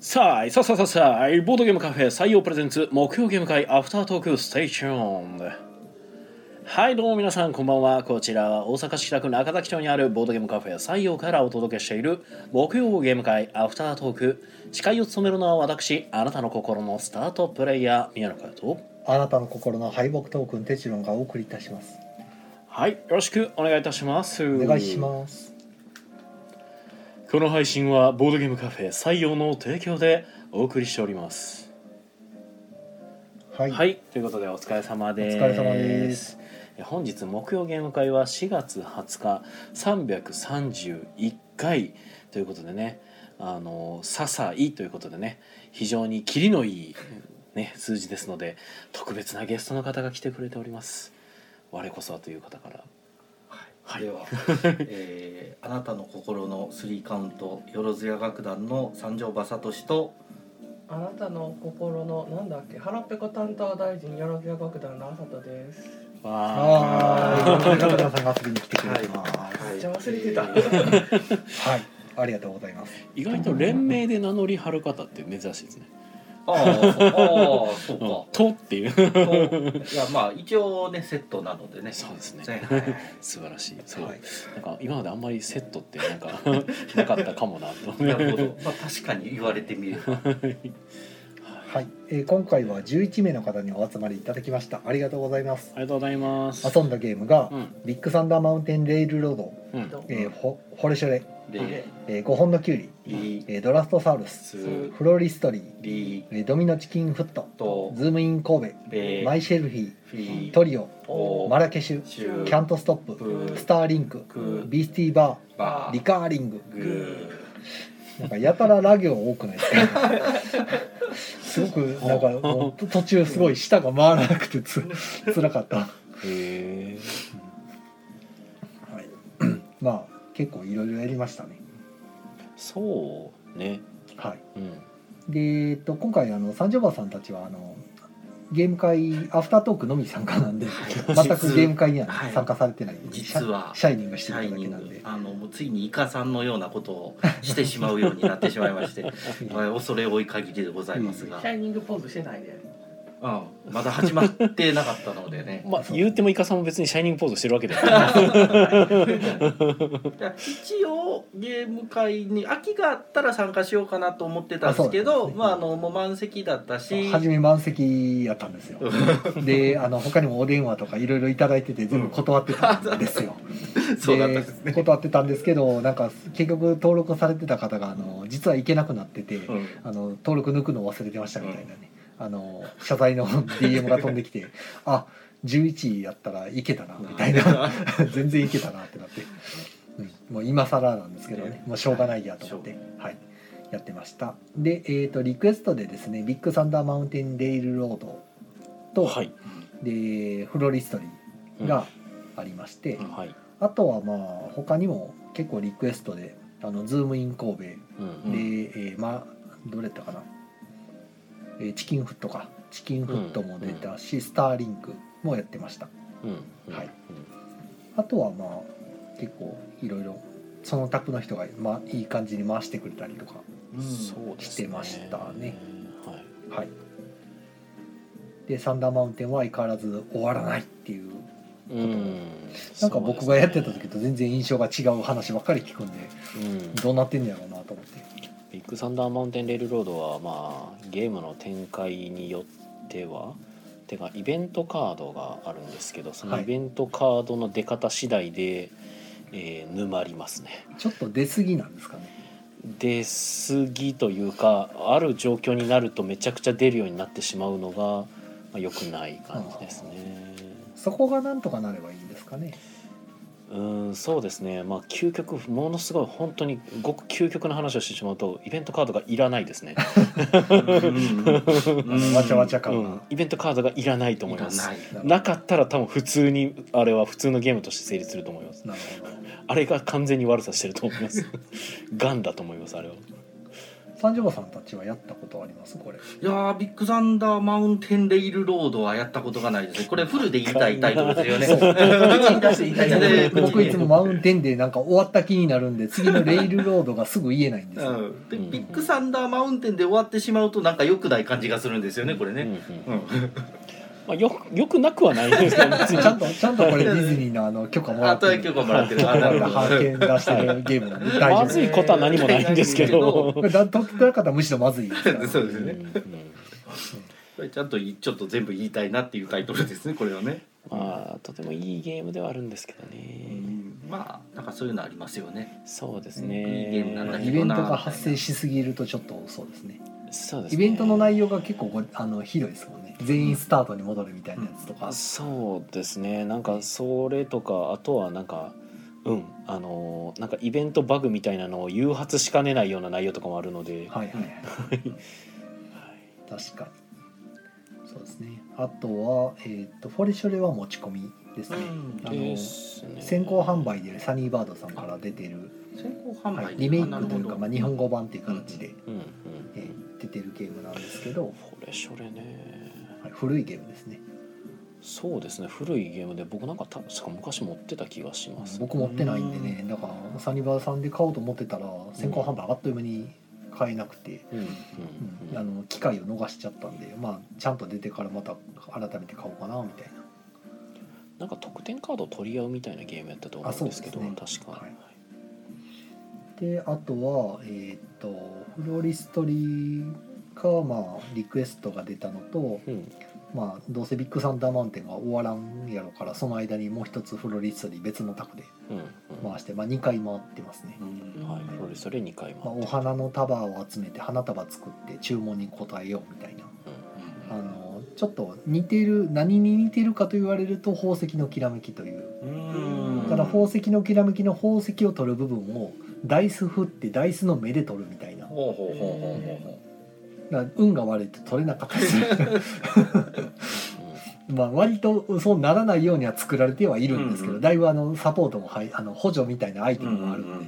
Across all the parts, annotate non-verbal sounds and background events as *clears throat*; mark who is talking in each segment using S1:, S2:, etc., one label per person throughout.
S1: さあいさあさあさあさあボードゲームカフェ採用プレゼンツ木曜ゲーム会アフタートークステーションはいどうも皆さんこんばんはこちらは大阪市北区中崎町にあるボードゲームカフェ採用からお届けしている木曜ゲーム会アフタートーク司会を務めるのは私あなたの心のスタートプレイヤー宮野佳代と
S2: あなたの心の敗北トークンテチロンがお送りいたします。
S1: はいよろしくお願いいたします
S2: お願いします。
S1: この配信はボードゲームカフェ採用の提供でお送りしております
S2: はい。
S1: はい、ということでお疲れ様です。
S2: お疲れ様です。
S1: え本日木曜ゲーム会は4月20日331回ということでね、あのささいということでね、非常にキリのいいね数字ですので特別なゲストの方が来てくれております。我こそはという方から。
S3: では、えーあなたの心のスリーカウントよろずや楽団の三条正俊と
S4: あなたの心のなんだっけ腹ペコ担当大臣よろずや楽団のあさとです。
S1: わ
S2: ああ、皆さんが遊びに来てくれてます。
S3: はい
S4: 邪魔すぎてた
S3: えー
S2: はい。ありがとうございます。
S1: ー意外と連名で名乗り張る方って珍しいですね。
S3: あーそうあーそう
S1: う
S3: か
S1: ん、 *laughs* とっていう。
S3: といやまあ一応ねセットなのでね
S1: そうですね
S3: はい
S1: 素晴らしい。そう。
S2: はい。
S1: なんか今まであんまりセットってなんか *laughs* なかったかもなと。
S3: なるほど、まあ、確かに言われてみれば
S2: はい。えー今回は11名の方にお集まりいただきました。ありがとうございます
S1: あ。りがとうございます。
S2: 遊んだゲームが、
S1: うん
S2: ビッグサンダーマウンテンレールロード、
S1: うん
S4: どう
S2: えー、ほホレショレ、
S3: で
S2: えー、5本のキュウリ、
S3: リ
S2: えー、ドラストサウルス、
S3: ス
S2: フロリストリー、
S3: リ
S2: えードミノチキンフット、
S3: と
S2: ズームイン神戸、
S3: ベ
S2: マイシェルフィ
S3: フィ
S2: ー、トリオ、
S3: オ
S2: マラケシュ、
S3: シュ
S2: キャントストップ、
S3: プ
S2: スターリンク、
S3: ク
S2: ビースティーバ
S3: バ
S2: ー、
S3: ー
S2: リカーリング。
S3: グ
S2: なんかやたらラ行多くない *laughs* ですか。すごくなんかもう途中すごい舌が回らなくてつ辛かった。は
S1: へえ。
S2: い。 *clears throat* まあ結構いろいろやりましたね。
S1: そうね。
S2: はい。
S1: うん。
S2: でえっと今回あの三条婆さんたちはあのゲーム会アフタートークのみ参加
S3: *laughs*
S2: なんで全
S3: 実
S2: くゲーム会には
S3: はい
S2: 参加されてないんで、シャ
S3: 実は
S2: シャイニングし
S3: シ
S2: て
S3: ャ
S2: る
S3: イ
S2: だ
S3: ニ
S2: け
S3: ン
S2: なん
S3: グ
S2: で。
S3: あのもうついにイカさんのようなことをしてしまうようになってしまい
S2: *laughs*
S3: ましてはい恐れ多い限りでございますが
S4: シ、ャイニングポーズしてないで。
S3: うん、まだ始まってなかったの
S2: *laughs*
S3: でね
S1: まあ
S2: そう
S1: 言うてもイカさんも別にシャイニングポーズしてるわけでは
S2: *laughs*
S1: ない。
S3: いや一応ゲーム会に秋があったら参加しようかなと思ってたんですけ
S2: あそう
S3: ど
S2: ですね
S3: まああのもう満席だったし
S2: 初め満席やったんですよであの他にもお電話とかいろいろいただいてて全部断ってたんですよ、
S3: *laughs* そうだったん *laughs* ですね、
S2: 断ってたんですけどなんか結局登録されてた方があの実は行けなくなってて、
S3: うん、
S2: あの登録抜くの忘れてましたみたいなね、あの謝罪の DM が飛んでき
S3: *laughs*
S2: てあ11位やったらいけたなみたいな *laughs* 全然いけたなってなって、うん、もう今更なんですけどね
S3: ね
S2: もうしょうがないやと思って、はい、やってましたで、えー、とリクエストでですねビッグサンダーマウンテンレイルロードと、
S1: はい。
S2: でフロリストリーがありまして、
S3: うん
S1: はい。
S2: あとはまあ他にも結構リクエストで「あのズームイン神戸」で、
S1: う。
S3: うんん
S2: えーまあどれやったかな、えーチキンフットかチキンフットも出たし、スターリンクもやってました
S1: うん。
S2: はいあとはまあ結構いろいろそのタップの人が、まあ、いい感じに回してくれたりとか
S3: う
S1: うんん。そうです
S2: してましたね。
S1: はい。
S2: はいでサンダーマウンテンは相変わらず終わらないっていう
S1: うん。
S2: なんか僕がやってた時と全然印象が違う話ばっかり聞くんで
S1: そうですね。うん。
S2: どうなってんのやろうなと思って
S1: ビッグサンダーマウンテンレールロードはまあゲームの展開によってはてかイベントカードがあるんですけどその
S2: はい
S1: イベントカードの出方次第で、えー沼りますね。
S2: ちょっと出過ぎなんですかね
S1: 出過ぎというかある状況になるとめちゃくちゃ出るようになってしまうのが、まあ、良くない感じですね。
S2: そこがなんとかなればいいんですかね。
S1: うんそうですねまあ究極ものすごい本当にごく究極の話をしてしまうとイベントカードがいらないですね。
S3: うんうん
S2: *laughs* わちゃわち
S1: う
S2: ゃ感が。
S1: ん、イベントカードがいらないと思います。
S3: かない
S1: なかったら多分普通にあれは普通のゲームとして成立すると思います
S2: なるほど。
S1: *laughs* あれが完全に悪さしてると思いますガンだと思いますあれは
S2: 三条さんたちはやったことありますこれ
S3: いやービッグサンダーマウンテンレイルロードはやったことがないですねこれフルで言いたいタイトルですよね
S4: 口に出して言いたい
S3: で
S4: ね。
S2: 僕いつもマウンテンでなんか終わった気になるんで次のレイルロードがすぐ言えないんですよ、
S3: うんでビッグサンダーマウンテンで終わってしまうとなんか良くない感じがするんですよねこれ
S1: うん
S3: ね、
S1: うん
S3: うん
S1: まあ、よよくなくはないですけど別
S2: ち
S1: に
S2: *laughs* ゃんとちゃんとこれディズニーのあの許可もらっ
S3: あ
S2: て
S3: と
S2: る
S3: は許可もらってるあな
S2: なん
S3: る
S2: か
S3: ほ
S2: 派
S3: ど
S2: 遣出してるゲームなんで大
S1: ま
S2: 丈
S1: ずいことは何もないんですけど。
S2: 夫だとってなかったらむしろまずいですから
S3: そうです
S1: うんう
S3: ね
S1: ん
S3: これちゃんといちょっと全部言いたいなっていうタイトルですねこれはね、
S1: まあとてもいいゲームではあるんですけどね。
S3: まあなんかそういうのありますよね
S1: そうです
S3: いいゲームなんだ
S2: イ
S1: ね。
S2: ベントが発生しすぎるとちょっとそうですね
S1: そうです
S2: イ
S1: ね。
S2: ベントの内容が結構ごあのひどいですもんね全員スタートに戻るみたいなやつとか、
S1: そうですね。なんかそれとかあとはなんか。うん、あのーなんかイベントバグみたいなのを誘発しかねないような内容とかもあるので、
S2: はいはいはい確かにそうですねあとは、えー、とフォレショレは持ち込みですね、
S3: うん
S2: あの
S1: ですね
S2: 先行販売でサニーバードさんから出てる、
S3: 先行販
S2: は
S3: 売
S2: い、リメイク
S3: あ
S2: というか、ま
S3: な
S2: あ、
S3: る
S2: 日本語版っていう形で、
S1: うんうん、
S2: えー出てるゲームなんですけど、
S1: これそれね
S2: はい、古いゲームですね
S1: そうですね古いゲームで僕なんか確か昔持ってた気がします、
S2: 僕持ってないんでねだからサニバーさんで買おうと思ってたら先行販売あっという間に買えなくて、
S1: うんうん
S2: うんあの機会を逃しちゃったんでまあちゃんと出てからまた改めて買おうかなみたいな
S1: なんか得点カードを取り合うみたいなゲームやったと思
S2: あ
S1: う
S2: そ
S1: ん
S2: う
S1: で
S2: ですす
S1: け
S2: ね
S1: ど、確か、
S2: はいであとはえーっとフロリストリがまあリクエストが出たのと
S1: うん、
S2: まあどうせビッグサンダーマウンテンが終わらんやろからその間にもう一つフロリストリ別の卓で
S1: うんうん
S2: 回して、まあ、2回回ってますね、
S3: ほどうん
S1: はい、フロリストで2回
S2: まあ、
S1: も
S2: お花の束を集めて花束作って注文に応えようみたいなあのちょっと似てる何に似てるかと言われると宝石のきらめきという
S3: うん
S2: ただ宝石のきらめきの宝石を取る部分をダイス振ってダイスの目で取るみたいなだか
S3: ほうほうほうほうほうほう
S2: ら運が悪いと取れなかったりするまあ割とそうならないようには作られてはいるんですけど、
S3: うん
S2: だいぶあのサポートもはいあの補助みたいなアイテムもあるんで、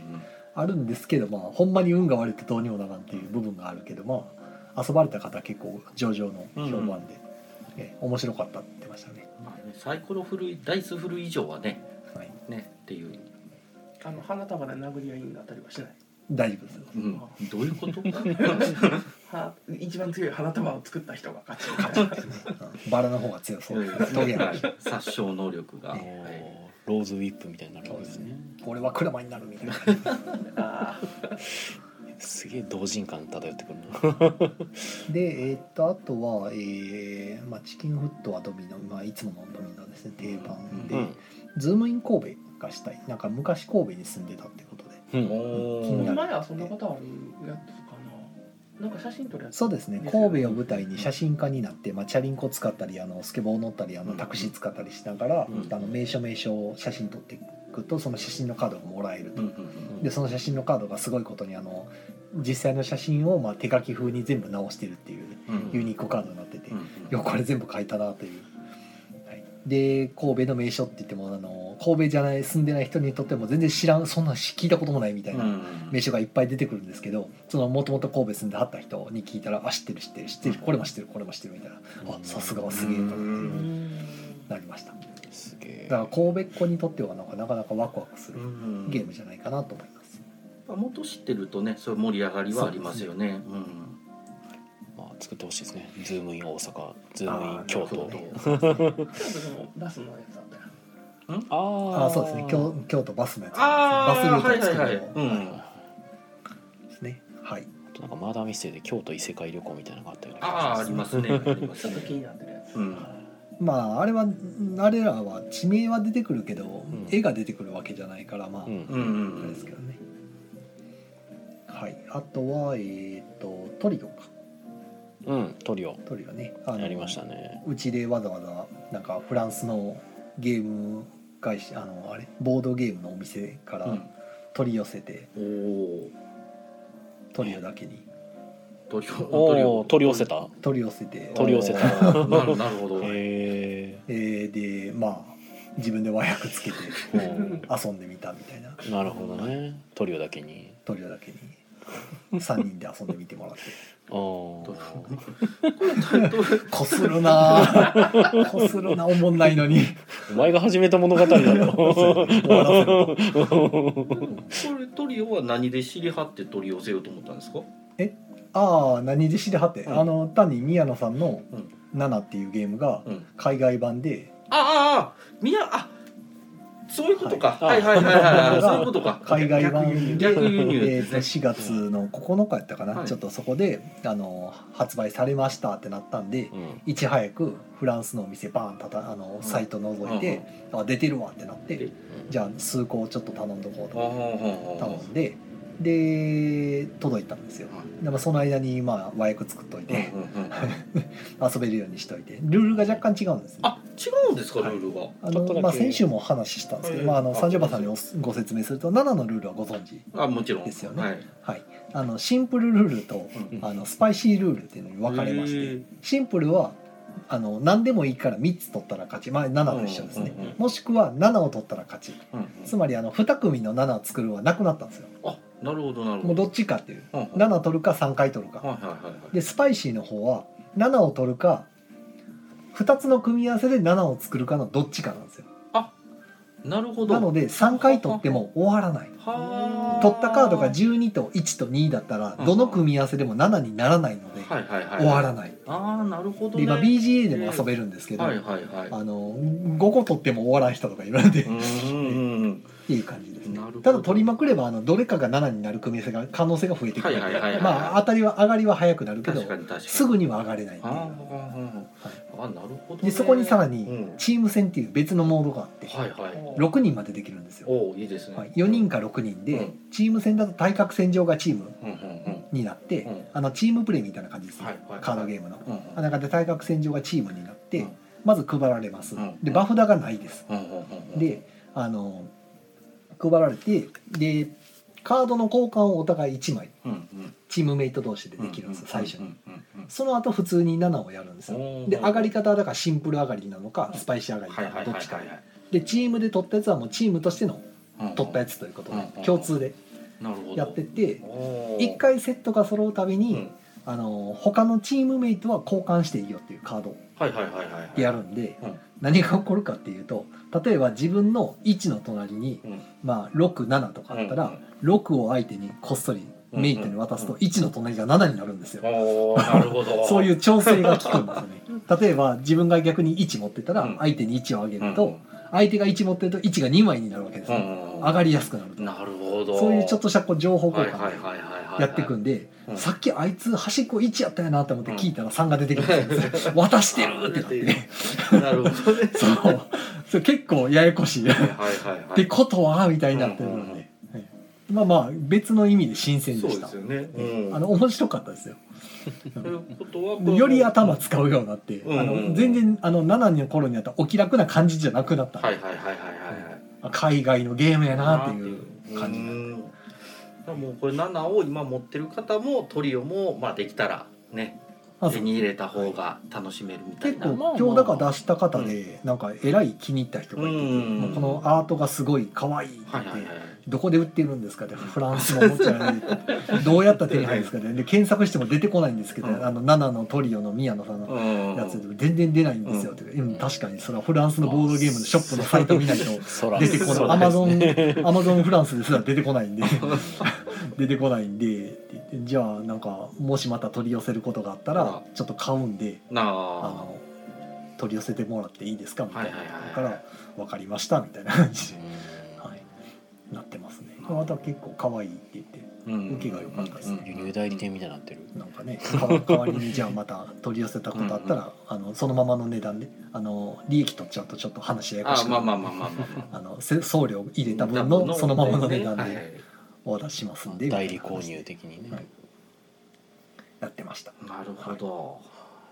S2: あるんですけど、まあ、ほんまに運が悪いとどうにもならんっていう部分があるけどまあ遊ばれた方は結構上々の評判で、え面白かったって言ってましたね。
S3: まあねサイコロ振るいダイス振る以上はね
S2: はい
S3: ねっていう、
S4: あの花束で殴り合いになったりはしない。
S2: 大丈夫です
S3: うん、どういう
S2: *laughs*
S3: こと
S4: は一番強い花束を作った人が勝ち。
S2: うんバラの方が強そうトゲがある
S3: 殺傷能力が、
S1: おーローズウィップみたいになるわけですね
S2: 俺は車になるみたいな
S4: あ
S1: すげえ同人感漂ってくる
S2: でえーっとあとは、えーまあ、チキンフットはドミノ、まあ、いつものドミノですね定番で、
S1: な、
S2: ズームイン神戸がしたいなんか昔神戸に住んでたってことで
S1: うんうん
S3: お
S2: 気
S4: あ、
S2: になる
S3: ー
S4: 前はそんなことあるやつかな。なんか写真撮るやつ。
S2: そうですね神戸を舞台に写真家になって、まあ、チャリンコ使ったりあのスケボー乗ったりあのタクシー使ったりしながら、
S1: うん
S2: あの名所名所を写真撮っていくとその写真のカードがもらえる
S3: う
S2: と
S3: んう。ん
S2: でその写真のカードがすごいことにあの実際の写真をまあ手書き風に全部直してるっていう
S3: うんうん
S2: ユニークカードになってて、
S3: うん
S2: よこれ全部書いたなという、はい、で神戸の名所って言ってもあの神戸じゃない住んでない人にとっても全然知らんそんなん聞いたこともないみたいな、
S3: うん
S2: 名所がいっぱい出てくるんですけどそのもともと神戸住んではった人に聞いたら「あ知ってる知ってる知ってるこれも知ってるこれも知ってる」みたいな「あさすがはすげえ」と
S3: う
S2: 思って
S4: ん。
S2: なりましただか
S1: すげえ
S2: ら神戸っ子にとってはなんかなかなかワクワクす
S3: う
S2: る
S3: ん
S2: ゲームじゃないかなと思います、
S3: まあもっと知ってるとねそういう盛り上がりはありますよね
S1: まあ作ってほしいですねズームイン大阪ズームイン京
S2: そ
S1: 都
S2: うね
S4: 京都でもバスのやつあったよ。
S1: あー
S2: ああそうですね京京都バスのやつ
S3: あ
S2: バスル
S3: あ
S2: ートを
S3: はいはいは
S2: 作
S3: い
S2: る
S3: う
S2: の
S3: ん
S2: ですねはい
S1: あとなんかマーダーミステリーで京都異世界旅行みたいなのがあったよね
S3: ああありますねありま
S4: ち
S3: す
S4: ょっと気に
S3: ね
S4: なってるやつ。
S3: うん
S2: まああれはあれらは地名は出てくるけど、
S1: ん
S2: 絵が出てくるわけじゃないからまあ、
S1: うん
S3: うんう
S2: あれで
S3: ん
S2: すけどねはいあとはえーっとトリオか
S1: うんトリオ
S2: トリオねあの
S1: やりましたね
S2: うちでわざわざなんかフランスのゲーム会社あのあれボードゲームのお店か
S3: う
S2: ら
S3: ん
S2: 取り寄せて、
S3: おお
S2: トリオだけに
S3: 取り
S1: おお取り寄せた
S2: 取り寄せて、
S1: 取り寄せた
S3: なるなるほど
S1: へ
S2: えーでまあ自分で和訳つけて
S1: えー、
S3: *laughs*
S2: 遊んでみたみたいな
S1: なるほどねトリオだけに
S2: トリオだけに3人で遊んでみてもらって
S1: お
S3: どう
S1: ー
S2: こする
S3: *laughs*
S2: なぁこするなおもんないのに
S1: お前が始めた物語だ
S2: *laughs*
S1: ろ
S2: 終わらせると
S3: これトリオは何で知り張って取り寄せようと思ったんですか
S2: ああ何で知りはって、
S3: うん
S2: あの単に宮野さんの
S3: うん
S2: 「ナナ」っていうゲームが
S3: うん
S2: 海外版で
S3: あああみやあそういうことか、
S1: は
S3: はいい、はいはいはいはいそういうことか
S2: 海外版で
S3: 逆輸入
S2: えー
S3: で
S2: と
S3: すね
S2: 4月の9日やったかな、
S3: はい
S2: ちょっとそこであの発売されましたってなったんで、
S1: うん
S2: いち早くフランスのお店バーンたたあの
S3: ん
S2: サイト覗いて、あ出てるわってなって、
S3: うん
S2: じゃあ数個ちょっと頼んどこう
S3: あは
S2: と
S3: は
S2: 頼んでで届いたんですよ、でまあその間にまあ和訳作っといて、遊べるようにしといてルールが若干違うんですね
S3: あ違うんですかルールが、
S2: あ
S1: ちょっとだ
S2: の
S1: け
S2: まあ、先週もお話ししたんですけど、まあ、あの
S3: あ
S2: 三条馬さんにおご説明すると7のルールはご存知、
S3: あもちろん
S2: ですよね
S3: はい、
S2: はい、あのシンプルルールと
S3: うん
S2: あのスパイシールールっていうのに分かれましてシンプルはあの何でもいいから3つ取ったら勝ち、まあ、7と一緒ですね、
S3: うんうんうん
S2: もしくは7を取ったら勝ち
S3: うんうん
S2: つまりあの2組の7作るはなくなったんですよ
S3: あなるほどなる
S2: も
S3: ほ
S2: う
S3: ど
S2: どっちかっていう
S3: うんうんはい
S2: 7取るか3回取るか
S3: はいはいはい
S2: でスパイシーの方は7を取るか2つの組み合わせで7を作るかのどっちかなんですよ
S3: なるほど
S2: なので3回取っても終わらない
S3: はあ
S2: 取ったカードが12と1と2だったらどの組み合わせでも7にならないので
S3: はいはいはい
S2: 終わらない
S3: ああなるほ
S2: で
S3: ど、ね、
S2: 今 BGA でも遊べるんですけど
S3: はい
S2: あ
S3: はいはい
S2: の5個取っても終わらない人とかいるんでっ
S3: うんうんうん
S2: ていう感じですね
S3: なるほど
S2: ただ取りまくればあのどれかが7になる組み合わせが可能性が増えてく
S3: はい
S2: る
S3: はいはいはい
S2: まあ当たりは上がりは早くなるけど
S3: 確かに確かに
S2: すぐには上がれないってい
S3: あーあ
S2: う
S3: ーあーあーなるほど、ね、
S2: でそこにさら
S3: う
S2: に
S3: ん
S2: チーム戦っていう別のモードがあって
S3: はいはい
S2: 6人までできるんですよ
S3: おおいいですね、
S2: はい4人か6人
S3: う
S2: で
S3: ん
S2: チーム戦だと対角線上がチーム
S3: うんうんうん
S2: になって、
S3: うん
S2: あのチームプレイみたいな感じですね、
S3: はいはいはい
S2: カードゲームの。
S3: うん
S2: あ中で対角線上がチームになって、
S3: うん
S2: まず配られます、
S3: うん
S2: で場札がないです、
S3: うんうんうんうん
S2: であの配られてでカードの交換をお互い1枚
S3: うんうん
S2: チームメイト同士でできるんです、最初に、
S3: うんうんうん
S2: その後普通に7をやるんですよ
S3: うん
S2: で上がり方はだからシンプル上がりなのかスパイシー上がり
S3: はい
S2: なの
S3: は
S2: かど
S3: いは
S2: っ
S3: い
S2: ちか
S3: はい
S2: でチームで取ったやつはもうチームとしての
S3: うん
S2: 取ったやつということ
S3: うん
S2: で共通で
S3: なるほど
S2: やってって
S3: おー
S2: 1回セットが揃うたび
S3: う
S2: に、
S3: ん
S2: あの他のチームメイトは交換していいよっていうカードを
S3: はいはいはいはいはい
S2: やるんで、
S3: うん
S2: 何が起こるかっていうと例えば自分の1の隣に、
S3: うん
S2: まあ、67とかあったら、6を相手にこっそりメイトに渡す
S3: う
S2: と1の隣が7になるんですよ。
S3: おーなるほど
S2: *laughs* そういうう調整が効くんですよね。例えば自分が逆に1持ってた
S3: う
S2: ら
S3: ん
S2: 相手に1をあげる
S3: ん
S2: と相手が1持ってると1が2枚になるわけです
S3: うんう
S2: ね。
S3: んうん
S2: 上がりやすくなると。
S3: なるほど
S2: そういうちょっとしたこう情報
S3: はい
S2: 交
S3: はい
S2: 換
S3: はいはいはい
S2: やっていくんで
S3: うん
S2: さっきあいつ端っこ1やったよなと思って聞いたら3が出てきたんですよ
S3: *laughs*
S2: 渡してるってなってね
S3: なるほどね
S2: そうそれ結構ややこしい
S3: はい
S2: っ
S3: はいはいはい
S2: てことはみたいになってるので、
S3: うんうんうん
S2: はいまあまあ別の意味で新鮮で
S3: そう
S2: し
S3: で
S2: た
S3: すよねうん
S2: あの面白かったですよ
S3: ということは
S2: でより頭使うようになって、
S3: うんうん
S2: あの全然あの7の頃にあったお気楽な感じじゃなくなった、
S3: はいはいはいはいはいはい
S2: あ海外のゲームやなっていう感じになって
S3: うんだからもうこれ7を今持ってる方もトリオもまあできたらね
S2: あそ
S3: 手
S2: う
S3: に入れた方が楽しめるみたい
S2: 結
S3: な、
S1: まあまあ
S2: 構今日だから出した方で、なんかえらい気に入った人がいてて、
S3: うん
S2: もうこのアートがすごい可愛いって言
S3: はい
S2: って、
S3: はいはい
S2: どこで売ってるんですかってフランスのおもちゃ屋でどうやったら手に入るんですかねで検索しても出てこないんですけど、
S3: うん
S2: あの7のトリオの宮野さんの
S3: うん
S2: やつでも全然出ないんですよって、うん確かにそれはフランスのボードゲームのショップのサイト見ないと
S1: そら
S2: 出てこ
S1: そ
S2: な
S1: う
S2: いアマゾン
S3: *laughs*
S2: アマゾンフランスですら出てこないんで出てこないんでって言ってじゃあなんかもしまた取り寄せることがあったらちょっと買うんで
S3: な
S2: あ
S3: あ
S2: の取り寄せてもらっていいですかみたいな、
S3: はいはいはいはい
S2: だから分かりましたみたいな感じで。
S1: うん
S2: はい、なってますね。また結構可愛いって言って、
S3: 受
S2: 受けが良かったですね
S1: 輸入代理店みたいになってる
S2: なんかね、か代わりにじゃあまた取り寄せたことあった
S3: *laughs*
S2: ら、あのそのままの値段で、あの利益取っちゃうとちょっと話ややこ
S3: あ
S2: しくな
S3: まあ
S2: る
S3: まあまあまあまあ
S2: あのせ送料 *laughs* 入れた分
S3: 多分
S2: のそのままの値段
S3: はいはい
S2: でお渡ししますんで、
S1: 代理
S2: みたい
S1: 購
S2: な話で
S1: 入的にね、
S2: はいやってました。
S3: なるほど、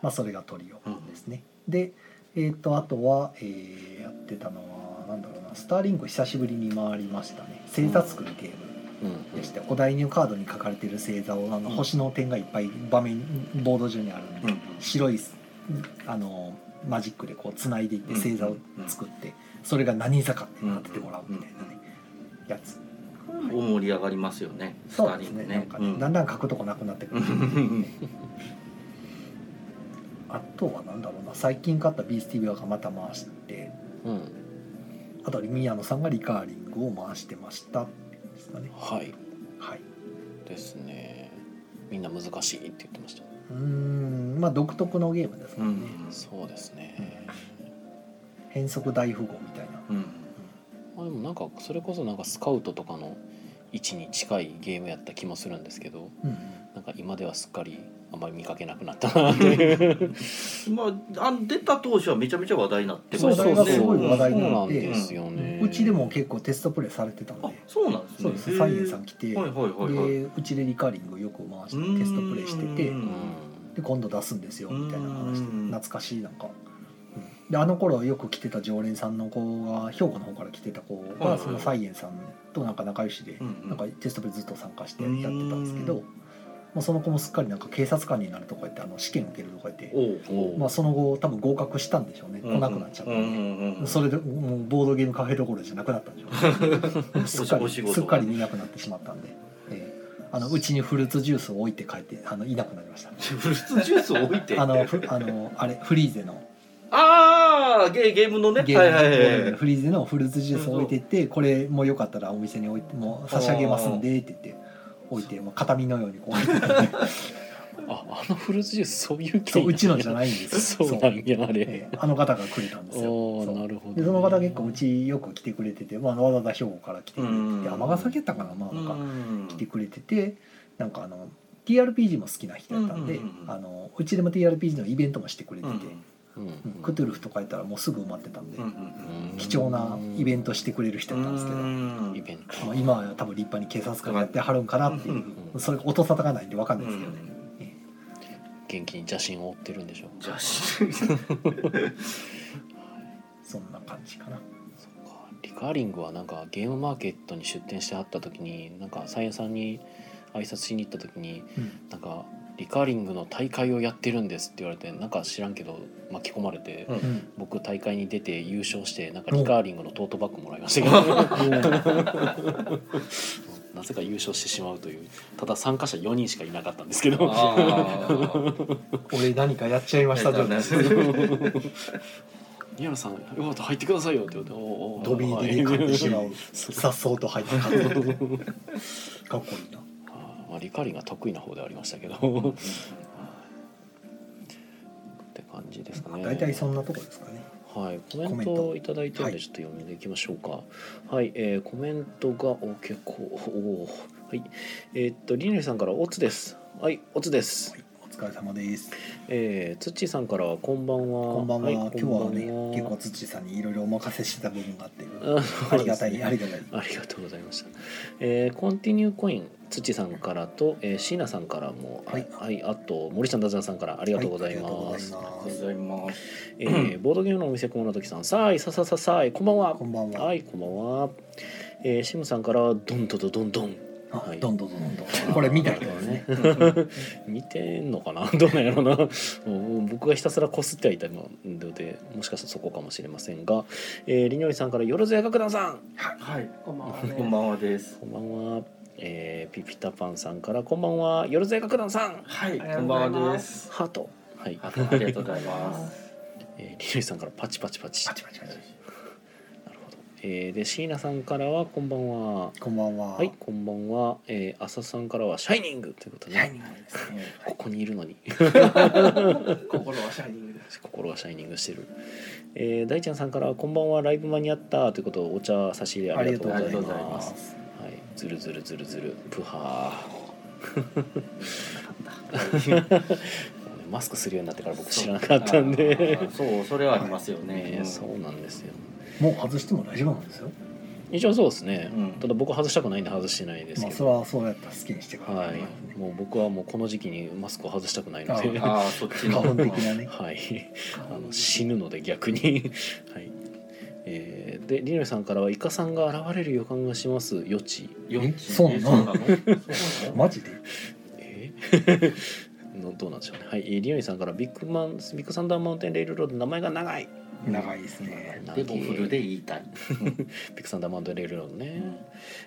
S2: まあそれがトリオですね。で、えっ、とあとは、えーやってたのはなんだろうな、スターリンク久しぶりに回りましたね。星座作るゲーム。
S1: うん
S2: でしてお題のカードに書かれている星座をあの
S3: うん
S2: 星の点がいっぱい場面ボード上にあるんで、
S3: うん
S2: 白いすあのマジックでこうつないでいって
S3: うん
S2: 星座を作って、それが何座かって当ててもらうみたいなね、やつ
S3: これ
S5: こう盛り上がりますよね。
S2: そうです
S5: 二
S2: ね
S5: 人
S2: なんかね、
S5: うん
S2: だんだん書くとこなくなってく
S5: う
S2: *laughs* る、
S5: ん
S2: あとはなんだろうな最近買ったビースティブがまた回して
S1: うん
S2: あとは宮野さんがリカーリングを回してましたですかね
S1: はい
S2: はい
S1: ですねみんな難しいって言ってました
S2: うーんまあ独特のゲームです
S5: う
S2: もんね、
S5: ん
S1: そうですね、
S2: 変則大富豪みたいな
S5: うん
S1: まあ、でもなんかそれこそなんかスカウトとかの位置に近いゲームやった気もするんですけど
S2: うん
S1: なんか今ではすっかりあんまり見かけなくなったなという
S5: まあ、あ出た当初はめちゃめちゃ話題になって
S2: そう
S5: ました
S2: そ
S5: よ
S2: うそ
S5: ね
S2: うすごい話題
S1: そ
S2: に
S1: う
S2: な
S1: な
S2: っ
S1: ん
S2: て
S1: ですよね
S2: うちでも結構テストプレイされてたの
S5: あ
S2: で
S5: そうなんですね
S2: そうですねサイエンさん来て、
S5: はいはいはいはい
S2: でうちでリカーリングをよく回してテストプレイしてて
S1: うん
S2: で今度出すんですよみたいな話で
S5: うん
S2: 懐かしいなんか、うんであの頃よく来てた常連さんの子が兵庫の方から来てた子
S5: はいは
S2: が
S5: い
S2: そのサイエンさんとなんか仲良しで
S5: う
S2: なんんかテストプレイずっと参加してやってたんですけ
S5: う
S2: ど
S5: ん、
S2: まあ、その子もすっかりなんか警察官になるとか言ってあの試験受けるとか言って、
S5: おう
S1: おう
S2: まあ、その後多分合格したんでしょうね来なくなっちゃった
S5: うん
S2: んで。
S5: うんうんうん、
S2: それでもうボードゲームカフェどころじゃなくなったんでしょうねすっか
S5: *laughs* お
S2: り
S5: 仕事
S2: すっかり見なくなってしまったんで、ええあのうちにフルーツジュースを置いて帰ってあのいなくなりました
S5: フルーツジュースを置いて
S2: あのふ *laughs* あのあれフリーゼの
S5: あーゲーゲームのね
S2: ゲーム、
S5: はいはいはい
S2: フリーゼのフルーツジュースを置いてってこれもよかったらお店に置いてもう差し上げますんでって言って置いてもう形見のようにこう置いてたんで
S1: ああのフルーツジュースそういう系
S2: そう
S1: なん
S2: う
S1: や
S2: ちのじゃないんです
S1: *laughs*
S2: よ
S1: そうなんやあれ
S2: ええあの方がくれたんですよ
S1: おお
S2: そう
S1: なるほどね、
S2: でその方結構うちよく来てくれてて、まあ、わざわざ兵庫から来てくれてて
S5: うん
S2: 尼崎やったかな,、まあ、
S5: う
S2: なん
S5: ん
S2: か来てくれててなんかあの TRPG も好きな人やったんで、
S5: うんうんうんうん
S2: あのうちでも TRPG のイベントもしてくれて
S5: う
S2: て
S5: ん、
S1: うんうん
S2: うんクトゥルフとかやったらもうすぐ埋まってたんで、
S5: うんうん
S1: うん
S2: 貴重なイベントしてくれる人
S5: う
S2: やったんですけど、
S5: ん
S1: イベント
S2: まあ、今は多分立派に警察官やってはるんかなっていう、
S1: うん
S2: それが音沙汰がないんで分かんないですけどね、
S1: 元気に邪神を追ってるんでしょう
S5: じゃあし
S2: そんな感じかな
S1: リカーリングはなんかゲームマーケットに出店してあった時になんかサイエンさんに挨拶しに行った時に
S2: うん
S1: なんかリカーリングの大会をやってるんですって言われてなんか知らんけど巻き込まれて、
S5: うん
S2: うん
S1: 僕大会に出て優勝してなんかリカーリングのトートバッグもらいましたけど *laughs* なぜか優勝してしまうというただ参加者4人しかいなかったんですけど
S5: あー
S2: 俺何かやっちゃいました状態
S1: 宮野さんよかったら入ってくださいよって言われてお
S2: 飛び入りに買ってしまう
S1: そう
S2: さっそうと入って買ってかっこいいな
S1: *laughs* あーまあ、リカーリングが得意な方ではありましたけどって感じですかね
S2: 大体そんなとこですかね
S1: はい、コメントをいただいてるんでちょっと読んでいきましょうか。はい、えーコメントがお結構おーはい、えーっとリネルさんからオツです。はい、オツです。
S2: お疲れ様です
S1: えー、ツッチーさんからこんばんは。
S2: こんばんは、今日はね結構
S1: 構
S2: 土さんにいろいろお任せしてた部分があって
S1: あ
S2: ありがたい、ありがたい
S1: ありがとうございました。えーコンティニューコイン土さんからと、えー、椎名さんからも、
S2: はい
S1: はい、あと森さんダズナさんからありがとうござい
S2: はいあ
S1: ま
S2: り
S1: す。
S2: がとうございます
S5: ざいます
S1: えーボードゲームのお店コモの時さん、さあいささささいこんばんは
S2: こ。んばんは、
S1: はい、こんばんは。えー、シムさんからドンドドドンドン。
S2: あ
S1: はい
S2: どんどんどんどんこれ見たい
S1: なる
S2: で
S1: ほ
S2: す
S1: ど
S2: ね
S1: ね。 *laughs* 見てんのかな、 *laughs* どうなんやろな。もうもう僕がひたすらこすってはいたので、もしかしたらそこかもしれませんが。えー、りのりさんからよろずや楽団さん。
S5: はい
S6: こんばんは、
S5: こんばんはです
S1: こんばんは。えー、ピピタパンさんからこんばんは、よろずや楽団さん。
S5: はい
S6: あり
S5: こと
S6: がうんござ
S5: ば
S6: い
S5: ん
S6: ます
S5: はです
S1: ハート。はい、
S5: あありがとうございます
S1: えー、りのりさんからパチパチパチ。
S2: パチパチパチ
S1: なるほど。えー、で、椎名さんからはこんばんは。
S2: こんばんは、
S1: はい、こんばんは。えー、浅さんからはシャイニングということで、
S2: はいですね
S1: ここにいるのに。
S6: 心はシャイニングです
S1: 心がシャイニングしてる、えー、大ちゃんさんから「こんばんはライブ間に合った」ということをお茶差し入れあ
S2: あ
S1: り
S2: り
S1: がと
S2: がと
S1: う
S2: う
S1: ご
S2: ご
S1: ざ
S2: ざ
S1: い
S2: い
S1: ま
S2: ますす
S1: はい、ずるずるずるずるプハーマスクするようになってから僕知らなかったんで *laughs*
S5: あーそうそれはありますよね
S1: ね
S5: うん
S1: そうなんですよ
S2: もう外しても大丈夫なんですよ
S1: 一応そうですね、
S5: うん
S1: ただ僕外したくないんで外してないです
S2: ま
S1: け
S2: あそ
S1: ど、
S2: れはそうやったら好きにしてくださ
S1: はい
S2: ね
S1: い、もう僕はもうこの時期にマスクを外したくないので
S2: あ
S5: ああそっちの
S2: 花粉的なね
S1: はいあの死ぬので逆にはい、えー、でリノリさんからはイカさんが現れる予感がします予知
S5: よ
S2: そうなの
S5: そうなの
S2: マジで
S1: え *laughs* ーのどうなんでしょうねはいえーリノリさんからビッグマンビッグサンダーマウンテンレールロード名前が長い
S2: 長いですね
S3: でもフルで言いたい。
S1: ピクサンダーマンドレールのね、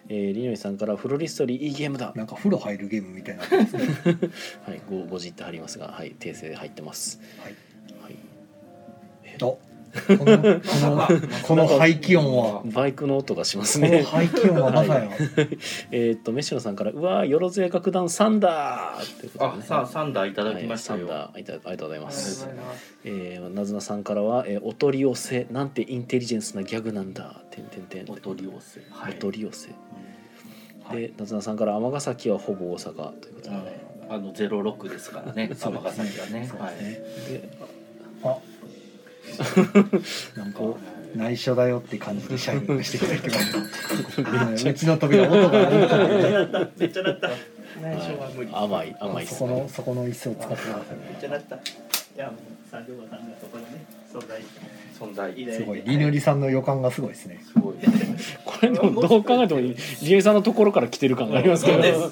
S1: えーリノイさんからフロリストリーいいゲームだ
S2: なんか風呂入るゲームみたいになってますね
S1: はいごごじって貼りますがはい訂正入ってます
S2: はい
S1: はい
S2: おこのこのこの排気音は
S1: バイクの音がします
S2: この
S1: ね
S2: 排気音はまさや
S1: *laughs* えーっとメッシュノさんから「うわーよろずや楽団サンダー!」ってことで
S3: あ
S1: ね、
S3: さあサンダーいただきました
S1: はい、サン
S3: よ。
S1: ダーありがとうありがとうござい
S4: あ
S1: ま
S4: りがとうご
S1: す
S4: ざいます
S1: えー、なずなさんからは、えーお取り寄せなんてインテリジェンスなギャグなんだ」てんてんてん
S3: お取り寄せ。は
S1: お
S3: い。
S1: 取り寄せ、
S2: はい
S1: でなずなさんから「尼崎はほぼ大阪」ということ
S3: う
S1: で
S3: ん
S1: ね、
S3: あのゼロ六ですか
S1: *laughs*
S3: らね。尼崎はね。はい。
S1: で
S2: あなんか内緒だよって感じでシャイニングしていただいて *laughs* ますうちの扉音がいいからね
S7: めっちゃなった。めっ
S4: 内緒は無理。
S1: 甘い甘いっ
S2: そ
S1: す
S2: この
S1: ね
S2: そこの椅子を使ってくださいね
S7: ちゃなった。いや、もう三条さんがそこにね、存在。
S3: 存在。
S7: いいね
S2: すごいりぬりさんの予感がすごいですね
S3: すごい。
S1: これでもどう考えてもリエさんのところから来てる感がありますけど、ね、
S2: ちょっ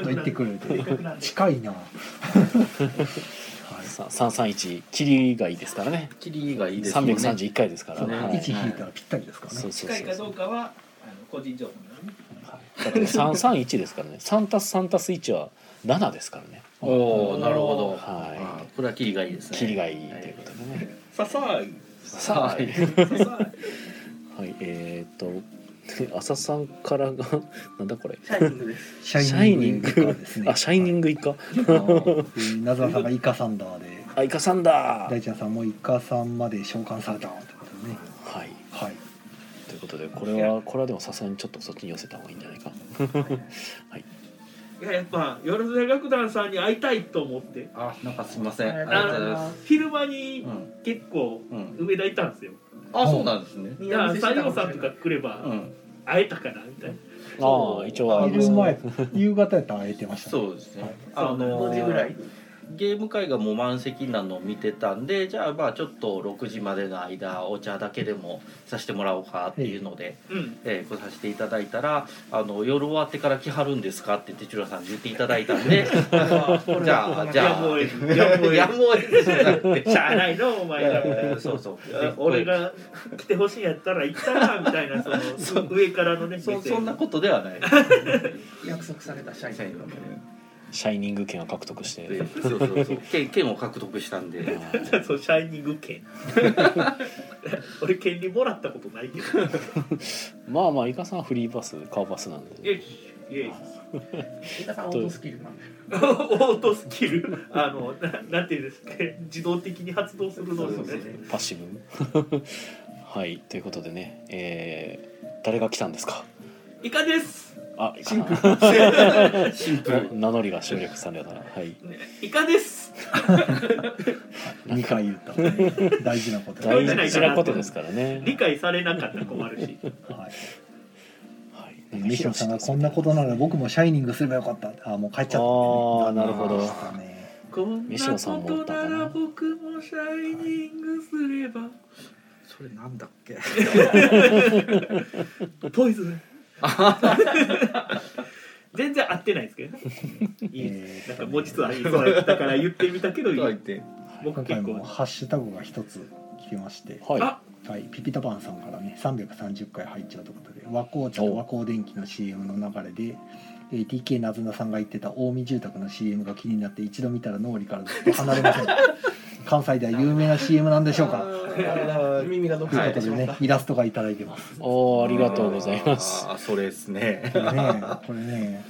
S2: と行ってくるって近 *laughs* いな
S1: さ331霧がいいですからね
S3: キリがいいですもんね。
S1: 331回ですから、
S3: そうね
S1: はい
S2: 位置引いたらぴったりですからね
S1: そうそう
S7: 近いか
S1: そ
S7: ど
S1: う
S7: うかは、あの個人情報なのね。
S1: だって331ですからね3たす3たす1は7ですからね
S3: おおなるほど。
S1: はい
S3: あーこれはキリがいいですね。
S1: 霧がいいということでね、
S7: ささい。
S1: さあ
S7: ささい。
S1: はい、えー、っと、浅さんからが、なんだこれ。
S7: シャイニングです。
S2: シャイニン
S1: シャイニング
S2: グがですね
S1: あ、シャイニングイカ。
S2: はいなずなさんがイカサンダーで
S1: あ、イカさんだ。は
S2: 大ちゃんさんもイカさんまで召喚されたってことでね
S1: い、
S2: はい
S1: ということで、これは、これはでも、さすがにちょっとそっちに寄せた方がいいんじゃないか。
S7: いや、やっぱ、よろずや楽団さんに会いたいと思って。
S3: あなんかすみません。あり
S4: あり
S3: が
S4: が
S3: と
S7: あ
S3: うございま
S7: の
S3: す。、
S7: 昼間に
S3: うん
S7: 結構、
S3: うん。
S7: 梅田いたんですよ。
S3: あそうなんですね。
S7: だから、西条さんとか
S4: か。
S7: 来れ
S3: う
S7: ば、
S3: ん。
S7: 会えたかなみたいな。
S1: ああ、一応、ありま
S2: 昼
S1: すね。
S2: 前夕方やったら会えてましたね
S3: そうですね。
S7: あの
S4: 5時ぐらい。に。
S3: ゲーム会がもう満席なのを見てたんでじゃあまあちょっと6時までの間お茶だけでもさせてもらおうかっていうので、
S7: うん。
S3: えー来させていただいたらあの「夜終わってから来はるんですか?」ってテチュラさんに言っていただいたんで
S7: *laughs*
S3: じゃあじ
S7: や
S3: ゃあ
S7: むを得ず。やむを
S3: や
S7: 得
S3: むを得ずじゃな
S7: *laughs*
S3: くて
S7: ず。しゃあないの、お前らみたいな。
S3: そうそう
S7: 俺が来てほしいんやったら行ったらみたいなその上からのね
S3: そ
S7: 目線
S3: そんなことではない
S7: *laughs*
S4: 約束されたシャイニング。
S1: シャイニング券を獲得して
S3: で。そうそう *laughs* そう剣剣を獲得したんで
S7: じゃあそのシャイニング券 *laughs* 俺権利もらったことないけど
S1: まあまあ、イカさんはフリーバス、カーバスなん
S7: イ
S1: で。
S7: エイイエイ
S4: イカさんオートスキルなんで。
S7: オートスキルあのななんていうんですかね自動的に発動するのですね
S1: パッシブ。 *laughs* はい、ということでね、えー、誰が来たんですか。
S7: イカです
S1: あ、イカさん *laughs* 名乗りが省略されたな。はい。
S7: イカです
S2: 2回言
S1: *laughs*
S2: ったね大事なこと
S1: 大
S7: 事
S1: 事なことですからね。
S7: 理解されなかったら困
S2: *laughs*
S7: るし
S2: はい
S1: はい。
S2: ミシロさんがこんなことなら僕もシャイニングすればよかったあもう帰っちゃった
S1: あ
S2: ね
S1: ーなるほど
S2: 残念でしたね
S7: こんな
S1: 西野さん
S7: こ
S1: もお
S7: と
S1: った
S7: な
S1: かな
S7: ら僕もシャイニングすれば
S3: それなんだっけ
S7: ポイズン *laughs* 全然合ってないですけ
S2: *laughs*
S7: どねいい
S2: えー
S7: なんかもう実はそうやったから言ってみたけどい
S2: *laughs*
S7: い僕
S2: 今回
S7: 結
S2: も
S7: 構
S2: ハッシュタグが一つ来てまして
S1: はい。
S7: あ
S2: はい、ピピタパンさんからね330回入っちゃうということで和光茶と和光電機の CM の流れで、えー TK なずなさんが言ってた近江住宅の CM が気になって一度見たら脳裏からずっと離れません関西では有名な CM なんでしょうか
S4: 耳がどっ
S2: という
S4: か
S2: こと
S4: で
S2: で
S4: ね
S2: ね。イラストがいただいてます
S1: おーありがとうございます。
S3: あーそれですね
S2: ねこれね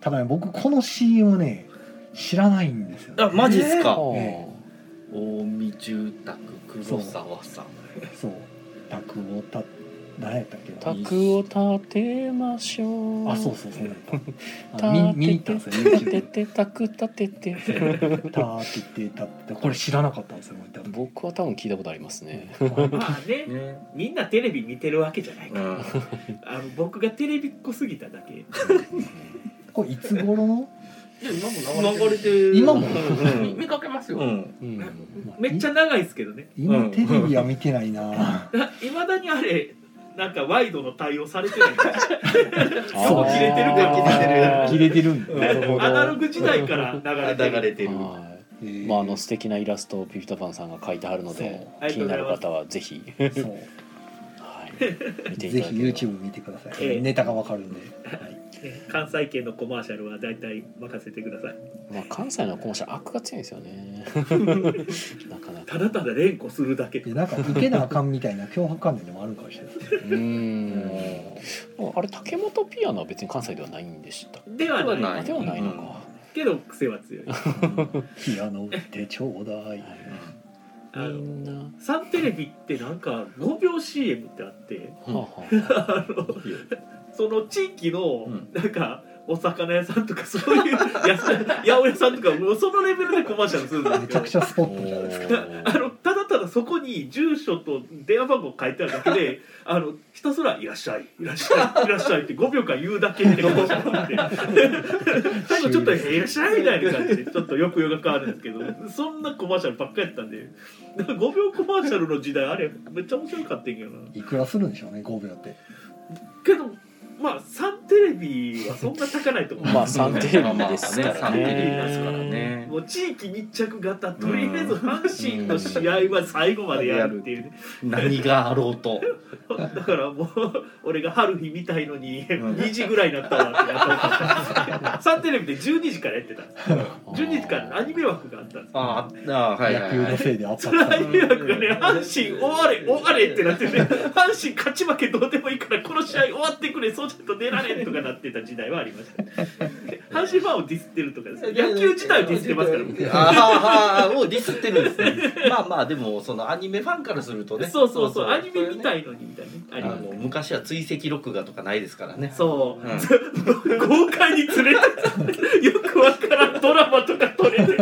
S2: ただね僕この CM ね知らないんですよ、ね、
S3: あマジっす
S1: あ
S3: か
S1: ー
S3: 近江住宅黒沢さん
S2: そう宅をた何やったっけな
S1: 宅を建てましょう。
S2: あそうそうそうやったあ見見に行ったんですよ
S1: 建
S2: YouTube
S1: てて宅建てて。
S2: たーって言ってたってこれ知らなかったんですよもう一回
S1: *laughs* 僕は多分聞いたことありますね。
S7: まあ
S2: *laughs*
S7: ね
S3: ね
S7: みんなテレビ見てるわけじゃないか
S3: う
S7: ら
S3: ん
S7: あの僕がテレビっ子すぎただけ
S2: これいつ頃の
S4: 今も
S7: 流れてる
S2: 今も
S3: うん
S4: 見かけます
S3: う
S4: よ。
S3: ん
S1: うん。
S7: *laughs* めっちゃ長いですけどね
S2: 今テレビは見てない *laughs* な、
S7: いまだにあれなんかワイドの対応されてない
S1: あー
S7: 切れてるか
S3: 切れて
S2: 切れて
S3: る
S2: るんだ
S1: なるほど。
S7: アナログ時代から流れてる
S3: 流れてる
S1: はい
S2: えー
S1: まあ、あの素敵なイラストをピピタパンさんが描いてあるので
S7: そう
S1: 気になる方はぜひ、
S2: そう
S1: はい、見ていただければ
S2: ぜひ YouTube 見てください、
S7: ええ
S2: ネタがわかるんで、はい
S7: ね関西圏のコマーシャルは大体任せてください
S1: まあ、関西のコマーシャル悪が強いんですよねなかなか
S7: ただただ連呼するだけ
S2: でなんか受けなあかんみたいな脅迫観念でもあるかもしれないですね
S1: うーんあれ竹本ピアノは別に関西ではないんでしたっ
S7: ではない
S1: け
S3: ない
S1: あではないのか、
S3: うん
S7: けど癖は強い
S2: ピアノ売ってちょうだい
S7: あ
S1: み
S7: の
S1: んな、は
S7: サンテレビってなんか5秒 CM ってあって
S1: あはあ
S7: あのその地域の
S3: うん
S7: なんかお魚屋さんとかそういうやさ八百屋さんとかもうそのレベルでコマーシャルするんです
S2: め
S7: け
S2: ちゃ
S7: ど
S2: くちゃスポットじゃないですか
S7: あのただただそこに住所と電話番号書いてあるだけ
S1: *laughs*
S7: であのひたすら「いらっしゃいいらっしゃいいらっしゃい」って5秒間言うだけって
S1: *laughs*
S7: ことじゃなくて最後ちょっと「いらっしゃい」みたいな感じでちょっと抑揚が変わるんですけどそんなコマーシャルばっかりやったんでだから5秒コマーシャルの時代あれめっちゃ面白かったんやけどない
S2: くらするんでしょうね5秒って
S7: けどまあサンテレビはそんな高ないと思う
S1: まあサンテレビですからね
S3: まあまあねサンテレビですからね
S7: もう地域密着型とりあえず阪神の試合は最後までやるっていうね
S3: 何があろうと
S7: だからもう俺が春日見たいのに
S3: ん
S7: 2時ぐらいになったわってなったサンテレビで12時からやってたんです12時からアニメ枠があったんです
S3: あーあーはいは
S2: 野
S3: い、
S2: 球
S3: は
S2: の
S3: い、
S2: せいで圧
S7: そ
S2: 迫
S7: の
S2: さ
S7: ア
S2: れる
S7: ニメ枠がね阪神終われ終われってなってて阪神勝ち負けどうでもいいからこの試合終わってくれそうじゃと出られんとかなってた時代はありました阪神ファンをディスってるとかですね野球自体をディスってますから僕
S3: あーあーをディスってるんですねまあまあでもそのアニメファンからするとね
S7: そうそうそうアニメ見たいのにみたいな
S3: あ
S7: ねあり
S3: の
S7: ます
S3: 昔は追跡録画とかないですからね
S7: そう
S3: うん
S7: 豪快に連れてってよくわからんドラマとか撮れて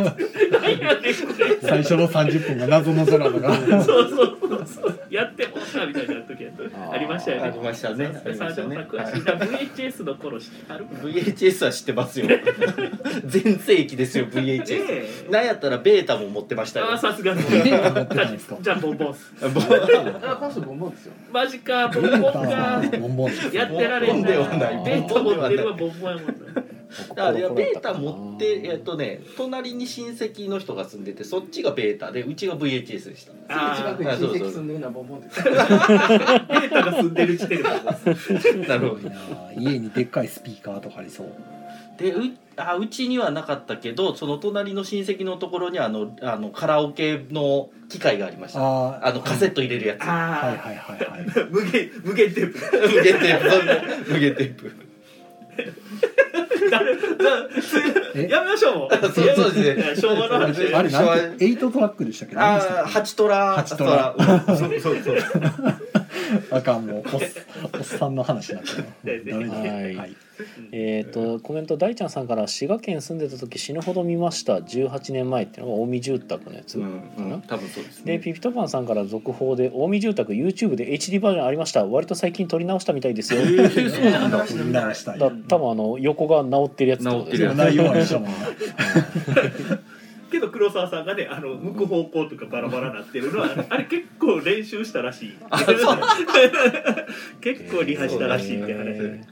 S7: 何やねんこれ
S2: 最初の30分が謎のドラマ
S7: *laughs*
S2: が
S7: そうそうそうそうやってもったみたいな時やったありましたよ
S3: あ
S7: ね
S3: りましたねありましたね
S7: さん詳しいな VHS の頃知ってある
S3: VHS は知ってますよ全盛期ですよ VHS
S7: で
S3: なんやったらベータも持ってましたよ
S7: あ
S3: *laughs*
S7: ーさすがに
S2: 持ってないんですか
S7: じゃあボンボンっす
S3: もう
S4: あ、今週ボンボンですよ。
S7: マジかボンボンか
S2: ボンボンです
S7: やってられんな
S1: ボンボンではない
S7: ベータ持ってるわボンボンやもんな
S3: あれはベータ持ってえっとね隣に親戚の人が住んでてそっちがベータでうちが VHS でした
S4: すぐ近
S7: あ
S4: くに親戚住んでるのはボンボンです。
S7: ーベータが住んでる時点でボンボンっす
S3: なるほ
S2: いいなあ家にでっかいスピーカーとかありそう
S3: でうあうちにはなかったけどその隣の親戚のところにあのあのカラオケの機械がありま *laughs* したあ
S2: あ
S3: のカセット入れるやつ
S2: はい
S7: あ
S2: はいはいはい
S3: *laughs*
S7: あ無限無限テープ
S3: 無限テープそんな無限テープ
S7: 誰だ
S2: え
S7: やめまし *laughs* ょうもう。
S3: そうそうですね
S7: 昭和の
S3: そ
S7: 話
S3: うですね
S2: あれなんて8トラックでしたっけど
S3: ああ八トラ
S2: 八トラ
S3: うんそうそうそう
S2: あかんもうおっおっさんの話になっち
S3: *laughs*
S2: ゃう
S7: ですね
S2: ダメだ
S1: はい
S2: はい
S1: えー、とコメント大ちゃんさんから「滋賀県住んでた時死ぬほど見ました18年前」っていうのが近江住宅のやつ *laughs*
S3: う
S1: かな、
S3: んうん多分そうです
S1: でピピトパンさんから続報で「近江住宅 YouTube で HD バージョンありました割と最近撮り直したみたいですよ」
S3: そうなんだ
S2: 見直したい
S1: だ多分あの横が直ってるやつってこと
S3: 治ってるやつ
S2: 内容は一緒もんな
S7: けど黒沢さんがねあの向く方向とかバラバラなってるのはあれ結構練習したらしい。結構リハしたらしいって
S1: えー
S7: 話。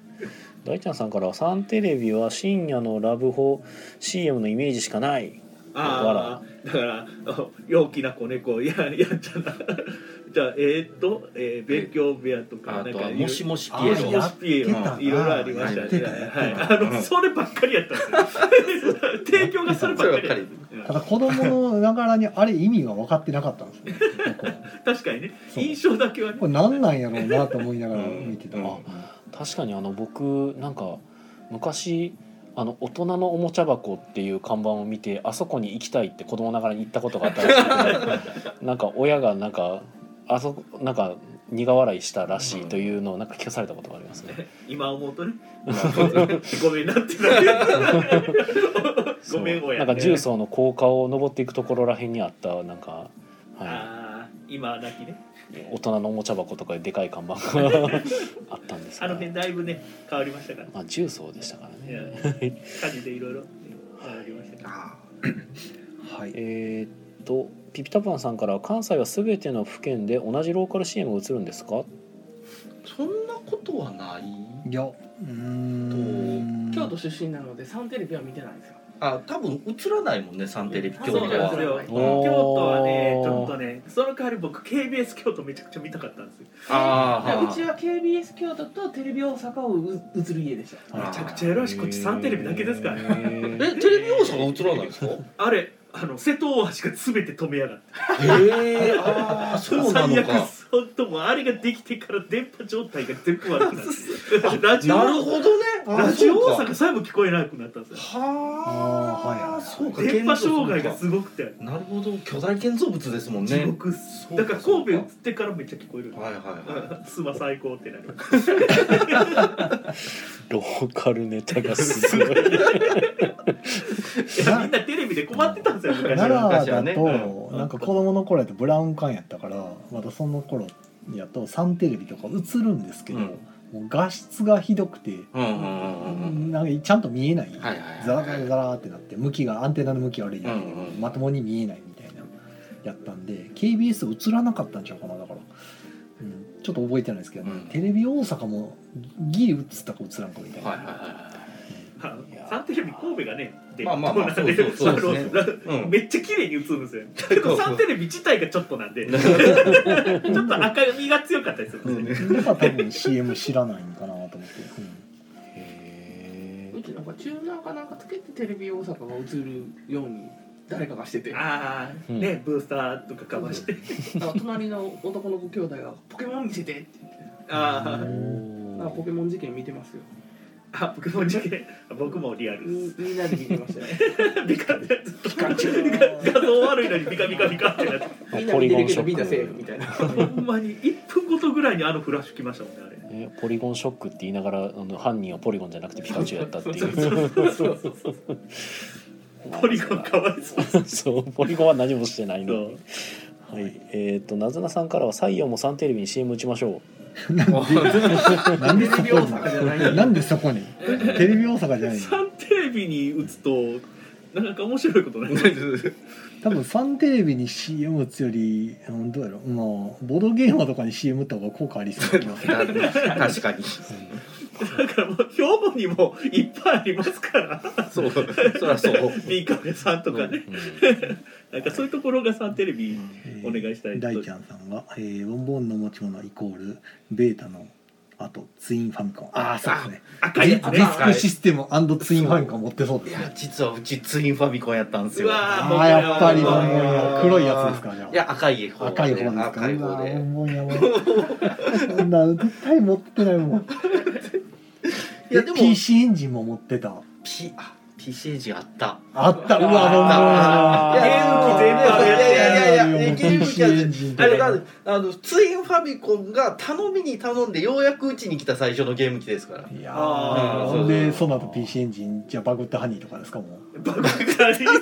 S1: 大ちゃんさんから「サンテレビは深夜のラブホ CM のイメージしかない」
S7: ああだから *laughs* 陽気な子猫ややっちゃな。 *laughs* じゃあえーっと、えー、勉強部屋とか
S3: あ
S7: なん
S3: と
S7: か
S3: は
S7: いう
S3: もしもしピ
S7: も
S3: エ
S7: し
S3: ロ
S7: もしピエロ
S2: やってたない
S7: ろいろありました
S2: やっ
S7: ね
S2: てたやってた
S7: はいあのそればっかりやったんですよ提供がそればっかりやっ
S2: た
S7: た
S2: だ子供のながらにあれ意味が分かってなかったんです
S3: *laughs*
S2: ね
S7: 確かにね
S2: そう
S7: 印象だけはね
S2: これ何なんやろうなと思いながら見てた
S3: うん
S2: あ
S1: 確かにあの僕なんか昔あの大人のおもちゃ箱っていう看板を見てあそこに行きたいって子供ながらに言ったことがあったらしくてなんか親がなんかあそこなんか苦笑いしたらしいというのをなんか聞かされたことがありますね。
S7: 今思うとねごめんなってなる *laughs* ごめ
S1: そ
S7: んご
S1: う
S7: や
S1: なんか重曹の高架を登っていくところらへんにあったなんか、は
S7: ああ今泣きね
S1: い、大人のおもちゃ箱とかででかい看板が *laughs* あったんです
S7: あ
S1: が
S7: の、辺だいぶね変わりましたから
S1: まあ、重曹でしたからね。
S7: いや火事でいろいろ変わりましたから
S3: あ
S2: はい
S1: えーっとピピタパンさんから「関西は全ての府県で同じローカル CM が映るんですか?
S3: ーそんなことはない
S2: いやうーん
S4: 京都出身なので、サンテレビは見てないんですよ。
S3: あ多分映らないもんねサンテレビ
S7: あ
S3: 京
S7: そ
S3: 都
S7: うなんです
S3: は
S7: よ京
S1: おー
S7: 都はねちょっとねその代わり僕 KBS 京都めちゃくちゃ見たかったんですよ
S3: あーは
S4: うちは KBS 京都とテレビ大阪をう映る家でした
S3: あー
S7: めちゃくちゃ偉いしこっちサンテレビだけですから
S1: え
S3: えテレビ大阪映らないんですか
S7: あれあの瀬戸大橋が全て止めやがって
S3: へえああそうな
S7: 最
S3: の
S7: 悪
S3: か
S7: 本当もうあれができてから電波状態が全部悪くなってラジオ
S3: なるほどねあー
S7: ラジオ
S3: そう
S7: 大
S3: か
S7: 阪さえも聞こえなくなったんですよ
S3: は
S2: あー
S3: あ、
S2: はいはい
S3: そうか
S7: 電波障害がすごくて、
S3: なるほど巨大建造物ですもん
S7: 地
S3: ね
S7: 獄っすだから
S3: そう
S7: 神
S3: か
S7: 戸移ってからめっちゃ聞こえる
S3: はいはいはい
S7: すま最高ってなります
S1: ローカルネタがす
S3: *laughs*
S1: ごい
S7: いやみんなテレビで困ってたんですよ昔
S2: 奈
S7: は
S2: 良
S3: 昔は
S2: だ
S3: ね
S2: と
S7: うん
S2: なんか子供の頃やとブラウン管やったからまだその頃やとサンテレビとか映るんですけど、
S3: うん
S2: もう画質がひどくて、
S3: うんうんうんうん
S2: なんかちゃんと見えない,、
S3: はいはいはい
S2: ザラザラザラってなって向きがアンテナの向き悪いだけで、
S3: うんうん
S2: まともに見えないみたいなやったんで KBS 映らなかったんちゃうかなだから、うん、ちょっと覚えてないですけど、ね
S3: うん
S2: テレビ大阪もギリ映ったか映らんかみたいな、
S3: はいはいはい
S7: あのサンテレビ神戸がねで
S3: まあまあまあ
S7: こうなんで
S3: そうそうそうですね
S7: あの
S3: はいうん
S7: めっちゃ綺麗に映るん
S3: *laughs*
S7: ですよけどサンテレビ自体がちょっとなんでちょっと赤みが強かったりするんですよね
S2: だから多分 CM 知らないんかなと思って、うん
S1: へ
S4: うちなんかチューナーかなんかつけてテレビ大阪が映るように誰かがしてて
S7: ああ
S1: うん
S7: ねブースターとかかまして
S4: なんか隣の男のご兄弟が「ポケモン見せて」って言って
S7: あー
S4: なんかポケモン事件見てますよ
S7: あ僕も事件僕もリアルです
S4: みみんなで見てましたね
S7: ビカビカ
S4: ピカチ
S7: 画
S4: ュウ
S7: 像悪いのにビカビカビカってなって
S4: みんな見てるけどみんなセーフみたいな
S7: ほんまに1分ごとぐらいにあのフラッシュ来ましたもんねあれ
S1: えポリゴンショックって言いながらあの犯人はポリゴンじゃなくてピカチュウやったっていう *laughs*
S7: ポリゴンかわいそう
S1: そうポリゴンは何もしてない
S7: そ
S1: の
S7: う
S1: はいえっ、となずなさんからは「採用もサンテレビに CM 打ちましょ
S2: なんでそ
S4: テ
S2: こ
S4: レビ大阪じゃない
S2: になんでそこにテレビ大阪じゃない
S7: サンテレビに打つとなんか面白いことない
S2: *laughs* 多分サンテレビに CM 打つよりうんどうやろうまあボードゲームとかに CM 打った方が効果ありそうな気がする
S3: 確かに
S7: だからもう兵庫にもいっぱいありますから
S3: そうそりゃそう
S7: ビーカメさんとかね、
S1: う」
S7: *laughs* なんかそういうところがサンテレビお願いしたい
S2: 大ちゃんさんが、えーボンボンの持ち物イコールベータのあとツインファミコンああそうですね
S7: 赤い
S2: デ
S7: や
S2: ィス
S7: つね
S2: ディスクシステムツインファミコン持ってそうで
S3: い
S2: すね
S3: や実はうちツインファミコンやったんです
S7: う
S3: よ
S7: わ
S2: ああやっぱりボンボン
S7: もう
S2: や黒いやつですかじゃ
S3: い
S2: あ
S3: や赤い方がね
S2: 赤い方ですか
S3: 赤いう
S2: わ
S3: 方
S2: ボ
S3: で
S2: ンボンやばいそんな *laughs* 絶対持ってないもん
S3: いやでも
S2: PC エンジンも持ってた
S3: P あ PC エンジンあった
S2: あったうわボンボン
S3: あ
S7: ー
S3: い
S2: いやいやいやいや
S3: やゲーム機全般のやつやいやいやいやいやゲーム機は
S2: エ
S3: 全
S2: ンジン
S3: *laughs* あれだあのツインファミコンが頼みに頼んでようやくうちに来た最初のゲーム機ですから
S2: いや
S7: あ
S2: ー
S3: ー
S2: ほんで
S3: そ
S2: そう
S3: そう
S2: の後 PC エンジンじゃあバグってハニーとかですかも
S7: バグったりな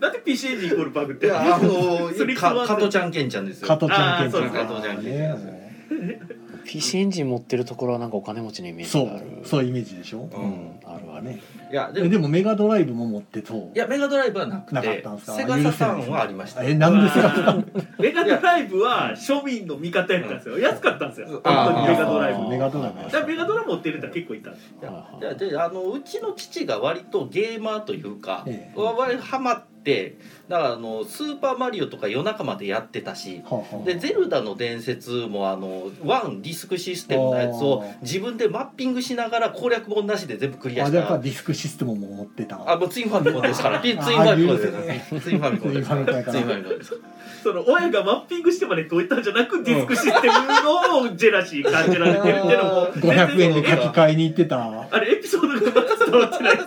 S7: なんで PC エンジンイコールバグっ
S3: い
S7: て
S3: やあの
S7: それ
S3: か加トちゃんケンちゃんです
S2: う
S3: よ
S2: 加トちゃんケン
S7: あー
S2: ち
S7: そう
S2: ゃん
S7: ですね
S3: 加トちゃんケンちゃん
S2: ね
S1: ん PC エンジン持ってるところはなんかお金持ちのイメー
S2: そ
S1: ジがあ
S2: う
S1: る
S2: そういうイメージでしょ
S3: う
S1: うん、あるある
S2: ね
S3: いやで
S2: え
S3: も
S2: でもメガドライブも持ってそう
S3: いやメガドライブはなく
S2: なかってたんですか
S3: セガサターンはありました
S2: えなんでセガサターン
S7: メガドライブは庶民の味方やったんですよ安かったんですよ本
S3: あー
S7: 当にメガドライブ
S1: あー
S2: メガドライブ
S7: だからメガドラ持ってる人は結構いたんです
S3: いや
S1: はいはい
S3: いやであのうちの父が割とゲーマーというか、
S2: ええ
S3: 割ハマってだからあのスーパーマリオとか夜中までやってたし
S2: はあはあ
S3: で「ゼルダの伝説」もあのワンディスクシステムのやつを
S2: あー
S3: 自分でマッピングしながら攻略本なしで全部クリア
S2: あ
S3: し
S2: だから
S3: た
S2: ディスクシステムも持ってた
S3: あもうツインファミコンですからツインファミコンですからツインファミコンですから
S2: ツインファミコンやから
S3: ツインファミコンですから
S7: その親がマッピングしてまで解いたんじゃなくディスクシステムのジェラシー感じられてるっていうの
S3: *laughs*
S7: も
S2: 500円で書き
S7: あ
S2: 換えに行ってた
S7: あれエピソードがうまく伝わってない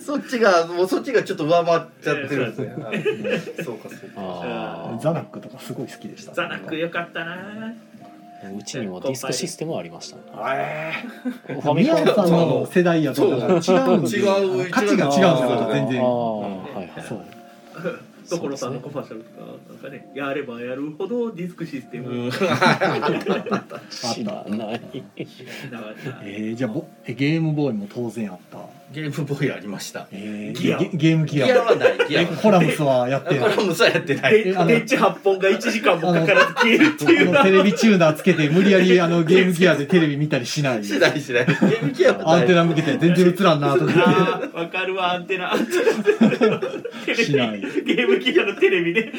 S3: そっちがもうそっちがちょっと上回っちゃってるんですね、あそうかそうか
S1: あー
S2: ザナックとかすごい好きでした
S7: ザナックよかったな
S1: うちにもディスクシステムはありました、ね、ファミ
S2: 宮
S1: コン
S2: 野さんの世代やとだから違うんで
S3: そう違う
S2: 価値が違うんですよ
S3: 違う
S2: 全
S1: あ
S2: 然
S1: ーはいはい
S2: そう
S7: 所さんのコマーシャルとかなんかねやればやるほどディスクシステ
S3: う
S7: ム *laughs*
S3: ん
S1: 知らない
S7: なかった
S2: えーじゃあボえゲームボーイも当然あった
S5: ゲームボーイありました
S2: えー
S7: ギア
S2: ゲゲーム
S5: ギ
S2: ギア
S5: アはないギア
S2: え
S5: は
S2: コラムスはやっ
S5: こ
S2: て
S3: *laughs*
S2: る
S5: れもさやってない
S7: で
S2: えあの
S7: 電池8本が1時間もかからず消えるって
S2: あ
S7: いう
S2: のテレビチューナーつけて無理やりあのゲームギアでテレビ見たりしない
S5: しないしないゲームギアは
S2: ア
S5: な
S2: ンテ
S5: い
S2: ナ向けて全然映らんなとか
S7: あーわかるわアン
S3: *laughs*
S7: テナアンテナ *laughs* テレビ
S2: しない
S7: ゲーム機アのテレビで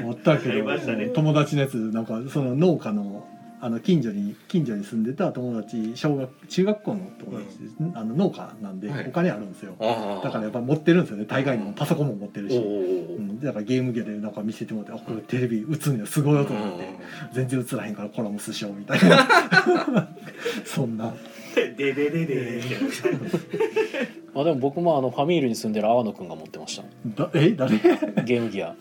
S2: 思ったけ
S7: あり
S2: ど、
S7: ましたね
S2: 友達のやつなんかその農家のあの近所に近所に住んでた友達小学中学校の友達、あの農家なんで、
S5: はい
S2: お金あるんですよ
S5: ああ
S2: だからやっぱ持ってるんですよね大概にもパソコンも持ってる
S5: お
S2: し、
S5: ー
S2: う
S5: お
S2: ん、だからゲームギアでなんか見せてもらって「あこれテレビ映つんやすごいよ」と思って、
S5: ー
S2: 全然映らへんからコラムスしようみたいなそんな
S7: *laughs* デデデデ
S1: あでも僕もあのファミールに住んでる阿波野くんが持ってまし
S2: だえ誰フ
S1: たゲームギア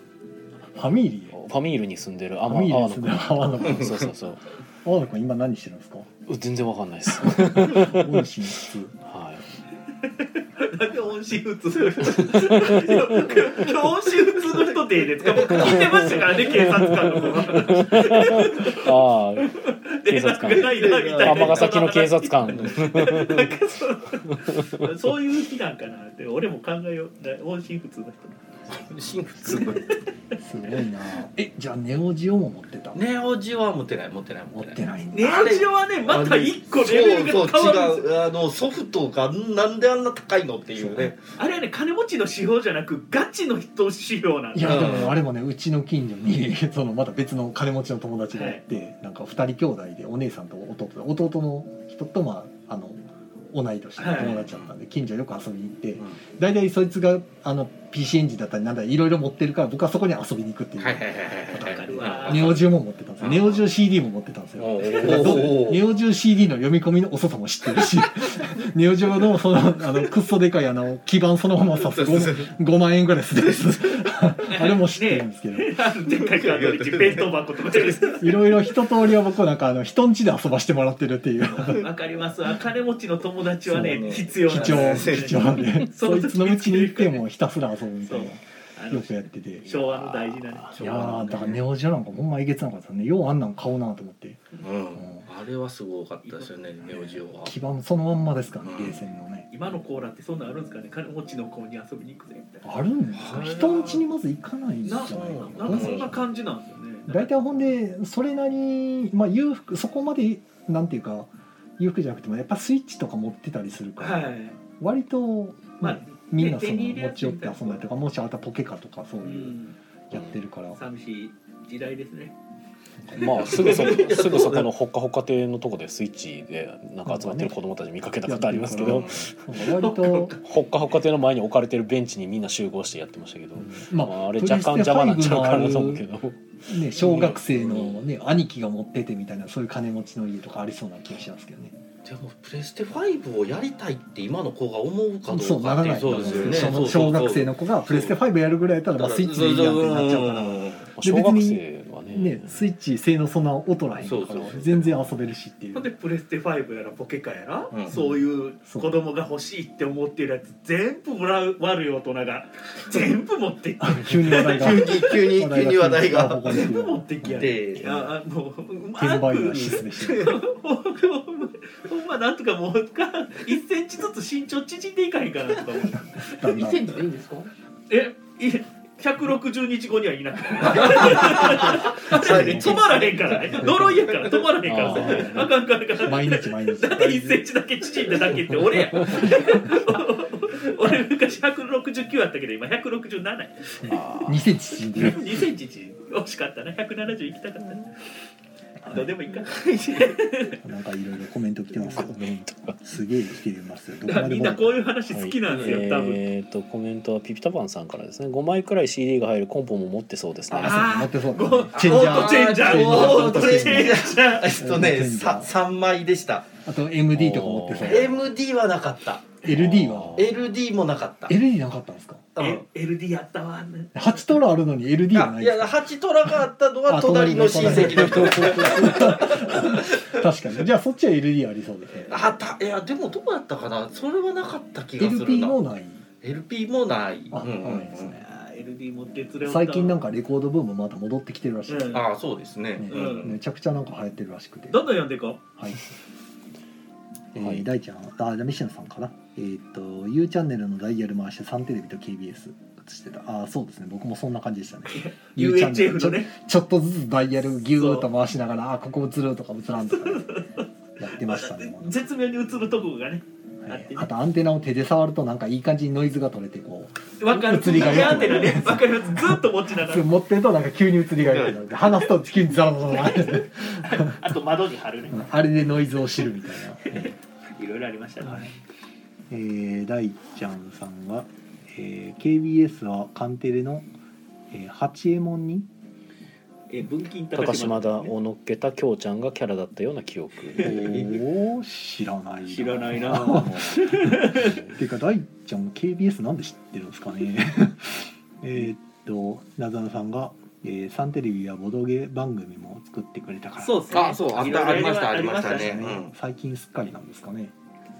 S2: ァミリ
S1: フ
S2: ー
S1: ァミールに住んでる阿
S2: フ
S1: 波
S2: ァミリー
S1: 阿波
S2: です
S1: 野
S2: ね泡 *laughs* の
S1: くん
S2: 子
S1: そうそうそう
S2: 泡の子今何してるんですか
S1: う全然わかんないです
S2: 音信不通
S1: はい
S7: なんで音信不通今日音信不通の人でですか僕聞いてましたからね警察官の方が
S1: あ
S7: 連絡がないなみたいな
S1: あ尼崎の警察 *laughs* 官
S7: なんかそうそういう日なんかなって俺も考えような音信不通の人
S5: 新普通の
S2: すごいなえじゃあネオジオも持ってた
S5: ネオジオは持ってない持ってない
S2: 持ってないんだ
S7: ネオジオはねまた一個レベルが変わるんですよ
S5: そうそう違うあのソフトがなんであんな高いのっていうね
S7: あれはね金持ちの指標じゃなくガチの人指標なん
S2: い
S7: だ
S2: やでもねあれもねうちの近所にそのまた別の金持ちの友達がいて、なんか2人兄弟でお姉さんと弟で弟の人とまああの同い年の友達だったんで、近所よく遊びに行って大体そいつがあの PC エンジンだったりなんだりいろいろ持ってるから僕はそこに遊びに行くっていう、
S5: はいはいはいはいはい
S2: ネオジオも持ってたんですよ
S5: うん
S2: ネオジオ CD も持ってたんですよ
S5: おー
S2: ネオジオ CD の読み込みの遅さも知ってるしネオジオのそのあのクッソでかいあの基板そのままさ5万円ぐらいするやつあれも知ってるんですけど、
S7: あのでっかいカードリッジ弁当箱とかです
S2: いろいろ一通りは僕はなんかあの人ん家で遊ばしてもらってるって
S7: *laughs*
S2: いう
S7: わかりますわ金持ちの友達はね
S5: そう
S7: 必要なん
S2: 貴
S7: で
S2: 重
S7: すよ
S2: 貴重なんで
S7: そ
S2: そういつの家に行ってもひたすら遊ぶみたい
S7: あ
S2: な
S7: の
S2: よくやってて
S7: 昭和の大事なね
S2: いやーだからネオジオなんかほんまえげつなかったねようあんなん買うなと思って
S5: うんあれはすごかったですよねネオジオは
S2: 基盤そのまんまですからねゲーセンのね
S7: 今のコーラってそんなんあるんですかね金持ちの子に遊びに行くぜみたいな
S2: あるんですか人ん家にまず行かないんじゃないか
S7: な
S2: なん
S7: かそんな感じなんですよね
S2: 大体ほんでそれなりにまあ裕福そこまでなんていうか裕福じゃなくてもやっぱスイッチとか持ってたりするから、
S7: はい
S2: 割と
S7: まあ
S2: みんなその
S7: 手に入れや
S2: 持
S7: すい
S2: ち寄って遊んだりとかもしあなたポケカとかそう
S7: う
S2: いうんやってるから、
S7: 寂しい時代ですね
S1: まあすぐそこすぐそこのほっかほか亭のとこでスイッチでなんか集まってる子供たち見かけたことありますけ
S2: う
S1: ど
S2: ん割
S7: *laughs*
S2: と、
S1: ほっかほか亭の前に置かれてるベンチにみんな集合してやってましたけど、
S2: ま
S1: ま
S2: あ
S1: あ、あれ若干邪魔になっちゃうからだと思うけ
S2: プレス
S1: ど
S2: テ5のあるね、小学生の、ね、兄貴が持っててみたいなそういう金持ちの家とかありそうな気がしますけどね
S5: でもプレステ5をやりたいって今の子が思うかど
S2: そうう
S5: か
S2: な
S5: っ
S2: ら
S5: て
S2: ない
S5: そ
S2: と思
S5: う
S2: う
S5: ですよね
S2: んですよその小学生の子がプレステ5やるぐらいやったらまあスイッチでいいやんってなっちゃうか
S1: ま
S2: ら。
S1: あ小学生はね
S2: ね、スイッチ性能そんな劣らへんか
S5: そう
S2: ら
S5: そうそう
S2: 全然遊べるしってい
S7: ほんで
S2: う
S7: プレステ5やらポケカやら、
S5: うん
S7: そういう子供が欲しいって思ってるやつ全部もらう悪い大人が全部持ってって
S2: あ急に話題が
S5: 急に急に急に話題が
S7: 全部持って
S5: *laughs*
S7: きや
S5: で
S7: いやあのうま
S2: 転
S7: く
S2: 売がシスでした
S7: ほんまほんまなんとかもうか1センチずつ身長縮んでいかへんかなとか思う
S2: だん
S6: 一
S2: だん
S6: センチでいいんですか？
S7: えい160日後にはいなくな
S5: 最
S7: る
S5: 後
S7: 止まらへんからね呪いやから止まらへんから
S1: あー
S7: あかんからから
S2: 毎
S5: *laughs*
S2: 日毎日
S7: だって1センチだけ縮んだだけって俺や俺昔169あったけど今167や
S2: 2センチ縮んでる
S7: 2センチ縮む惜しかったな170いきたかったなどうでもいいか
S2: なんかいろいろコメント来てますよ
S1: コメントが
S2: すげえ来てますよど
S7: だから
S2: も
S7: *laughs* みんなこういう話好きなんですよ、多分
S1: えっ、とコメントはピピタパンさんからですね5枚くらい CD が入るコンポも持ってそうですね
S7: あ
S2: 持ってそう
S7: ゴ
S2: だねチェンジャー
S7: オートチェンジャー
S5: オ
S7: オ
S5: ー
S7: ー
S5: ト
S7: ト
S5: チ
S7: チ
S5: ェン
S7: ェン
S5: ジ
S7: ジ
S5: ャ
S7: ャ
S5: ー *laughs* えっとねさ三枚でした
S2: あと MD とか持ってそう
S5: MD はなかった
S2: LD は
S5: LD もなかった
S2: LD なかったんですか
S5: うん
S7: え LD やったわね
S2: 8トラあるのに LD は
S5: あ
S2: ないいで
S5: や
S2: す
S5: 八トラがあったのは隣の親戚の人 *laughs*
S2: 確かにじゃあそっちは LD ありそうですね
S5: あたいやでもどうやったかなそれはなかった気がする
S2: LP
S5: な
S2: もない
S5: LP もない
S2: あ
S5: うんうんうん
S2: ないですね
S7: あー LD 持って連れ
S2: 最近なん
S7: か
S2: かレコードブームまた戻ってきてるらしい、
S7: うん
S5: ああそうですね
S2: ね
S5: *laughs*
S7: うん
S2: めちゃくちゃなんか流行ってるらしくて
S7: どんどん読んでいこう
S2: はい、えー
S1: はい
S2: 大ちゃんあダメシアンさんかなえーっと U チャンネルのダイヤル回してサンテレビと KBS 映してたああそうですね僕もそんな感じで
S7: *laughs*
S2: したね U チャンネ
S7: UHF
S2: ルち
S7: の
S2: ょ
S7: ね
S2: ちょっとずつダイヤルギューッと回しながらあーここ映るとか映らんとかね、
S7: *laughs*
S2: やってましたねもう
S7: 絶妙に映るとこがねあってね
S2: あとアンテナを手で触るとなんかいい感じにノイズが取れてこう
S7: わかる
S2: 映りが良くな
S7: や
S2: る
S7: ってるねわかりますずっと持ちながら
S2: 持ってるとなんか急に映りが良くなる話すと急にザラザラザラって
S7: あと窓に貼るね
S2: *laughs* あれでノイズを知るみたいな、え
S7: いろいろありましたね
S2: えー大ちゃんさんは、えー KBS はカンテレの、えー八右衛門
S7: *laughs*
S2: に
S7: え文金
S1: 高島田
S7: ね
S1: を乗っけた京ちゃんがキャラだったような記憶
S2: おお知らない
S7: 知らないな
S2: ていうか大ちゃんも KBS なんで知ってるんですかね *laughs* えーっとなざなさんが、えーサンテレビやボドゲ番組も作ってくれたから
S7: そうですね
S3: あそうあった
S7: いろいろ
S3: ありましたありましたね
S2: ですね
S3: うん
S2: 最近すっかりなんですかね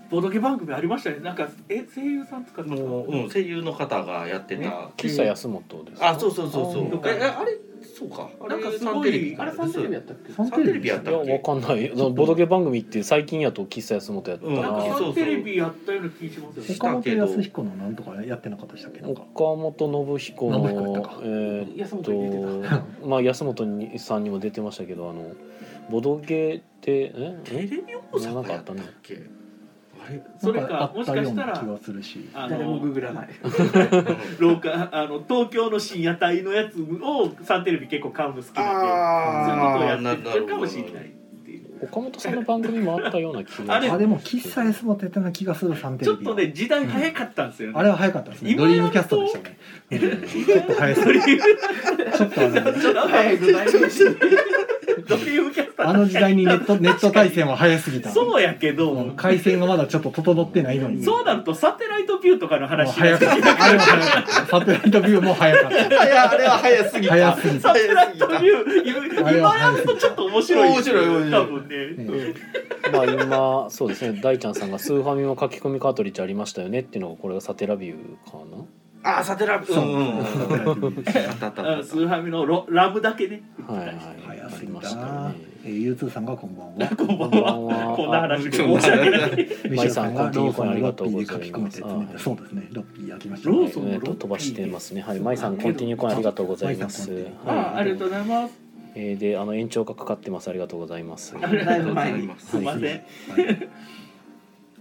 S7: ボドゲ番組ありましたねなんかえ声優さんとかの
S3: もう、うん、声優の方がやってた
S1: 喫茶安本ですか
S3: あそうそうそうそう
S7: あー
S3: ええあれそうかあれ
S7: なんかすごい
S3: サンテレビ
S7: あれサンテレビや
S3: った
S6: っけ
S2: サ
S3: サンテレビやった
S1: いやわ
S3: っけ
S1: かんないそのボドゲ番組って最近やと喫茶安本やった
S3: うん
S7: なん
S1: な、
S7: か
S3: そう
S7: サンテレビやったような気しますよね
S2: 岡本康彦のなんとかやってなかったでしたっけなんか
S1: 岡本信彦
S2: 信彦やったか
S1: のえー
S6: 安
S1: えっとまあ安本にさんにも出てましたけどあのボドゲってえ
S3: テレ
S1: え
S3: ビ大阪やったっけあれ
S7: それか
S2: なんあったような
S7: もしかしたら
S2: 気がするし
S7: あ
S6: 誰も
S7: の
S6: ググらない
S7: 廊下あの東京の深夜帯のやつをサンテレビ結構買うの好きなんでそういうことを
S3: あ
S7: や
S3: ーな
S7: ってるかもしれな
S3: ない
S7: っていう
S1: 岡本さんの番組もあったような気が
S7: あれ
S2: あでも喫茶安本やってな気がするサンテ
S7: ち
S2: レ
S7: ょっ
S2: ビ
S7: とね時代早かったんですよ
S2: あ
S7: ね
S2: れは早かったですね
S7: 今
S2: ド
S7: や
S2: リ
S7: る
S2: ー
S7: と
S2: ムキャストでしたね
S1: うん
S2: ちょっと早すぎるちょっとあの
S7: ちょっと早いドリームキャスター
S2: あの時代にネッ
S7: *laughs*
S2: トネット対戦は早すぎた
S7: そうやけど、
S2: うん回線がまだちょっと整ってないのに
S7: そうなるとサテライトビューとかの
S2: もう
S7: 話
S2: 早かったあれは早かったサテライトビューも早かっ
S3: いやあれは早すぎ
S2: た
S3: た
S2: 早すぎ
S7: サ
S2: た
S7: テライトビュー今
S2: あれは
S7: *laughs* 今や
S2: 早
S7: る
S2: すぎ
S7: と
S2: た
S7: ちょっと面白い
S3: 面白い面白い
S7: 多分ね
S2: ね
S1: まあ今そうですね大ちゃんさんが「スーファミも書き込みカートリッジありましたよね」っていうのがこれがサテラビューか
S3: あサテラビ
S2: そう
S3: うんうんうん
S2: サテライトビューでした
S3: あったあったあ
S7: あ
S3: った
S7: のスーハミのロラムだけね
S1: なはいはい
S2: 早
S1: あ
S2: す
S1: り
S2: ぎ
S1: ま
S2: た
S1: した
S2: な
S1: ね。
S2: えー、ゆうつーさんがこんばんは。
S7: こんばん
S1: こんばん
S7: は
S1: は
S7: こんな話で申し訳ない
S1: マイさん
S2: がロ
S1: コン
S2: ーソン
S1: ティニーファンあ
S2: の
S1: り
S2: ロッ
S1: がとう
S2: ピー
S1: ご
S2: で
S1: ざ
S2: 書き
S1: い
S2: 込め
S1: ます
S2: て詰めて、そうですね、ロッピー開きました、
S7: ロ
S2: ね
S7: ー。ソン
S1: えー、と飛ばしてますね。はい、マイさんコンティニューコインありがとうございます。はい
S7: あありがとうございます
S1: えーであの延長がかかってます。ありがとうございます。
S7: だいぶ
S3: 前
S7: 前
S3: に
S7: にすいません、
S2: はい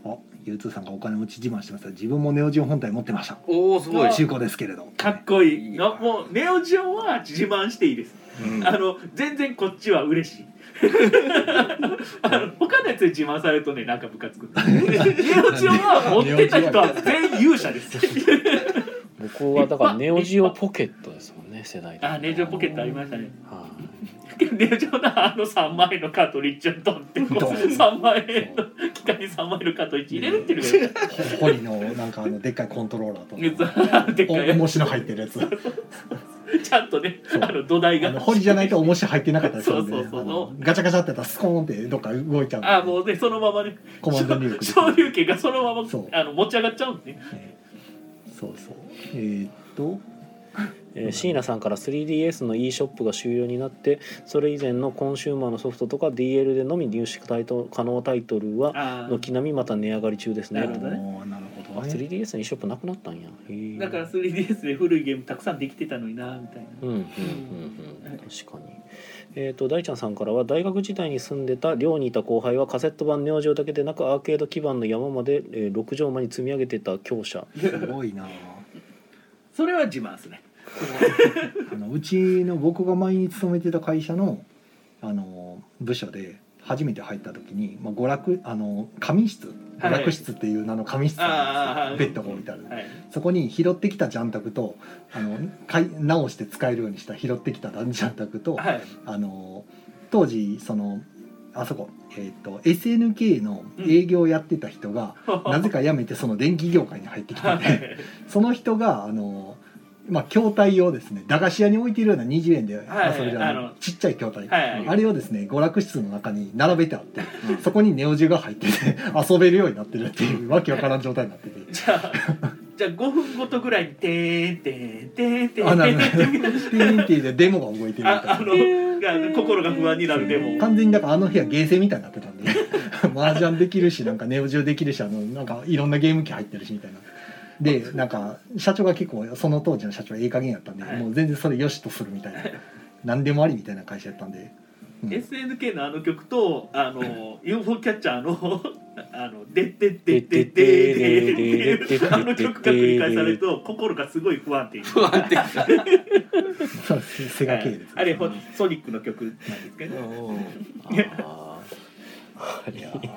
S2: あ、ゆうつーさんがお金持ち自慢してました。自分もネオジオン本体持ってました。
S3: おおすごい
S2: 中古ですけれど。
S7: かっこいいのもうネオジオンは自慢していいです
S3: うん
S7: あの全然こっちは嬉しいあの他のやつで自慢されるとねなんか部活作ってネオジオンは持ってた人は全員勇者です
S1: 僕はだからネオジオポケットですもんね、世代的に
S7: あネオジオポケットありましたね
S1: は
S7: ネオジオンのあの3万円のカートリッジをドンってこう
S2: ドン
S7: 3万円の機械に3万円のカートリッジ入れるっていうのが
S2: ホリのなんかあのでっかいコントローラーと。
S7: そうでっかい
S2: お重しの入ってるやつ。
S7: ちゃんとね
S2: そう
S7: あの土台
S2: あ
S7: が
S2: のホリじゃないと重し入ってなかったりするんで、
S7: そうそうそう
S2: あのガチャガチャってやったらスコーンってどっか動いちゃうんで
S7: あもうねそのままね
S2: コマンド入力できる
S7: 昇竜拳がそのまま
S2: そう
S7: あの持ち上がっちゃうんでね
S2: ねそうそう。えーっと。
S1: いえー椎名さんから 3DS の e ショップが終了になってそれ以前のコンシューマーのソフトとか DL でのみ入手タイトル可能タイトルは
S7: あー
S1: 軒並みまた値上がり中ですね
S7: なるほどね
S2: おーなるほ
S1: あ
S2: どね。
S1: 3DS の e ショップなくなったんやへー
S7: だから 3DS で古いゲームたくさんできてたのになみたいな
S1: うんうんうんうん、確かに、えー、と大ちゃんさんからは大学時代に住んでた寮にいた後輩はカセット版ネオジオだけでなくアーケード基盤の山まで、えー、6畳間に積み上げてた強
S7: *laughs*
S1: 者
S2: すごいな。
S7: それは自慢ですね
S2: あのうちの僕が前に勤めてた会社のあの部署で初めて入った時に、まあ、娯楽あの仮室
S7: は
S2: 娯
S7: い
S2: 楽室っていう名の仮室
S7: あ
S2: な
S7: あ
S2: んですよベッドが置いてある。
S7: はい
S2: そこに拾ってきたジャンタクとあのかい直して使えるようにした拾ってきたジャンタクと
S7: はい
S2: あの当時そのあそこ、えー、と SNK の営業をやってた人
S7: *laughs*
S2: が、なぜか辞めてその電気業界に入ってきてて。その人があのまあ筐体をですね駄菓子屋に置いてるような20円で遊
S7: はい
S2: べるよう
S7: あ
S2: な
S7: の
S2: ちっちゃい筐体、
S7: はいはい
S2: あれをですね娯楽室の中に並べてあって、 *laughs*
S7: *laughs*
S2: そこにネオジュが入ってて遊べるようになってるっていうわけわからん状態になってて
S7: じゃあじゃあ5分ごとぐらいに「てーんてーんてーんてーん」
S2: あなる
S7: て
S2: ほどピーン *laughs* ってでデモが動いてるみ
S7: あ
S2: た
S7: あ
S2: いな
S7: のが心が不安になるでも
S2: 完全にだからあの部屋ゲーセンみたいになってたんで麻雀できるしなんかネオジオできるしあのなんかいろんなゲーム機入ってるしみたいなでなんか社長が結構その当時の社長ええ加減やったんで、
S7: はい
S2: もう全然それよしとするみたいな何でもありみたいな会社やったんで、うん
S7: SNK のあの曲とあの UFO キャッチャーの「あのでってってってってででであの曲が繰り返されると心がすごい不安定に
S3: 不安定
S2: そうセガ系です、
S7: あれほソニックの曲なんですけど
S1: あーいやー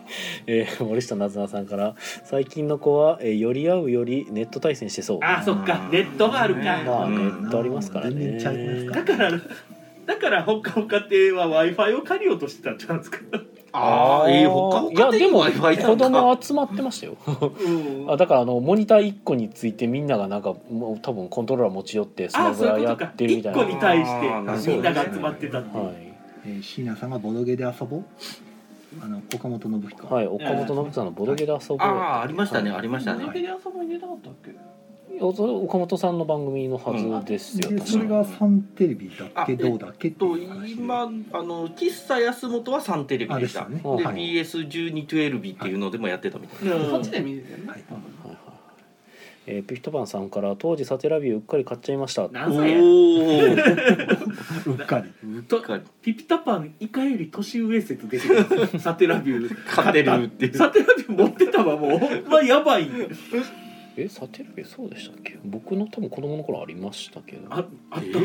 S1: えー森下なずなさんから最近の子は、えーより合うよりネット対戦してそう
S7: あそっかネットがあるか
S1: まあ
S3: うん
S1: ネットありますからね
S2: 全然ちゃいます
S7: だからだからほかほか亭は w i f i を借りようとしてたんじゃないですか、
S3: ああいいほかほか
S1: いやでも
S3: Wi-Fi なんか
S1: 子供集まってま *laughs* したよ
S7: うん
S1: あだからあのモニター1個についてみんながなんかもう多分コントローラー持ち寄ってスマ
S7: あ
S1: ブ
S7: そう
S1: ラ
S7: いう
S1: や
S7: ことか
S1: ってるみた
S7: 1
S1: い
S7: 個
S1: な
S7: に対
S3: あーな
S2: るほ
S7: し
S2: ど
S7: てみんなが集まってたっていう、
S1: はい
S2: えー椎名さんがボドゲで遊ぼうあの岡本信彦、
S1: はい、岡本信さんのボドゲで遊ぼう
S3: ああありましたねありました
S6: ボド
S3: ね
S6: ゲで遊びに出なかったっけ
S1: それ岡本さんの番組のはずですよ、
S2: で
S1: 確
S2: そ
S1: か
S2: れがサンテレビだっけ
S3: あ
S2: どうだっけって
S3: と
S2: いう話で
S3: 今あの喫茶安本はサンテレビ
S2: あ
S3: で
S2: で
S3: し
S2: したた
S3: で
S2: ね、
S1: はい
S3: BS1212 っていうのでもやってたみたいな
S7: うん
S6: そっちで見れてるな
S2: はい
S1: はいはいえーピフトバンさんから当時サテラビューうっかり買っちゃいました
S7: 何歳や
S3: おお
S2: うっかり
S7: とピピタパンイカより年上説出てくるサテラビュー
S3: 勝てるっていう
S7: サテラビュー持ってたわもうほんまやばい
S1: えサテラビューそうでしたっけ僕の多分子供の頃ありましたけど
S7: ああった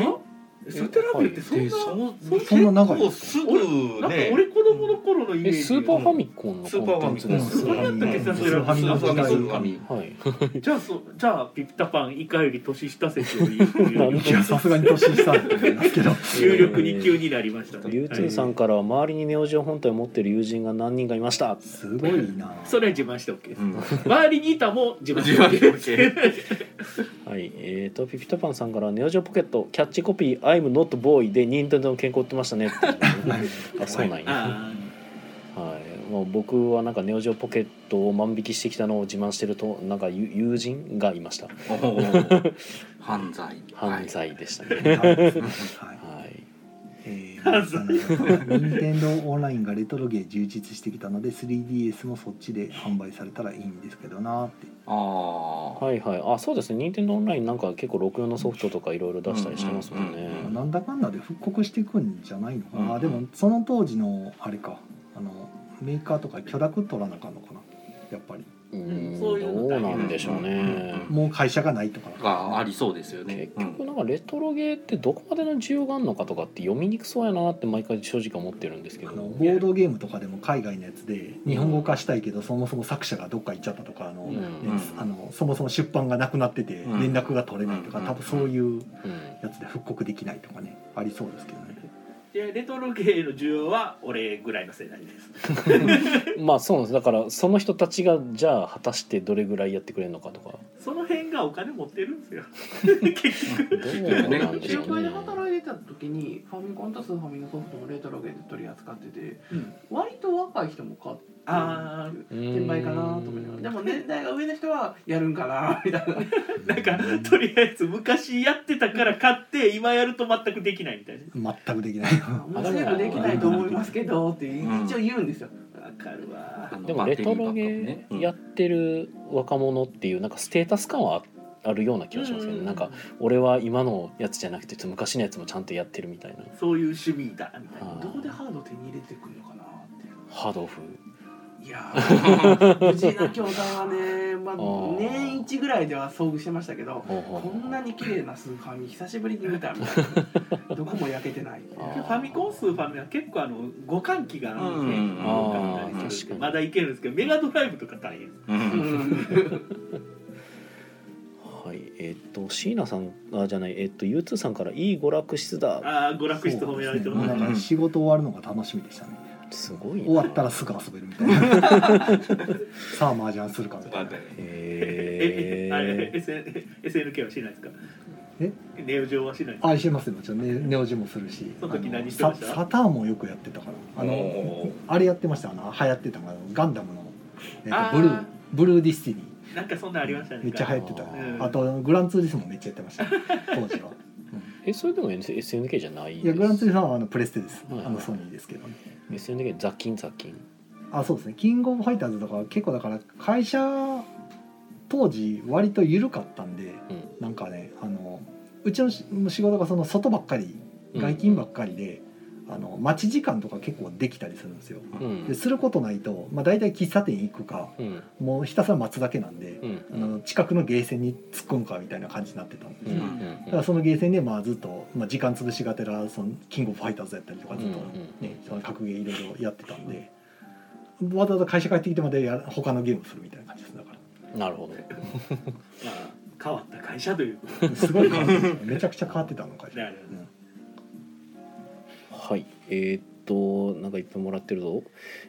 S3: え
S7: サテラビューってそん
S3: で
S7: な、
S3: その
S7: そんな
S2: そんな長い
S3: も
S2: で
S3: う
S2: す
S3: すぐ
S7: なんか
S3: ね
S7: 俺子供の頃のイメ
S1: え
S7: ージ
S1: スーパーファミコンの
S3: スーパーファミコ
S1: コンテ
S3: ン
S1: ンツ
S7: そんなやったっけ
S2: うん
S7: サテ
S2: スー
S7: ラ
S2: パー
S7: ビ
S2: フ
S7: ュー
S2: ァミ
S3: スーパーファミ
S1: はい
S7: じゃあそじゃあピピタパン以下より年下説を言う
S1: なん
S2: *laughs* いやさすがに年下だと思いますけど
S7: *laughs* 有力に急になりましたね、
S1: 流通
S7: はい
S1: さんからは周りにネオジオ本体を持ってる友人が何人かいました
S2: すごいな
S7: それは自慢して OK です、
S3: うん
S7: 周りにいたも自慢して OK です
S1: はいえー、とピピタパンさんから「ネオジオポケットキャッチコピー I'm not boy」で任天堂の健康売ってま
S3: *laughs*
S1: したねっていうねあそうなんや、は
S7: あ
S1: いまあ、僕はなんかネオジオポケットを万引きしてきたのを自慢してるとなんか友友人がいました
S3: おー犯罪
S1: 犯罪でしたね、
S3: *laughs*
S2: はい
S1: はい、
S2: えー、任天堂オンラインがレトロゲー充実してきたので 3DS もそっちで販売されたらいいんですけどなって
S3: ああ
S1: はいはいあそうですね任天堂オンラインなんか結構64のソフトとかいろいろ出したりしてますもんね、
S3: うんうんうん
S2: なんだかんだで復刻していくんじゃないのかな、
S3: うん
S2: でもその当時のあれかあのメーカーとか許諾取らなあかんのかなやっぱり
S1: うん
S7: そういう
S1: ど
S7: の
S1: う
S7: 大変
S1: なんでしょうね、
S2: もう会社がないとかなんか
S3: がありそうですよね
S1: 結局なんかレトロゲーってどこまでの需要があるのかとかって読みにくそうやなって毎回正直思ってるんですけ
S2: あ
S1: ど
S2: のボードゲームとかでも海外のやつで日本語化したいけどそもそも作者がどっか行っちゃったとかあの、
S1: うん
S2: ね
S3: うん
S2: あのそもそも出版がなくなってて
S3: うん
S2: 連絡が取れないとか、
S3: うん
S2: 多分そういう
S1: うん
S2: やつで復刻できないとかねありそうですけどね。
S7: でレトロゲーの需要は俺ぐらいの世代です
S1: まあそうなんですだからその人たちがじゃあ果たしてどれぐらいやってくれるのかとか
S7: その辺がお金持ってるんですよ
S1: どうなんでしょ
S6: 中
S1: う
S6: 華
S1: ね
S6: で働いてた時にファミコンとスーファミのソフトもレトロゲーで取り扱ってて、
S7: うん
S6: 割と若い人も買って
S7: あー
S1: 転
S6: 転売かなと思いながらでも年代が上の人はやるんかなみたいな
S7: なんかとりあえず昔やってたから買って今やると全くできないみたいな
S2: 全くでき
S7: *laughs*
S2: ない
S6: 面白くできないと思いますけどって一応言うんですよ、
S7: わかるわ
S3: あの
S1: でもレトロゲーやってる若者っていうなんかステータス感はあるような気がしますけど、
S7: う
S1: ね、なんか俺は今のやつじゃなくて昔のやつもちゃんとやってるみたいな
S7: そういう趣味だみたいな
S1: あー
S6: どこでハード手に入れてくるのかなっ
S1: ハードオフ
S6: ていやー無事な教団はね、まあ
S1: あ、ー
S6: 年一ぐらいでは遭遇してましたけど
S1: ほうほうほ
S6: こ
S1: うん
S6: なに綺麗なスーファミ久しぶりに見たみたいなどこも焼けてない
S1: あ
S7: フ
S1: ー
S7: ァミコンスーファミは結構あの互換機があるんで、
S3: うん
S7: 互換機があったりするんで
S1: あー確かに
S7: まだいけるんですけどメガドライブとか大変です
S3: うんうん
S1: はいえっ、と椎名さんあじゃないえっ、と U2 さんから「いい娯楽室だ
S7: ああ娯楽室褒められて
S2: そう
S7: ま
S2: ですすね
S7: ね
S2: もうなんか仕事終わるのが楽しみでしたね」
S1: すごいな
S2: 終わったらすぐ遊べるみたい
S7: *laughs*
S2: なさあ麻雀するかみたいな
S7: え
S1: へ
S7: えあれ *laughs*
S1: え
S7: SN SNK はしないですか
S2: え
S7: ネオジオはしないですか
S2: 愛してますよもちろんねネオジもするし
S7: その時
S2: あ
S7: 何してました
S2: ササターンもよくやってたからあのあれやってましたあの流行ってたのがガンダムの、えっと
S7: あー
S2: ブルーブルーディスティニー
S7: なんかそんなんありましたね
S2: めっちゃ流行ってた、
S7: うん
S2: あとグランツーリスもめっちゃやってました、
S7: *laughs*
S2: ね、当時は
S1: えそれでも S- SNK じゃないん
S2: い
S1: で
S2: や
S1: す
S2: グランツーリスはあのプレステです、
S1: はいはい
S2: あのソニーですけどね
S1: SNK 雑菌雑菌
S2: あそうですねキングオブファイターズとかは結構だから会社当時割と緩かったんで、
S1: うん
S2: なんかねあのうちのし仕事がその外ばっかり
S1: うん
S2: 外勤ばっかりで、あの待ち時間とか結構できたりするんですよ。
S1: う
S2: で
S1: ん
S2: することないと、まあ、大体喫茶店行くか
S1: うん
S2: もうひたすら待つだけなんで、
S1: うん
S2: あの近くのゲーセンに突っ込むかみたいな感じになってたん
S1: う
S2: で
S1: ん
S2: すよ。
S1: うん
S2: だからそのゲーセンでまあずっと、まあ、時間潰しがてらそのキングオブファイターズやったりとかずっと、
S1: うんうん
S2: ねその格ゲーいろいろやってたんでわざわざ会社帰ってきてまでや他のゲームするみたいな感じですだか
S1: うんなるほど
S7: まあ変わった会社ということ
S2: らすごい変わって
S1: *laughs*
S2: ためちゃくちゃ変わってたの会社
S7: である
S1: はいえーっとなんかいっぱいもらってるぞ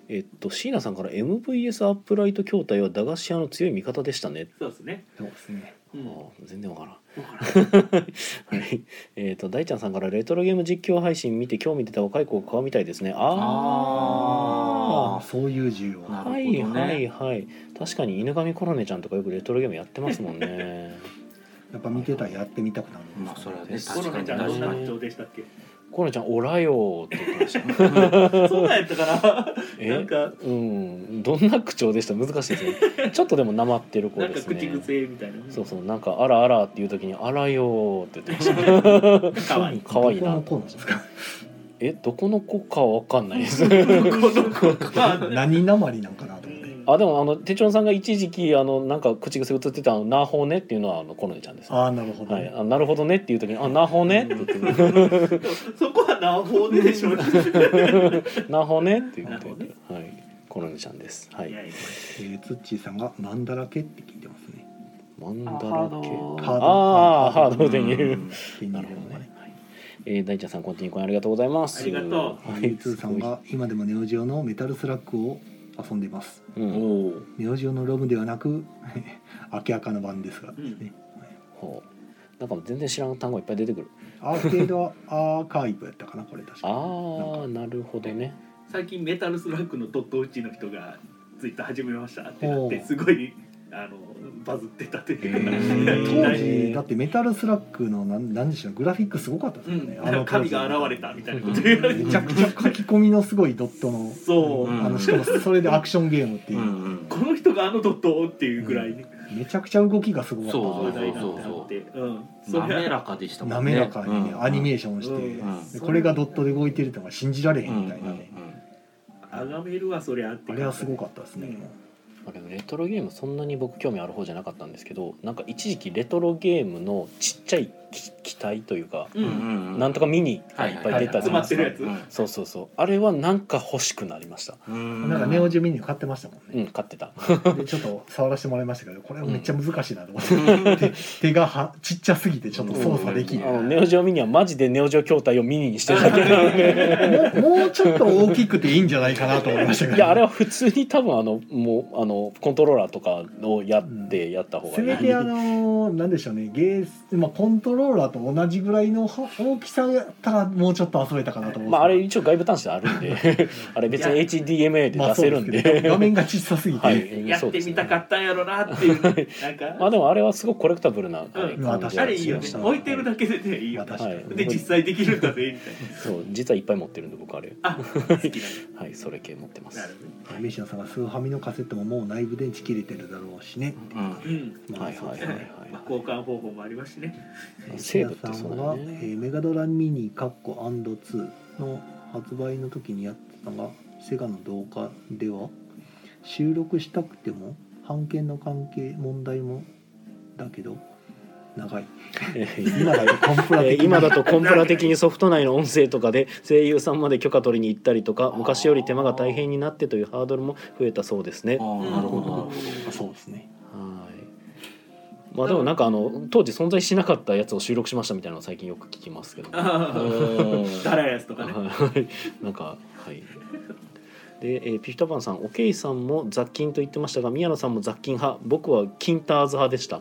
S1: えっと椎名さんから MVS アップライト筐体は駄菓子屋の強い味方でしたね
S7: そうですね
S2: そうですね
S7: うん
S1: あー全然わからん
S7: わからん
S1: はい、 *laughs* えっ、と大ちゃんさんからレトロゲーム実況配信見て興味出た若い子を買うみたいですね。
S2: あ
S1: あ
S2: あそういう需要
S1: あ、
S3: な
S1: は
S3: る
S1: い
S3: ほどね
S1: はいはい。確かに犬神コロネちゃんとかよくレトロゲームやってますもんね。
S2: やっぱ見てたらやってみたくなるん
S3: まあそれはね
S1: です
S7: コロ
S3: 確か
S7: ナ
S3: に
S7: ち
S3: 確
S7: ゃんど
S3: か
S7: んな
S3: に
S7: 口調でしたっけ
S1: コロネちゃんオラよーって言ってました。
S7: そうなんやったかななんか
S1: うん、どんな口調でした難しいですね。ちょっとでもなまってる子
S7: なん
S1: で
S7: か
S1: すね。
S7: 口癖みたいな
S1: そうそうなんかあらあらっていう時にあらよーって言ってました。
S7: かわいい
S1: 可愛いな
S2: どこのコーナーですか *laughs*
S1: えどこの子かわかんないです。
S7: この子か
S2: 何なまりなんかなと思
S7: う
S1: *laughs*
S2: って、
S7: ん
S1: あでもあの手帳さんが一時期あのなんか口癖映ってたあのなほねっていうのはあのコロネちゃんです。は
S2: ああなるほど、
S1: い。あなるほどねっていう時にあなほねって言って
S7: *laughs* そこは何法ででしょうね
S1: *laughs* なほねって言ってはいコロネちゃんです。はい。
S2: えー、ツッチーさんが「マンダラケ」って聞いてますね
S1: マンダラ系。
S2: ハード
S1: ああハードで
S3: に
S1: 言う。
S2: 手に
S1: な
S2: 入
S1: る
S2: れ
S1: ほど
S2: るのが
S1: ね
S2: ね。
S1: はいえー、大ちゃんさん、コンティニューコインありがとうございます。
S7: ありがと
S2: え
S1: は
S2: ー
S1: い、
S2: ツーさんが今でもネオジオのメタルスラックを遊んでいます
S1: すごい。うん、
S3: おお
S2: ネオジオのロムではなく *laughs* 明らかな版ですがですね、
S1: ほう。なんか全然知らん単語いっぱい出てくる。
S2: アーケード *laughs* アーカイブやったかなこれ確か
S1: ああ、なるほどね。
S7: 最近メタルスラックのドットウッチの人がツイッター始めましたってなってすごいあのバズってたと
S2: 当
S7: いうか
S2: 時だってメタルスラックのなん何でしょうグラフィックすごかったです
S7: う
S2: よね、
S7: ん、なんか
S2: 当時
S7: 神が現れたみたいなこと言われて
S2: めちゃくちゃ書き込みのすごいドットの
S7: そう、
S3: うん
S2: あのしかもそれでアクションゲームっていうう、
S3: んうん
S7: この人があのドットっていうぐらいね、
S2: めちゃくちゃ動きがすごかった
S3: そうそ
S7: 話題
S3: う
S7: になってあってうんそり
S3: 滑
S7: ゃ
S3: らかでしたもんね
S2: 滑らかにね、
S3: うん
S2: アニメーションして、
S7: うん
S2: でこれがドットで動いてるとか信じられへんみたいなね、
S3: うんうんうん
S7: あがめるわそりゃって
S2: あれはすごかったですね、
S1: あれレトロゲームそんなに僕興味ある方じゃなかったんですけどなんか一時期レトロゲームのちっちゃい機機体というか、
S7: うん、
S3: うんうん
S1: なんとかミニがいっぱい出たじゃ
S7: 詰ま
S1: ないで
S7: って
S1: すか、
S7: るやつ、
S1: そうそうそうあれはなんか欲しくなりました
S3: うん
S2: なんかネオジュミニ買ってまし
S1: *laughs*
S2: たもん
S1: う
S2: ね、
S1: ん買ってた
S2: でちょっと触らせてもらいましたけどこれはめっちゃ難しいなと思って、手手がはちっちゃすぎてちょっと操作でき
S1: あ
S2: ん、
S1: のネオジオミニはマジでネオジオ筐体をミニにしてるだけな
S7: *laughs*
S1: ので
S2: もうもうちょっと大きくていいんじゃないかなと思いましたけど
S1: いやあれは普通に多分あのもうあのコントローラーとかをやってやった方が
S2: せ
S1: いい、
S2: めてあのなんでしょうねゲース、まあ、コントローラーと同じぐらいのは大きさやったらもうちょっと遊べたかなと思うんですけ
S1: *laughs*
S2: ど
S1: まああれ一応外部端子あるん
S7: *laughs*
S1: であれ別に HDMA で
S2: ま
S1: 出
S2: あそう
S1: せる
S2: です
S1: ん
S2: け
S1: で
S2: ど画面が小さすぎて、
S1: はい
S7: やってみたかったんやろなっていう、ね、なんか、
S1: まあでもあれはすごくコレクタブルな、はい
S7: うん
S1: 感じ
S2: ま
S7: あ
S1: は
S7: れいいよね
S1: しました
S7: 置いてるだけでねいいよ
S2: まあ
S7: ね
S2: 確かに、
S1: はい
S7: で実際できるんだぜみたい
S1: そう実はいっぱい持ってるんで僕あれ
S7: なあ好き
S1: はいそれ系持ってま
S7: だな
S1: す
S7: る
S2: ミシャンさんがスーハミのカセットももう内部電池切れてるだろうしね、
S3: うん
S7: ほどうん
S2: まあ
S1: はいはいはい
S2: そうです
S1: は
S2: ね
S7: まあ
S1: い
S7: 交換方法もありますしね
S1: セ
S2: シ
S1: ー
S2: ア
S1: ブって
S2: さ
S1: そうんだ
S2: は、
S1: よ
S2: え
S1: ね
S2: ーメガドラミニカッコ &2 の発売の時にやってたのがセガの動画では収録したくても版権の関係問題もだけど長い
S1: えー
S2: 今だ
S1: *laughs*
S2: とコンプラ
S1: え
S2: 的
S1: ー
S2: な
S1: 今だとコンプラ的にソフト内の音声とかで声優さんまで許可取りに行ったりとか昔より手間が大変になってというハードルも増えたそうですね
S3: あ
S1: は
S3: ーなるほどなるほ
S2: あそうですね
S1: いまあでもなんかあの当時存在しなかったやつを収録しましたみたいなのを最近よく聞きますけどね
S7: あ
S3: ど
S7: あダラやつとかね
S1: はい、なんかはい。で、えーピピタパンさん、おけいさんも雑菌と言ってましたが、宮野さんも雑菌派、僕はキンターズ派でした。
S2: あ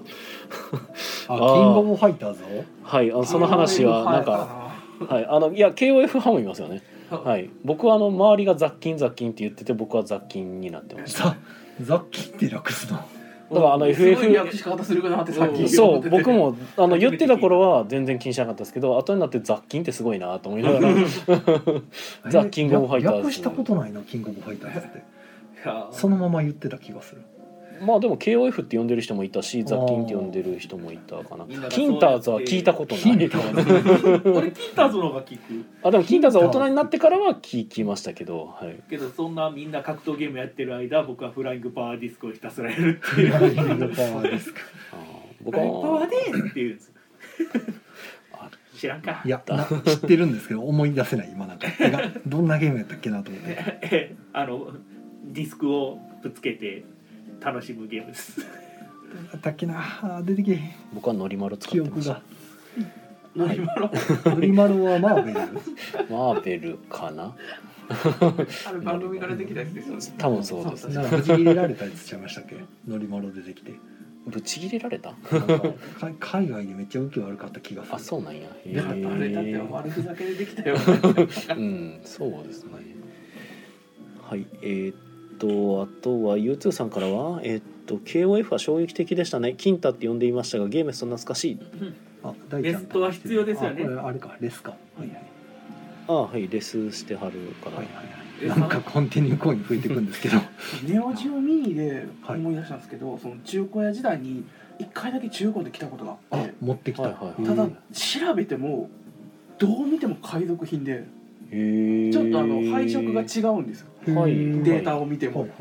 S1: あー
S2: キングオブファイターズを
S1: はい、あのその話はなんか、はい、あのいや KOF 派もいますよね。はい、僕はあの周りが雑菌雑菌って言ってて、僕は雑菌になってました。
S2: ザザッキーって略すの
S1: だからあの
S4: すごい
S1: FF
S4: 略し方するかなってさっき
S1: そ
S4: 思っ
S1: う
S4: てて
S1: 僕もあの言ってた頃は全然気にしなかったですけど後になって雑菌ってすごいなと思いながら *laughs* ザ・キングオブ・ファイターズ
S2: 略したことないなキングオブ・ファイタ
S1: *laughs*
S2: ーズって
S7: や
S2: そのまま言ってた気がする
S1: まあでも KOF って呼んでる人もいたしザ・キンって呼んでる人もいたかな
S7: みんながそう
S1: キンターズは聞いたことない
S7: 俺キンターズの方が聞く
S1: あでもキンターズは大人になってからは聞きましたけど、はい、
S7: けどそんなみんな格闘ゲームやってる間僕はフライングパワーディスクをひたすらやるっていうフライング
S1: あー
S7: パ
S1: 僕
S7: ワ
S1: は
S7: ーデーっていうやつ
S1: あ
S7: 知らんか
S2: いやな知ってるんですけど思い出せない今なんかてかどんなゲームやったっけなと思って
S7: えあのディスクをぶつけて楽しむゲームです
S2: あったっけなあー出てけへん
S1: 僕はノリマル使
S2: 記
S1: ってま
S2: 憶
S1: し
S2: が
S1: た
S7: 何今の
S2: ノリマルはマーベル
S1: マーベルかな
S4: あれ番組からできたやつですよね
S1: 多分そう *laughs* です
S2: なんかぶち切れられたやつちゃいましたっけノリマル出てきて
S1: ぶち切れられた
S2: なんかか海外でめっちゃ受け悪かった気がする
S1: あそうなんやへ
S4: だってあれだって
S1: ー
S4: 悪ふざけでできた
S7: *laughs*
S4: よ
S1: うんそうですねはいえーっとあとは U2 さんからはえーっと KOF は衝撃的でしたねキンタって呼んでいましたがゲームそんな懐かしい
S2: あ大ちゃん
S7: ベストは必要ですよね
S2: あこれあれかレスかはいはい
S1: ああはいレスしてはるから、
S2: はいはいはいなんかコンティニューコイン増えていくんですけど
S4: ネオジオミニで思い出したんですけど、その中古屋時代に一回だけ中古で来たことがあっ
S2: あ
S4: て
S2: 持ってきた、
S1: はいはい
S4: ただ
S2: うん
S4: 調べてもどう見ても海賊品で
S1: へー
S4: ちょっとあの配色が違うんですよ
S1: はい
S4: データを見ても、
S2: はいはい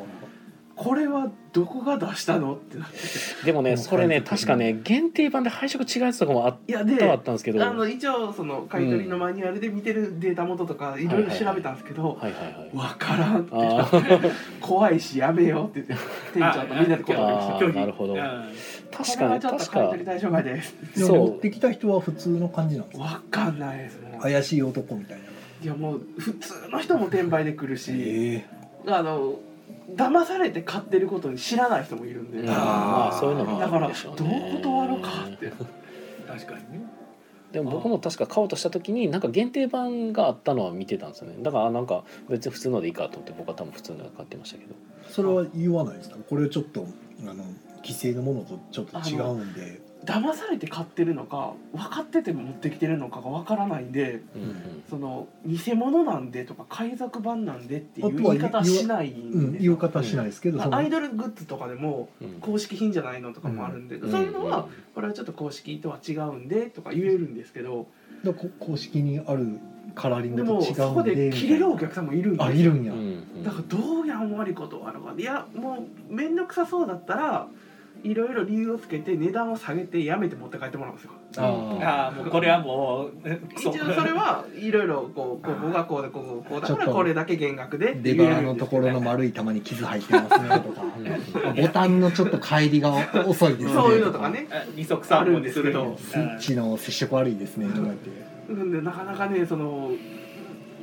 S4: これはどこが出したのってなって
S1: でもね
S2: もう
S1: それね
S2: 海賊
S1: 確かね限定版で配色違うやつとかもあっ
S4: いや
S1: たはあ
S4: で
S1: ったんですけど
S4: あの
S1: はい
S4: 一応その買い取りのマニュアルで見てるデータ元とかいろいろ調べたんですけど、
S1: はいはい
S4: わからんって
S1: あー
S4: *laughs* 怖いしやめようって言って店長とみんなで声をかけました
S1: あ
S7: 拒
S1: ー
S7: 否
S1: なるほど
S7: うん
S1: 確
S4: これ
S1: か
S4: は
S1: に
S4: ちょっと
S1: 確
S4: 買い
S1: か
S4: 取り対象外で
S2: でも
S1: そう
S2: 持ってきた人は普通の感じなんですか
S4: わかんないですもう
S2: 怪しい男みたいない
S4: やもう普通の人も転売で来るし、
S2: え
S4: あの騙されて買ってることに知らない人もいるんで、
S1: うん
S4: だか
S1: まあそういうのも
S4: ら
S1: あ
S4: ど
S1: るん
S4: う
S1: でしょうね
S4: 断ろうかって
S7: 確かにね
S1: でも僕も確か買おうとした時になんか限定版があったのは見てたんですよねだからあなんか別に普通のでいいかと思って僕は多分普通の買ってましたけど
S2: それは言わないですかこれちょっとあの規制のものとちょっと違うんで
S4: 騙されて買ってるのか分かってても持ってきてるのかが分からないんで
S1: うんうん
S4: その偽物なんでとか海賊版なんでってい
S2: あとは
S4: う言い方はしない
S2: うんん
S4: で、
S2: 言う方しないですけど、その
S4: アイドルグッズとかでも
S1: うん
S4: 公式品じゃないのとかもあるんで、そういうのはこれはちょっと公式とは違うんでとか言えるんですけど、
S2: だこ公式にあるカラーリン
S4: で
S2: グと違うん
S4: も
S2: で
S4: そこで切れるお客さんもいるんで
S2: あいるんや、
S1: うんうん
S4: だからどうやん悪いことあるのかいやもう面倒くさそうだったらいろいろ理由をつけて値段を下げてやめて持って帰ってもらうんですよ
S7: ああもうこれはもう
S4: 一応それはいろいろこうここがこうでこうこうこうだ
S2: ちょ
S4: か
S2: っと
S4: らこれだけ減額でって
S2: レ
S4: 言え
S2: バー
S4: るん
S2: の
S4: で
S2: と
S4: す
S2: こ
S4: け
S2: ろ
S4: ど
S2: の丸い玉に傷入ってますねとか
S1: うんうん
S2: ボタンのちょっと帰りが遅いですね
S4: そういうのとかね
S7: あ二足三本にする
S4: ある
S7: と
S4: んで
S2: スイッチの接触悪いですねとか言って
S4: うんでなかなかねそのも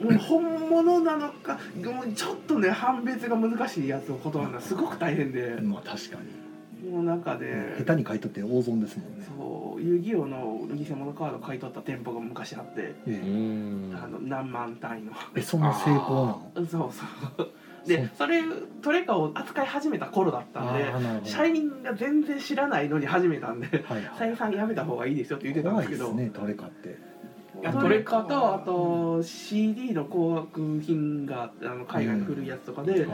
S4: う本物なのかもうちょっとね判別が難しいやつを断るのはすごく大変で
S2: まあ確かに
S4: もうなんかね
S2: 下手に買い取って大損ですもんね
S4: そう遊戯王の偽物カード買い取った店舗が昔あって
S1: う
S2: え
S1: ん
S4: *laughs* あの何万単位の
S2: えそんな成功なの
S4: そうそうでそれトレカを扱い始めた頃だったんで
S2: ーなるほ
S4: 社員が全然知らないのに始めたんで
S2: はい
S4: 社員さんやめた方がいいですよって言ってたん
S2: 怖
S4: で
S2: い
S4: すけ
S2: です
S4: ど
S2: ねトレカって
S7: あ
S4: トレカとあと CD の高額品があの海外の古いやつとかで、
S2: はい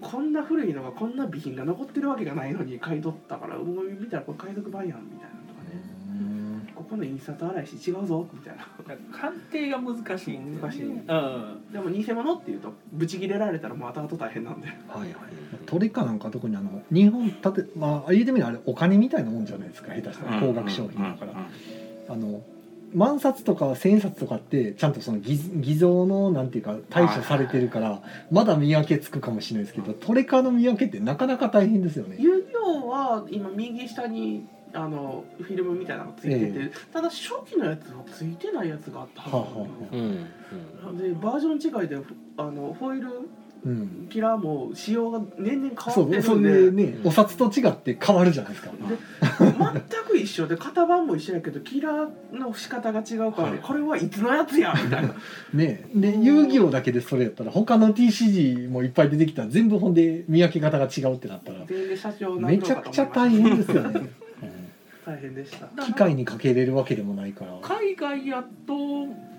S4: こんな古いのがこんな備品が残ってるわけがないのに買い取ったからうわ見たらこれ海賊版やんみたいなのとか
S2: う
S4: ね
S2: ん
S4: ここの印刷荒いし違うぞみたいな
S7: 鑑定が難しいんですよね
S4: 難しい
S7: うん
S4: でも偽物っていうとブチ切れられたらもう後々大変なんで
S2: はいはいトレカなんか特にあの日本たてまあ言うてみればあれお金みたいなもんじゃないですか下手したら高額商品だからあの万冊とか千円札とかってちゃんとその偽偽造のなんていうか対処されてるからまだ見分けつくかもしれないですけどトレカの見分けってなかなか大変ですよね。
S4: 遊戯王は今右下にあのフィルムみたいなのがついてて、
S2: え
S4: ただ初期のやつはついてないやつがあったはずなのよ
S2: はあはあは
S1: うんうん
S4: でバージョン違いであのフォイル
S2: うん、
S4: キラーも仕様が年々変
S2: そ
S4: わって
S2: う
S4: る
S2: そ
S4: んで
S2: れでね
S3: うん
S2: お札と違って変わるじゃないですか
S4: 全く一緒で型番も一緒やけどキラーの仕方が違うから、ねこれはいつのやつやみたいな
S2: ねで遊戯王だけでそれやったら他の TCG もいっぱい出てきたら全部ほんで見分け方が違うってなったら
S4: 全員社長
S2: めちゃくちゃ大変ですよね、
S4: 大変でした
S2: うん機械にかけれるわけでもないから
S7: 海外やと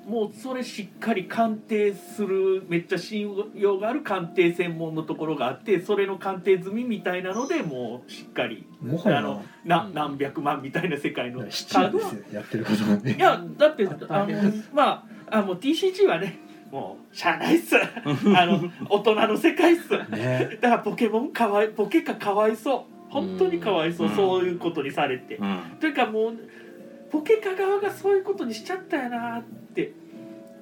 S7: もうそれしっかり鑑定するめっちゃ信用がある鑑定専門のところがあってそれの鑑定済みみたいなのでもうしっかり
S2: もはや
S7: あのな
S1: うん
S7: 何百万みたいな世界の
S2: 七夜ですよやってることも
S7: *laughs* い
S2: ね
S7: やだってあ
S4: 大変
S7: のまああもう TCG はねもうしゃあないっすあの大人の世界っすだ
S2: ね
S7: からポケモンかわいポケカかわいそう本当にかわいそう
S3: うん
S7: そういうことにされて
S3: うん
S7: というかもうポケカ側がそういうことにしちゃったよなって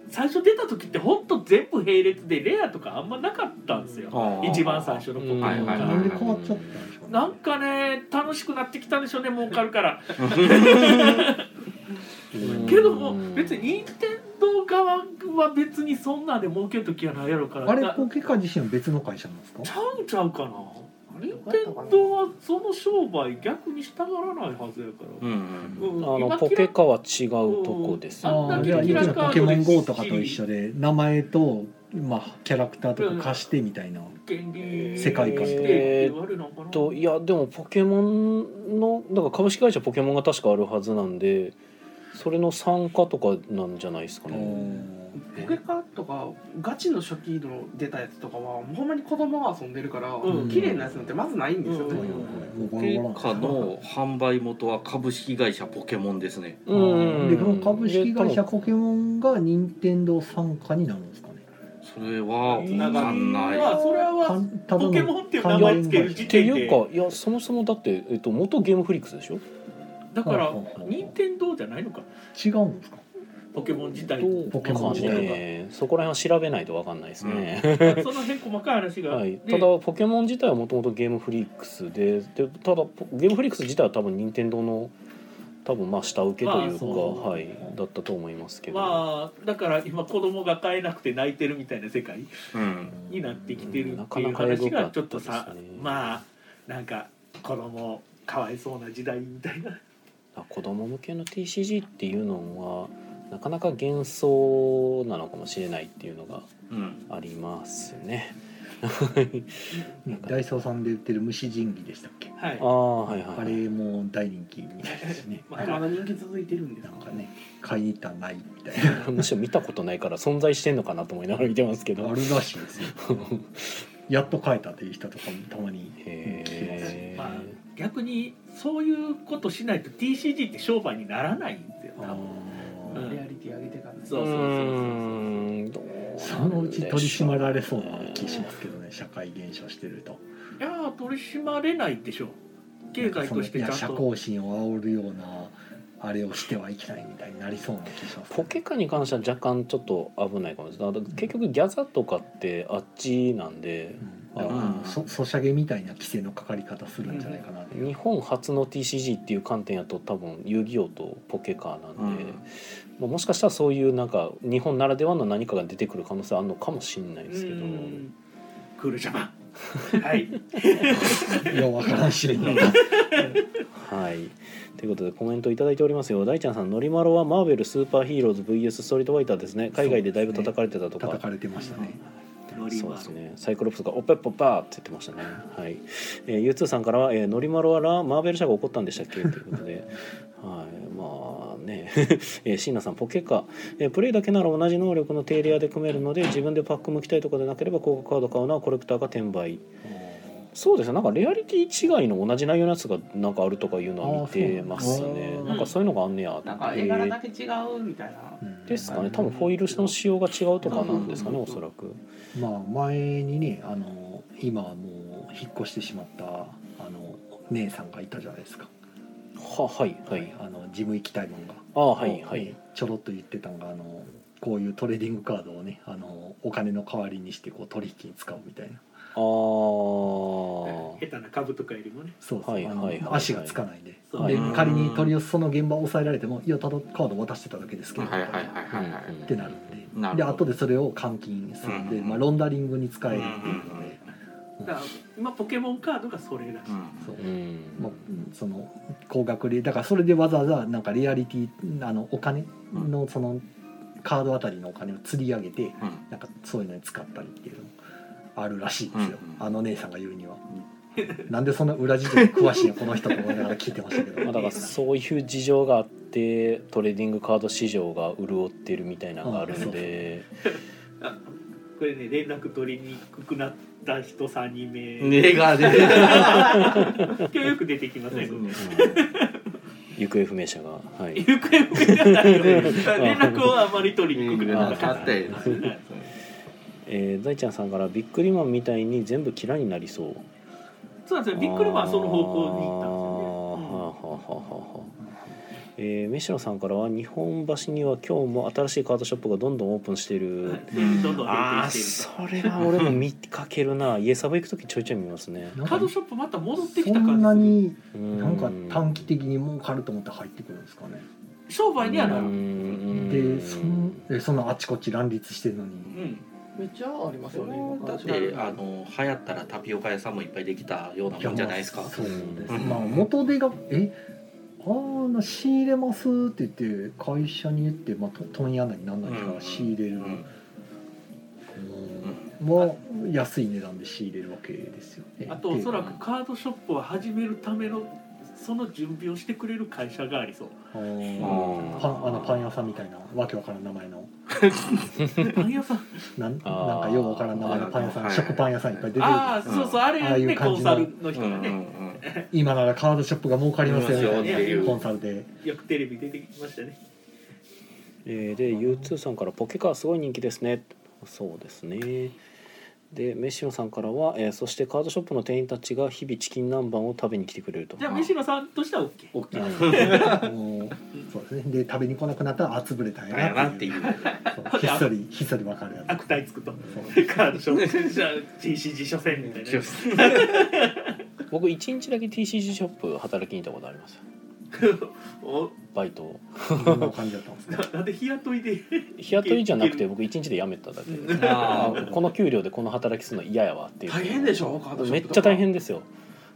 S7: 最初出た時ってほんと全部並列でレアとかあんまなかったんですよ
S3: あー
S7: 一番最初のポケモン
S3: はいは
S7: か
S3: い
S2: な
S7: ら
S2: んで変わっちゃったんでしょうね
S7: なんかね楽しくなってきたんでしょうね儲かるから
S1: うん
S7: けども別に任天堂側は別にそんなんで儲ける時はないやろから
S2: あれ
S7: な
S2: ポケカ自身は別の会社なんですか
S7: ちゃうんちゃうかな任天堂はその商売逆に従わないはずやから、
S3: うんうん
S7: うん
S1: あの
S7: 今
S1: ポケカは違うとこです
S7: あん
S2: あ
S7: だ
S2: あ
S7: け
S2: じゃあ
S7: キ
S2: 今
S7: ラ
S2: の
S7: ーカードで
S2: ポケモン GO とかと一緒で名前と、まあ、キャラクターとか貸してみたいな、
S7: 権利
S2: 世界観
S7: して言われるのかな、
S1: といやでもポケモンのだから株式会社ポケモンが確かあるはずなんでそれの参加とかなんじゃないですかね。
S4: ポケカとかガチの初期の出たやつとかはほんまに子供が遊んでるから、
S7: うん
S4: 綺麗なやつなんてまずないんですよね、
S7: うん
S2: もう
S3: ポ
S2: ボ
S3: ケ
S2: ロボ
S3: カ
S2: ロなん
S3: の販売元は株式会社ポケモンですね
S1: うん
S2: でこの株式会社ポケモンが任天堂傘下になるんですかね
S3: それは
S7: う
S3: 分
S7: ん
S3: かん
S7: ま
S3: な
S7: あ
S3: い
S7: それ
S2: か
S7: は
S2: んただの
S7: ポケモンっていう名前つける時
S1: っ
S7: 点
S1: て
S7: で
S1: いうかいやそもそもだって、えっと、元ゲームフリックスでしょ
S7: だから
S2: ほうほうほう
S7: 任天堂じゃないのか
S2: 違うんですか
S7: ポケモン自体
S2: ポケモン自体が
S1: ねそこら辺は調べないと分かんないですね。
S7: その辺細かい話が、
S1: はい、
S7: で
S1: ただポケモン自体はもともとゲームフリックスででただポゲームフリックス自体は多分任天堂の多分まあ下請けというか、
S7: まあ
S2: そう
S1: はい、だったと思いますけど、
S7: まあだから今子供が買えなくて泣いてるみたいな世界
S3: うん
S7: になってきてる
S1: な
S7: っ
S1: か
S7: てい
S1: な
S7: う
S1: かエ
S7: 話
S1: グか
S7: が
S1: っ
S7: ち
S1: た
S7: ょっと
S1: です
S7: さ
S1: ね
S7: まあなんか子供かわいそうな時代みたいな
S1: あ子供向けの TCG っていうのはなかなか幻想なのかもしれないっていうのが
S3: うん
S1: ありますね。 *laughs*
S2: ダイソーさんで売ってる虫神器でしたっけ
S7: はい
S1: ああはいはい。
S2: あれも大人気みたいですね
S7: *laughs* ま
S4: まだ人気続いてるんです
S2: なん
S4: か
S2: かね買いに行ったらないみたいな
S1: むしろ見たことないから存在してんのかなと思いながら見てますけ
S2: あ
S1: ど。
S2: るらしいですよ
S7: *laughs*
S2: やっと買えたっていう人とかもたまに
S1: へえ。
S7: まあ逆にそういうことしないと TCG って商売にならないんですよ多分
S2: あ
S7: うん
S4: レアリティ上げてからね
S7: そうそう
S1: ーんど
S2: ー
S1: う
S2: そのうち取り締まられそう
S1: なんでしょう
S2: な
S1: ね
S2: 気しますけどね社会現象してると
S7: いやー取り締まれないでしょ経済としてち
S2: な
S7: ゃん
S2: かそのいや社
S7: と
S2: 交心を煽るようなあれをしてはいけないみたいになりそうな気します、
S1: ポケカに関しては若干ちょっと危ないかもしれないだから結局ギャザとかってあっちなんで
S2: うんだから
S3: うん
S2: もうそソシャゲみたいな規制のかかり方するんじゃないかなっていう、
S1: 日本初の TCG っていう観点やと多分遊戯王とポケカなんで、
S3: うん
S1: まあもしかしたらそういうなんか日本ならではの何かが出てくる可能性あるのかもしれないですけど
S7: うんクールジャパンはい
S2: ようわからんしに
S1: はい。ということでコメントいただいておりますよ。大ちゃんさん、ノリマロはマーベルスーパーヒーローズ VS ストリートファイターですね。海外でだいぶ叩かれてたとか。
S2: 叩かれてましたね
S7: ノリ
S1: そう
S7: マ
S1: です
S7: ル
S1: ね。サイクロプスがオッペッポッパーって言ってましたね。はい。えー、U2 さんからは、えー、ノリマロはラマーベル社が怒ったんでしたっけということで。はい。まあね。 *laughs* えー、椎名さん、ポケカ、えープレイだけなら同じ能力の低レアで組めるので、自分でパック向きたいとかでなければ広告カード買うのはコレクターが転売。そうですねなんかレアリティ違いの同じ内容のやつがなんかあるとかいうのは見てますね
S2: あーそうなんだ
S1: なんかそういうのがあんねや
S4: なん
S1: と
S4: か絵柄だけ違うみたいな、
S2: うん
S1: ですかね多分フォイルの仕様が違うとかなんですかね
S4: うん
S1: おそらく
S2: まあ前にねあの今はもう引っ越してしまったあの姉さんがいたじゃないですか、
S1: ははいはい
S2: あの事務行きたいもんが
S1: ああはいは
S2: ね
S1: い
S2: ちょろっと言ってたのがあのこういうトレーディングカードをねあのお金の代わりにしてこう取引に使うみたいな
S1: あー
S7: 下手な株とかよりもね
S2: そうそう、
S1: はい
S2: あの
S1: はいはい
S2: 足がつかないで、
S7: そう
S2: で
S3: うん
S2: 仮に取り寄せその現場を抑えられてもいやただカード渡してただけですけど、
S3: はいはいはいはいはい
S1: うんうん
S2: ってなるんで
S3: な
S2: で
S3: るほ
S2: 後
S3: ど
S2: でそれを換金するんで、
S3: うん
S2: まあ、ロンダリングに使えるっていうので、
S7: だから今ポケモンカードがそれらしい、
S2: そう
S1: うん
S2: まあ、その高額でだからそれでわざわざなんかレアリティあのお金のそのカードあたりのお金を釣り上げて
S3: うん
S2: なんかそういうのに使ったりっていうのもあるらしいですよ、
S3: うんうん
S2: あの姉さんが言うには。なんでそんな裏事情に詳しいのこの人と思いながら聞いてましたけ
S1: まあ、
S2: ど
S1: だからそういう事情があってトレーディングカード市場が潤ってるみたいなのがあるんで、
S7: あこれね連絡取りにくくなった人3人目、
S3: 根が出てる
S7: 今日よく出てきません、
S3: うん
S1: うん行方不明者がはい
S7: 行方不明じゃないよね連絡をあまり取りにくくな
S3: な
S7: っ
S1: ん
S3: か
S7: た
S1: か
S7: か
S1: あ
S3: っ
S1: ったた
S3: よね
S1: えー大ちゃんさんから「ビックリマンみたいに全部嫌いになりそう」
S7: そうなんですよビックリマンはその方向に行ったんですよね、うん
S1: んですよね。えー、飯野さんからは日本橋には今日も新しいカードショップがどんどんオープンしている、
S7: でどんどん
S1: あ
S7: 出
S1: あ
S7: てして
S1: それは俺も見かけるな家サブ行く時ちょいちょい見ますね
S7: るとカードショップまた戻ってき
S2: そ
S7: た
S2: んな
S7: 感じでする
S2: に
S1: う
S2: なんか短期的に儲かると思って入ってくるんですかね。
S7: 商売にはな
S1: う
S7: るうん
S1: ん
S2: でそんえそんなあちこち乱立してるのに
S6: めっちゃありますよね今
S3: だってあの流行ったらタピオカ屋さんもいっぱいできたようなもんじゃないですか
S2: やまあそうです、
S3: うん
S2: まあ元手がえああ仕入れますって言って会社に言ってまあと問屋なになんなりか
S3: う
S2: ら
S3: ん
S2: 仕入れ
S3: う
S2: る、
S3: ん
S2: うんもう安い値段で仕入れるわけですよね
S7: あとおそらくカードショップを始めるためのその準備をしてくれる会社がありそう
S2: あーパ
S1: あ
S2: ンあのパン屋さんみたいなわけわからん名前の
S7: パン屋さん
S2: なんなん
S1: あー
S2: かようわからん名前のパン屋さ
S3: は
S2: ん
S3: い
S2: 食パン屋さんいっぱい出てる
S7: ああそうそうあれ
S2: ああ
S7: や
S2: い
S7: ね
S2: う感
S7: コン
S2: じ
S7: サ
S2: の
S7: ルの人
S3: う
S7: が
S3: んう
S7: ね
S3: んうん
S2: 今ならカードショップが儲かりますよみたい
S7: 儲かりますよって
S3: い
S2: な
S3: う
S2: コンサルで
S7: よくテレビ出てきましたね
S1: えーで U2 さんから「ポケカーすごい人気ですね」そうですねでメシオさんからは、えーそしてカードショップの店員たちが日々チキン南蛮を食べに来てくれると
S7: じゃあ飯野さんとしては OK
S3: 大き
S1: う
S3: なん
S2: もうそうですねで食べに来なくなったらあつぶれたん
S3: なんや
S2: や
S3: な
S2: な
S3: っ
S2: ってて
S3: い
S2: いう
S3: う
S2: そうひっそりひっそりわかるや
S7: 悪態つくと
S2: つそう
S7: カードショップじゃあ TCG 所詮みたいな
S1: 僕一日だけ TCG ショップ働きに行ったことあります
S7: お
S1: バイト
S2: どんな感じだったん
S7: *laughs*
S2: ですか。
S7: なんで日雇いで
S1: 日雇いじゃなくて僕一日で辞めただけであ
S3: あ
S1: ーこの給料でこの働きするの嫌やわっていう
S4: 大変でしょカードショ
S1: め
S4: ッ
S1: っ
S4: プ
S1: ちゃ大変ですよ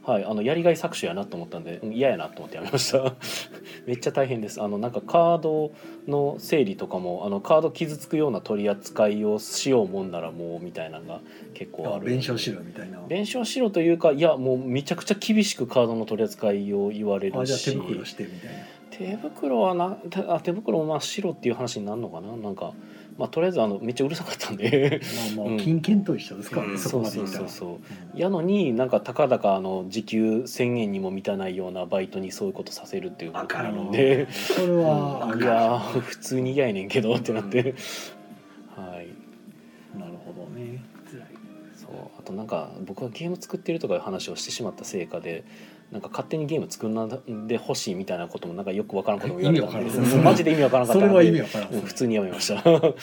S1: はいあのやりがい搾取やなと思ったんでうん嫌やなと思ってやめました *laughs* めっちゃ大変ですあのなんかカードの整理とかもあのカード傷つくような取り扱いをしようもんならもうみたいなのが結構ある
S2: 弁償しろみたいな。
S1: 弁償しろというかいやもうめちゃくちゃ厳しくカードの取り扱いを言われ
S2: あ
S1: る
S2: じゃあ手
S1: し
S2: 袋してみたいな。
S1: 手袋はなたあ手袋もまあ白っていう話になるのかななんか、まあ、とりあえずあのめっちゃうるさかったんで
S2: まあ
S1: う
S2: ま
S1: ん
S2: あ金券と一緒ですからね、
S3: うん
S2: そこまで
S1: そ
S2: いうった
S1: そ
S2: ら。
S1: うそう
S2: うん
S1: やのになんかたかだかあの時給1,000円にも満たないようなバイトにそういうことさせるっていうことなので
S2: それ
S1: うん
S2: は、
S1: いやー普通に嫌やねんけどってなって、 *laughs* はい
S2: なるほどね。
S7: 辛い
S1: そうあとなんか僕はゲーム作ってるとかいう話をしてしまったせいかでなんか勝手にゲーム作んでほしいみたいなこともなんかよくわからんことも言われたん
S2: 意
S1: で
S2: 味わからん
S1: マジで意味わからんかっ
S2: そ
S1: た
S2: れ
S1: ん
S2: は意味
S1: で
S2: わからん。
S1: もう普通にやめました *laughs* は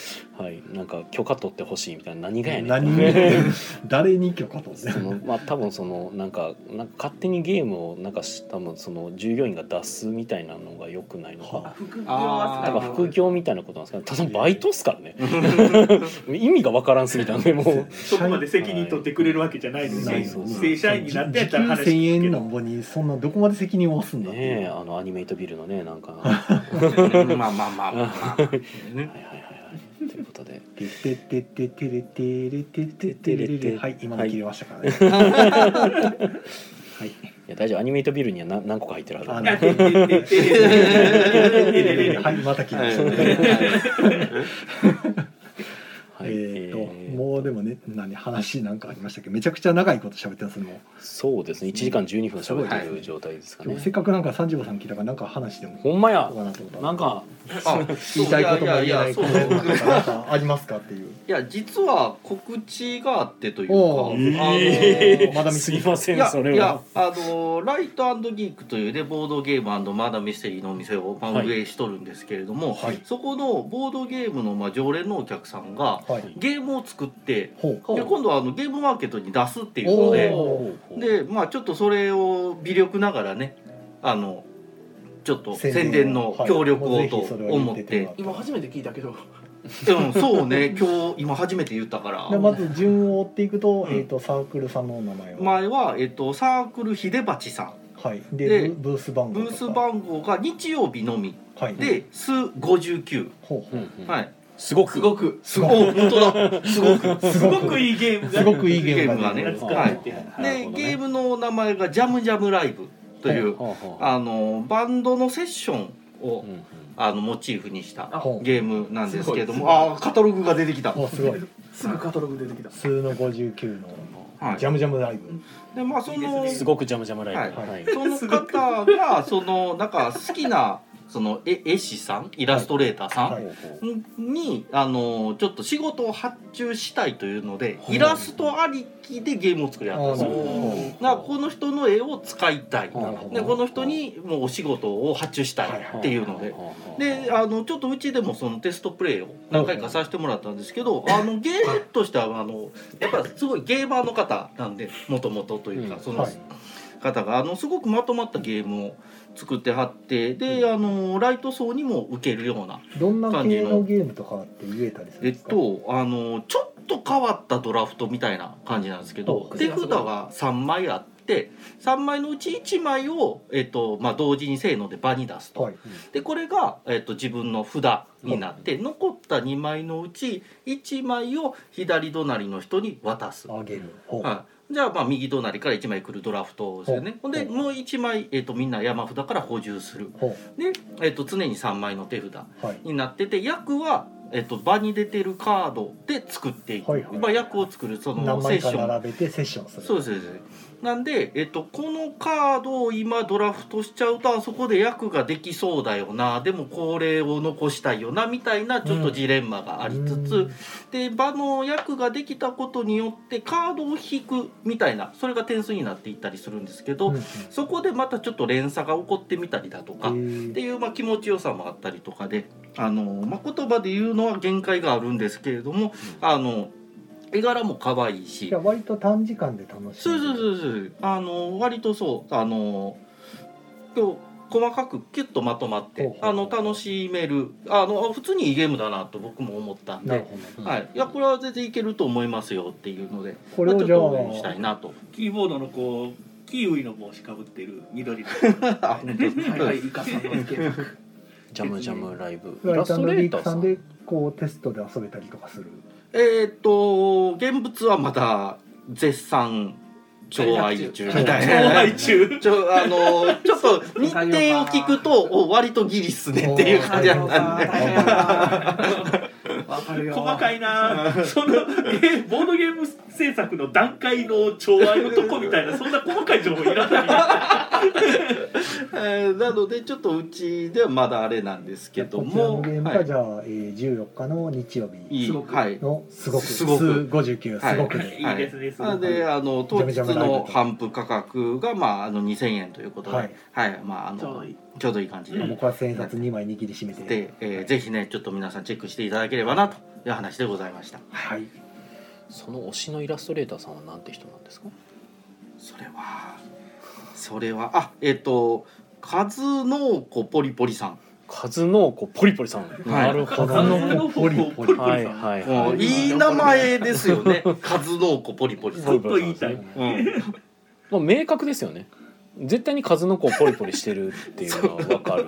S1: いなんか許可取ってほしいみたいな何がやねんって
S2: 何誰に許可と
S1: そ
S2: *laughs*
S1: のまあ多分そのなんかなんか勝手にゲームをなんかし多分その従業員が出すみたいなのが良くないの
S2: は
S1: か。
S4: 副業
S1: だから
S4: 扱い
S1: 副業みたいなことなんですかね。ただバイトっすからね。意味がわからんすぎたんで
S2: *laughs*
S1: もう。
S7: そこまで責任取ってくれるわけじゃないです
S1: は
S7: ね
S1: いそうそう
S7: 正社員になってやったら話
S2: 千
S7: 聞くけ
S2: 円な
S7: ど
S2: んぼにそんなどこまで責任を負わすんだっていう。
S1: ねえあのアニメイトビルのねなんか。は
S3: まあまあまあまあ
S1: いはいはいはい。ということで。
S2: てってってっててれてれてっててれてはい今の切れましたからね。はい。
S1: いや大丈夫アニメイトビルには何何個か入ってるはず
S2: あ
S1: だ。
S2: の
S7: やってってってって
S2: はいまた切れました。
S1: はい。
S2: えーと
S1: えー
S2: もうでもね何話なんかありましたっけどめちゃくちゃ長いこと喋ってますねも
S1: そうですね。1時間12分喋って
S3: は
S1: る
S3: い
S1: 状態ですか
S2: う、
S1: ね。
S2: せっかくなんか三十五さん聞いたからなんか話でも
S1: ほんまや
S2: どう。かなと思った
S1: なんか
S2: 言いたいことも言え
S3: や
S2: ないい
S3: や
S2: こともなんかなんかありますかっていう
S3: いや実は告知があってというか
S2: おう
S3: あの
S2: えーまだ見
S1: す
S2: す
S1: い
S2: ぎ
S1: ませ
S3: い
S1: ん
S3: や
S1: それはい
S3: やあのライトギークというねボードゲームマーダーミステリーのお店をまあ
S1: はい
S3: 運営しとるんですけれども、
S2: はい
S3: そこのボードゲームのまあ常連のお客さんが
S2: はい
S3: ゲームを作って
S2: ほう
S3: で今度はあのゲームマーケットに出すっていうのでで、まあ、ちょっとそれを微力ながらねあのちょっと宣伝の協力をと思って。
S2: はいもうぜひそれは言
S4: 今初めて聞いたけど
S3: うんそ
S2: *laughs*
S3: うね今日今初めて言ったから
S2: でまず順を追っていくと,、
S3: うん
S2: えー、とサークルさんのお名前を、
S3: 前は、えっと、サークル秀鉢さん
S2: はい、で
S3: で
S2: ブブース番号
S3: ブ
S2: とか
S3: ース番号が日曜日のみ
S2: はい、
S3: で「す59
S2: ほうほう」
S3: はい
S1: すごく
S3: すごく
S2: す
S3: す
S2: ご *laughs*
S3: ご
S2: く
S3: く本当だすごく
S7: すごくいいゲームが
S2: すごくいい
S3: ゲ
S2: ゲ
S3: ー
S2: ー
S3: ム
S2: ム
S3: が
S2: が
S3: ね
S2: ね
S7: 使えて
S3: でゲームの名前が「ジャムジャムライブ」という
S1: ほうほう
S3: あのバンドのセッションを
S1: うんうん
S3: あのモチーフにした
S2: ほう
S3: ゲームなんですけれどもあーカタログが出てきた、
S2: おすごい
S4: すぐカタログ出てきた
S2: 数の59の
S3: はい
S2: ジャムジャムライブ、
S3: でまあその
S1: すごくジャムジャムライブ、
S3: はい
S1: はい
S3: その方が *laughs* そのなんか好きなその絵絵師さんイラストレーターさん、
S2: はい
S3: にあのちょっと仕事を発注したいというので
S2: ほう
S3: イラストありきでゲームを作り合ったんです
S2: あ
S3: よ
S2: ーなるほ
S3: だからこの人の絵を使いたい
S2: なるほど
S3: でこの人にもうお仕事を発注したいっていうので。であのちょっとうちでもそのテストプレイを何回かさせてもらったんですけどあのゲームとしてはあのやっぱすごいゲーマーの方なんでもともとというか
S1: うん
S3: その
S2: はい
S3: 方があのすごくまとまったゲームを作ってはってであのライト層にも受けるような
S2: どんな系のゲームとかって言えたりするん
S3: え
S2: で
S3: っ
S2: すか、
S3: とあのちょっと変わったドラフトみたいな感じなんですけど
S2: お
S3: 手札が3枚あって3枚のうち1枚を、えっとまあ、同時にせーので場に出すと、
S2: はい
S3: でこれが、えっと、自分の札になって残った2枚のうち1枚を左隣の人に渡す。
S2: あげるほう、
S3: はいじゃあまあ右隣から1枚来るドラフトですよねほ
S2: ほ
S3: ん
S2: う
S3: でもう1枚、えっとみんな山札から補充する
S2: ほ
S3: で、えっと常に3枚の手札
S2: うはい
S3: になってて役は、えっと場に出てるカードで作っていく、
S2: はいはい
S3: まあ、役を作るその
S2: 何
S3: セッ
S2: 枚
S3: シ
S2: か
S3: ョン
S2: 並べてセッションする
S3: そうですそうですなんで、えっとこのカードを今ドラフトしちゃうとあそこで役ができそうだよなでもこれを残したいよなみたいなちょっとジレンマがありつつ、
S2: うん
S3: で場の役ができたことによってカードを引くみたいなそれが点数になっていったりするんですけど、
S2: うんうん
S3: そこでまたちょっと連鎖が起こってみたりだとか、
S2: へ
S3: っ
S2: ー
S3: ていうまあ気持ちよさもあったりとかで、あのまあ、言葉で言うのは限界があるんですけれども、あの絵柄も可愛いし
S2: じゃあ割と短時間で楽しめる
S3: そうそうそうそうあの割とそうあの今日細かくキュッとまとまっ
S2: ほう
S3: て
S2: ほう
S3: あの楽しめるあの普通にいいゲームだなと僕も思ったん
S2: なる
S3: で。
S2: ほど
S3: はい、いやこれは全然いけると思いますよっていうので
S2: これを
S3: まあ
S2: じ
S3: ち
S2: ゃ
S3: ょっと応援した
S2: あ
S3: いなと。
S2: *laughs*
S7: キーボードのこうキウイの帽子かぶってる緑の
S3: あ本当です
S4: はいはいイカさんの意見
S1: ジャムジャムライブイ
S2: ラ
S1: ラ
S2: イ
S1: ス
S2: ト
S1: ト
S2: ビ
S1: レ
S2: ー
S1: ーター
S2: クさ
S1: さ
S2: ん
S1: ん
S2: でこうテストで遊べたりとかする
S3: えーっと現物はまだ絶賛超愛中みたいな。
S7: 愛中
S3: *laughs* ちょあのちょっと日程を聞くとお割とギリっすねっていう感じだったんで
S4: 大変やなわかるよ
S7: 細かいなそのえボードゲーム制作の段階の調和のとこみたいなそんな細かい情報い
S1: *laughs*
S7: らない
S3: えーなのでちょっとうちではまだあれなんですけど
S2: こちらの
S3: も
S2: ゲーム
S3: は
S2: が
S3: い
S2: じゃあ、えー、14日の日曜日
S3: いい
S4: すごく
S3: はい
S2: のすごく
S3: すごく
S2: 数59すごくで、
S7: いいですねすご
S3: なの
S7: く
S3: であの当日
S2: ジャムジャムライ
S3: の
S2: ブ
S3: 販布価格がまああの2000円ということで
S2: は
S3: はい
S2: い、
S3: まああ
S4: ちょうど
S3: の
S4: いい
S3: ちょうどいい感じで、
S2: 僕は千円札2枚握りしめて
S3: で、えーぜひねちょっと皆さんチェックしていただければなという話でございました
S2: はい
S1: その推しのイラストレーターさんはなんて人なんですか
S3: それはそれはあえっ、とカズノーコポリポリさん
S1: カズノーコポリポリさん、なるほど
S7: 数
S1: は
S7: のポリポリ
S1: い
S7: さん
S1: はい
S3: もういい名前ですよね。カズノーコポリポリさ
S1: ポ
S3: ん。
S1: リ
S3: う
S1: ポリさんですね
S7: ちょっ
S3: ん、
S1: まあ明確ですよね絶対に数の子をポリポリしてるっていうのはわ
S3: *laughs*
S1: かる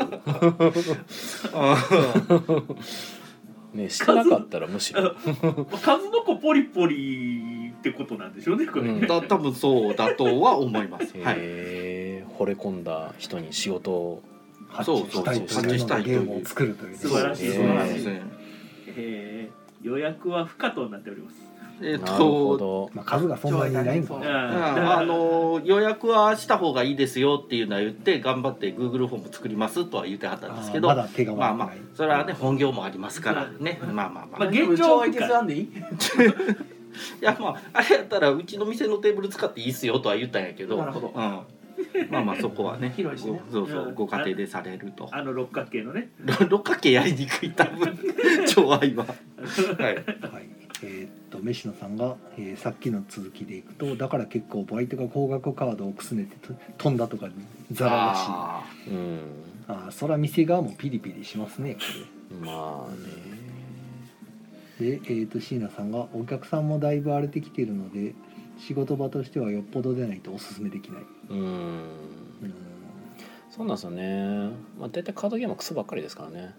S1: ねしてなかったらむしろ
S7: 数の子ポリポリってことなんでしょうねこれね、
S1: うん
S3: だ多分そうだとは思います。はい。
S1: へえ惚れ込んだ人に仕事を
S2: 発
S3: そう
S2: 注
S3: そう
S2: したいというのでゲームを作るという
S7: 素晴らしい
S1: 素晴らしい
S3: ね。
S7: えー予約は不可となっております
S3: えっ
S1: なるほ
S3: と。
S1: ど
S2: まあ、数がそんなにないんか
S4: そう
S3: うん
S7: あ
S3: あの予約はした方がいいですよっていうのは言って頑張って Google フォーム作りますとは言ってはったんですけど
S2: まだ手が
S3: まあ
S2: 回ら
S3: まあ
S2: ない、
S3: それはね本業もありますからねまあまあまあ、
S7: まあ
S3: い
S7: 現状は不可
S4: んでいい
S3: やまああれやったらうちの店のテーブル使っていいっすよとは言ったんやけど
S4: なるほど
S3: うん、まあまあそこはね
S4: 広いしね
S3: ごそうそううんご家庭でされると
S7: あの六角形のね
S3: 六角形やりにくい多分 *laughs* 超愛は。はい。
S2: はい、えーっと飯野さんが、えーさっきの続きでいくとだから結構バイトが高額カードをくすねてと飛んだとかザラらしいあ
S3: あ
S1: うん
S2: あーそら店側もピリピリしますねこ
S1: まあね
S2: で、えー、と椎名さんが「お客さんもだいぶ荒れてきているので仕事場としてはよっぽどでないとおすすめできない」
S1: うーん
S2: うん
S1: そうなんですよねまあ大体カードゲームはクソばっかりですからね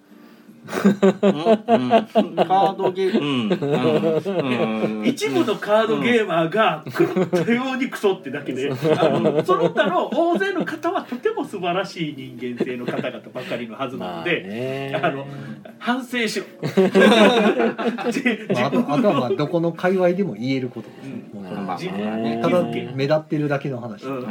S3: うんうんカードゲーム、うんうん、
S7: 一部のカードゲーマーが狂ったようにクソってだけで、あのその他の大勢の方はとても素晴らしい人間性の方々ばかりのはずな
S1: ま
S7: の
S1: あ
S7: で、
S1: ね
S7: あの反
S3: *laughs*
S7: 省しろじ
S2: まあ、あとあとはまあどこの界隈でも言えることですね、
S1: うん
S2: もうこ
S1: ま
S2: れ
S1: あ
S2: は
S7: 自
S1: まあ
S7: 分
S1: ね
S2: ただ
S7: 気づ
S2: 目立ってるだけの話、
S7: け、うん、い
S3: うん、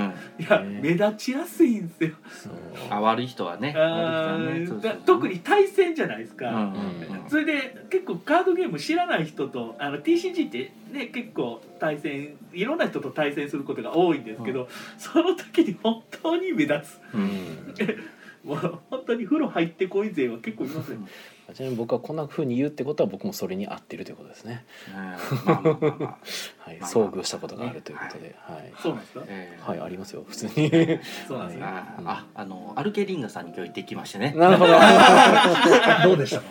S7: や目立ちやすいんですよ
S1: そう
S3: あ悪い人はね
S7: あ
S3: 悪い
S7: ー
S3: 人はねそうそう
S7: だ
S3: そう
S7: 特に対戦じゃないです
S3: う
S7: か、
S3: んうん
S7: それで結構カードゲーム知らない人とあの TCG ってね結構対戦いろんな人と対戦することが多いんですけど、その時に本当に目立つ
S3: う
S1: うんん
S7: もう本当に風呂入ってこい勢は結構いますね
S1: ちなみに僕はこんな風に言うってことは僕もそれに合ってるということですね。
S3: まあまあまあまあ
S1: はい、
S3: まあ
S1: 遭遇したことがあるということで、はい、
S7: そうなんですか
S3: えー
S1: はい、ありますよ、普通に。 *laughs*
S7: そうなんですね
S3: あああのアルケリンガさんに今日行ってきましてね
S1: なるほど。
S2: どうでしたか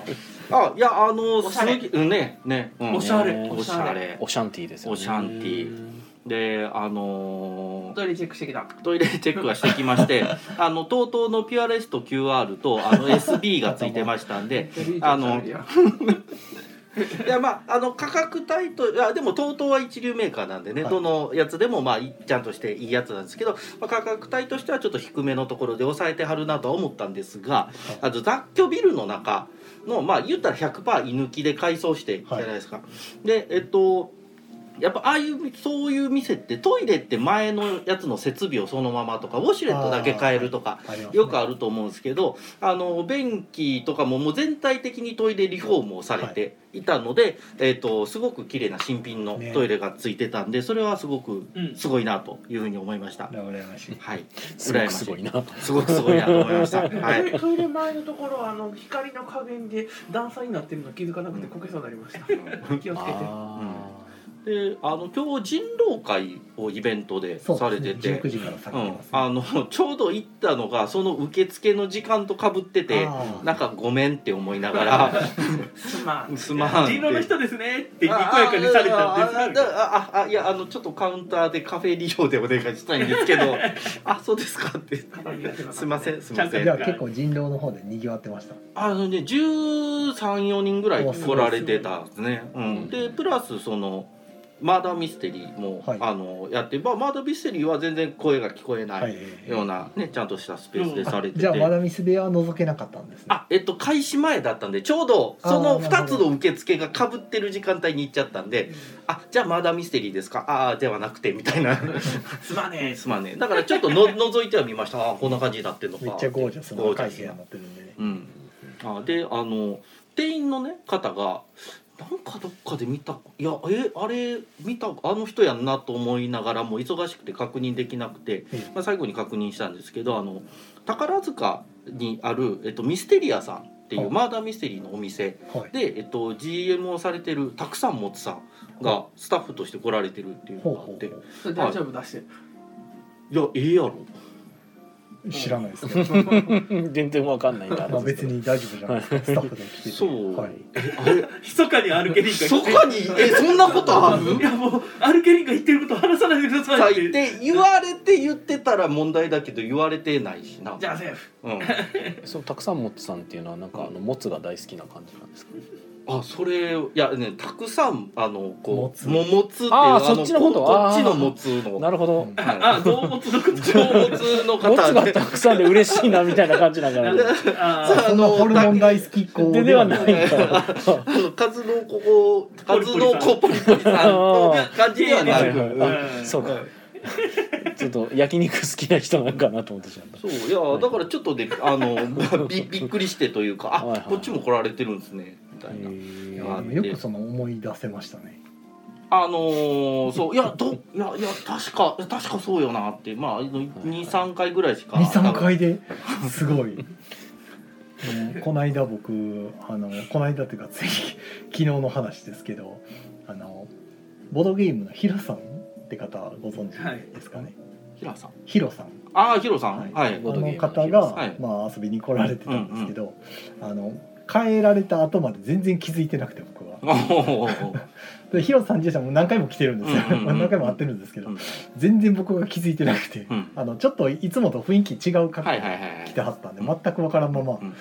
S3: あいやあの
S7: おしゃれ
S3: すごいうんねね、うん
S7: おしゃれ
S1: ね
S3: おしゃれ
S1: オシャンティーですよね。
S3: オシャンティーであのー
S4: トイレチェックしてきた
S3: トイレチェックはしてきまして
S7: *laughs*
S3: あの TOTO のピュアレスト QR とあの SB がついてましたん
S7: *laughs*
S3: であのいやまああの価格帯といやでも TOTO は一流メーカーなんでね、
S2: はい
S3: どのやつでもまあいちゃんとしていいやつなんですけど、まあ、価格帯としてはちょっと低めのところで抑えてはるなとは思ったんですがあと雑居ビルの中のまあ言ったら100%居抜きで改装してじゃないですか。でえっとやっぱああいうそういう店ってトイレって前のやつの設備をそのままとかウォシュレットだけ変えるとか
S2: ありますね
S3: よくあると思うんですけどあの便器とかももう全体的にトイレリフォームをされていたので、えー、とすごく綺麗な新品の
S2: ね
S3: トイレがついてたんで、それはすごく
S7: うん
S3: すごいなというふうに思いました。
S2: 羨ましい
S3: はい、
S1: すごくすごいな。
S3: すごくすごいなと思いました。は
S4: トイ
S3: い
S4: レトイレ前のところあの光の加減で段差になってるの気づかなくてこけそうになりました、 *laughs* 気をつけて
S1: あ
S3: であの今日人狼会をイベントで
S2: そう
S3: され
S2: で
S3: て
S2: すね19
S3: て
S2: 時からされ
S3: う
S2: て
S3: ん
S2: ます、
S3: あのちょうど行ったのがその受付の時間とかぶってて
S2: あー
S3: なんかごめんって思いながら
S4: すまん
S3: すまんって
S7: 人狼の人ですねってにこやかにされたんです
S3: あああああいやあのちょっとカウンターでカフェ利用でお願いしたいんですけ
S7: *laughs*
S3: どあそうですかってすいませんすいませ
S7: ち
S2: じゃ
S7: ゃ
S2: あ
S3: ん
S7: んと
S2: 結構人狼の方で賑わってました
S3: あのね134人ぐらい来られてたんですね、うん、でプラスそのマーダーミステリーも、
S2: はい
S3: あのやって、まあ、マーダーミステリーは全然声が聞こえない
S2: ええ
S3: ような、ね、ちゃんとしたスペースでされてて、
S2: じゃあまだミス部屋は覗けなかったんですね
S3: あえっと開始前だったんでちょうどそ
S2: あ
S3: の
S2: ーなるほ
S3: 2つ
S2: ど
S3: の受付がかぶってる時間帯に行っちゃったんで「あじゃあまだミステリーですかああではなくて」みたいな *laughs*
S4: すまねえ
S3: すまんねだからちょっとの *laughs* 覗いてはみましたあーこんな感じになってるのか
S2: めっちゃゴージャスな
S3: ゴージ
S2: 赤
S3: ャ
S2: い
S3: ス
S2: 部屋になってるんでね
S3: うん、あであの店員のね方がなんかどっかで見たいやえあれ見たあの人やんなと思いながらも忙しくて確認できなくて、
S2: うん
S3: まあ、最後に確認したんですけどあの宝塚にある、えっと、ミステリアさんってい
S2: は
S3: う
S2: い
S3: マーダーミステリーのお店
S2: はい
S3: で、えっと、GM をされてるたくさんもつさんがスタッフとして来られてるっていう
S2: ほう
S3: のがあ
S2: ほ
S3: っ
S2: う
S3: て
S2: ほ
S4: それ大丈夫出して
S3: いやええやろ
S2: う知らないですけど
S1: ー全然わかんないんだ。
S2: まあ別に大丈夫じゃないですかスタッフで来てて
S3: そう
S2: はい、
S7: 密かにアルケリンが
S3: そこに *laughs* えそんなことある
S7: いやもうアルケリンが言ってること話さないでくださいって
S3: 最低言われて言ってたら問題だけど言われてないしな
S4: じゃあセーフ
S3: うん、
S1: そうたくさんモッツさんっていうのはなんかあのモツが大好きな感じなんですか。
S3: あそれいやねたくさんあの
S2: も
S3: こ
S2: つ
S3: うももつっていう
S1: あー
S3: あ
S1: そっちのこと
S3: ここっち
S1: あ
S3: の
S1: ー
S3: もつの
S1: なるほど。
S7: あ動物の
S3: *laughs*
S7: こと
S3: 動物の
S1: モツ
S3: 方
S1: が
S3: で
S1: たくさんで嬉しいなみたいな感じなんかな。
S7: あー
S3: あ
S2: そんな
S3: の
S2: ホルモン大好き子
S1: でではないんだ。
S3: あの数のここ
S7: ポリ
S3: 数のこポリポリさんの感じではな
S1: はい
S3: く
S1: はいはいあそうか。ちょっと焼肉好きな人なんかなと思ってしまった。
S3: そういやだからちょっとねあの *laughs* びびっくりしてというかあ、
S1: はいはい
S3: こっちも来られてるんですねみたいな。
S2: い
S1: へ
S2: やでもよくその思い出せましたね
S3: あのー、そういやどいやいや確かいや確かそうよなってまあ23回ぐらいしか
S2: 二三回ですごい。うんこないだ僕あのこないだっていうかつい昨日の話ですけどあのボードゲームのヒロさんって方ご存知ですかね、
S3: ヒラさん
S2: ヒロさん
S3: ああヒロさんは、
S2: はい
S3: *laughs*
S2: あ
S1: ボードゲーム
S2: の
S1: の
S2: 方
S1: ヒロ
S2: が、
S1: さん
S3: はい
S2: まあ、遊びに来られてたんですけど、あの帰られた後まで全然気づいてなくて僕は
S3: おー
S2: でヒロさん自身も何回も来てるんですよ、
S3: うんうんうん
S2: *laughs* 何回も会ってるんですけど、
S3: うん
S2: 全然僕が気づいてなくて、
S3: うん
S2: あのちょっといつもと雰囲気違う方
S3: はいはいは
S2: が
S3: いはい
S2: 来てはったんで、全く分からんまま
S3: うん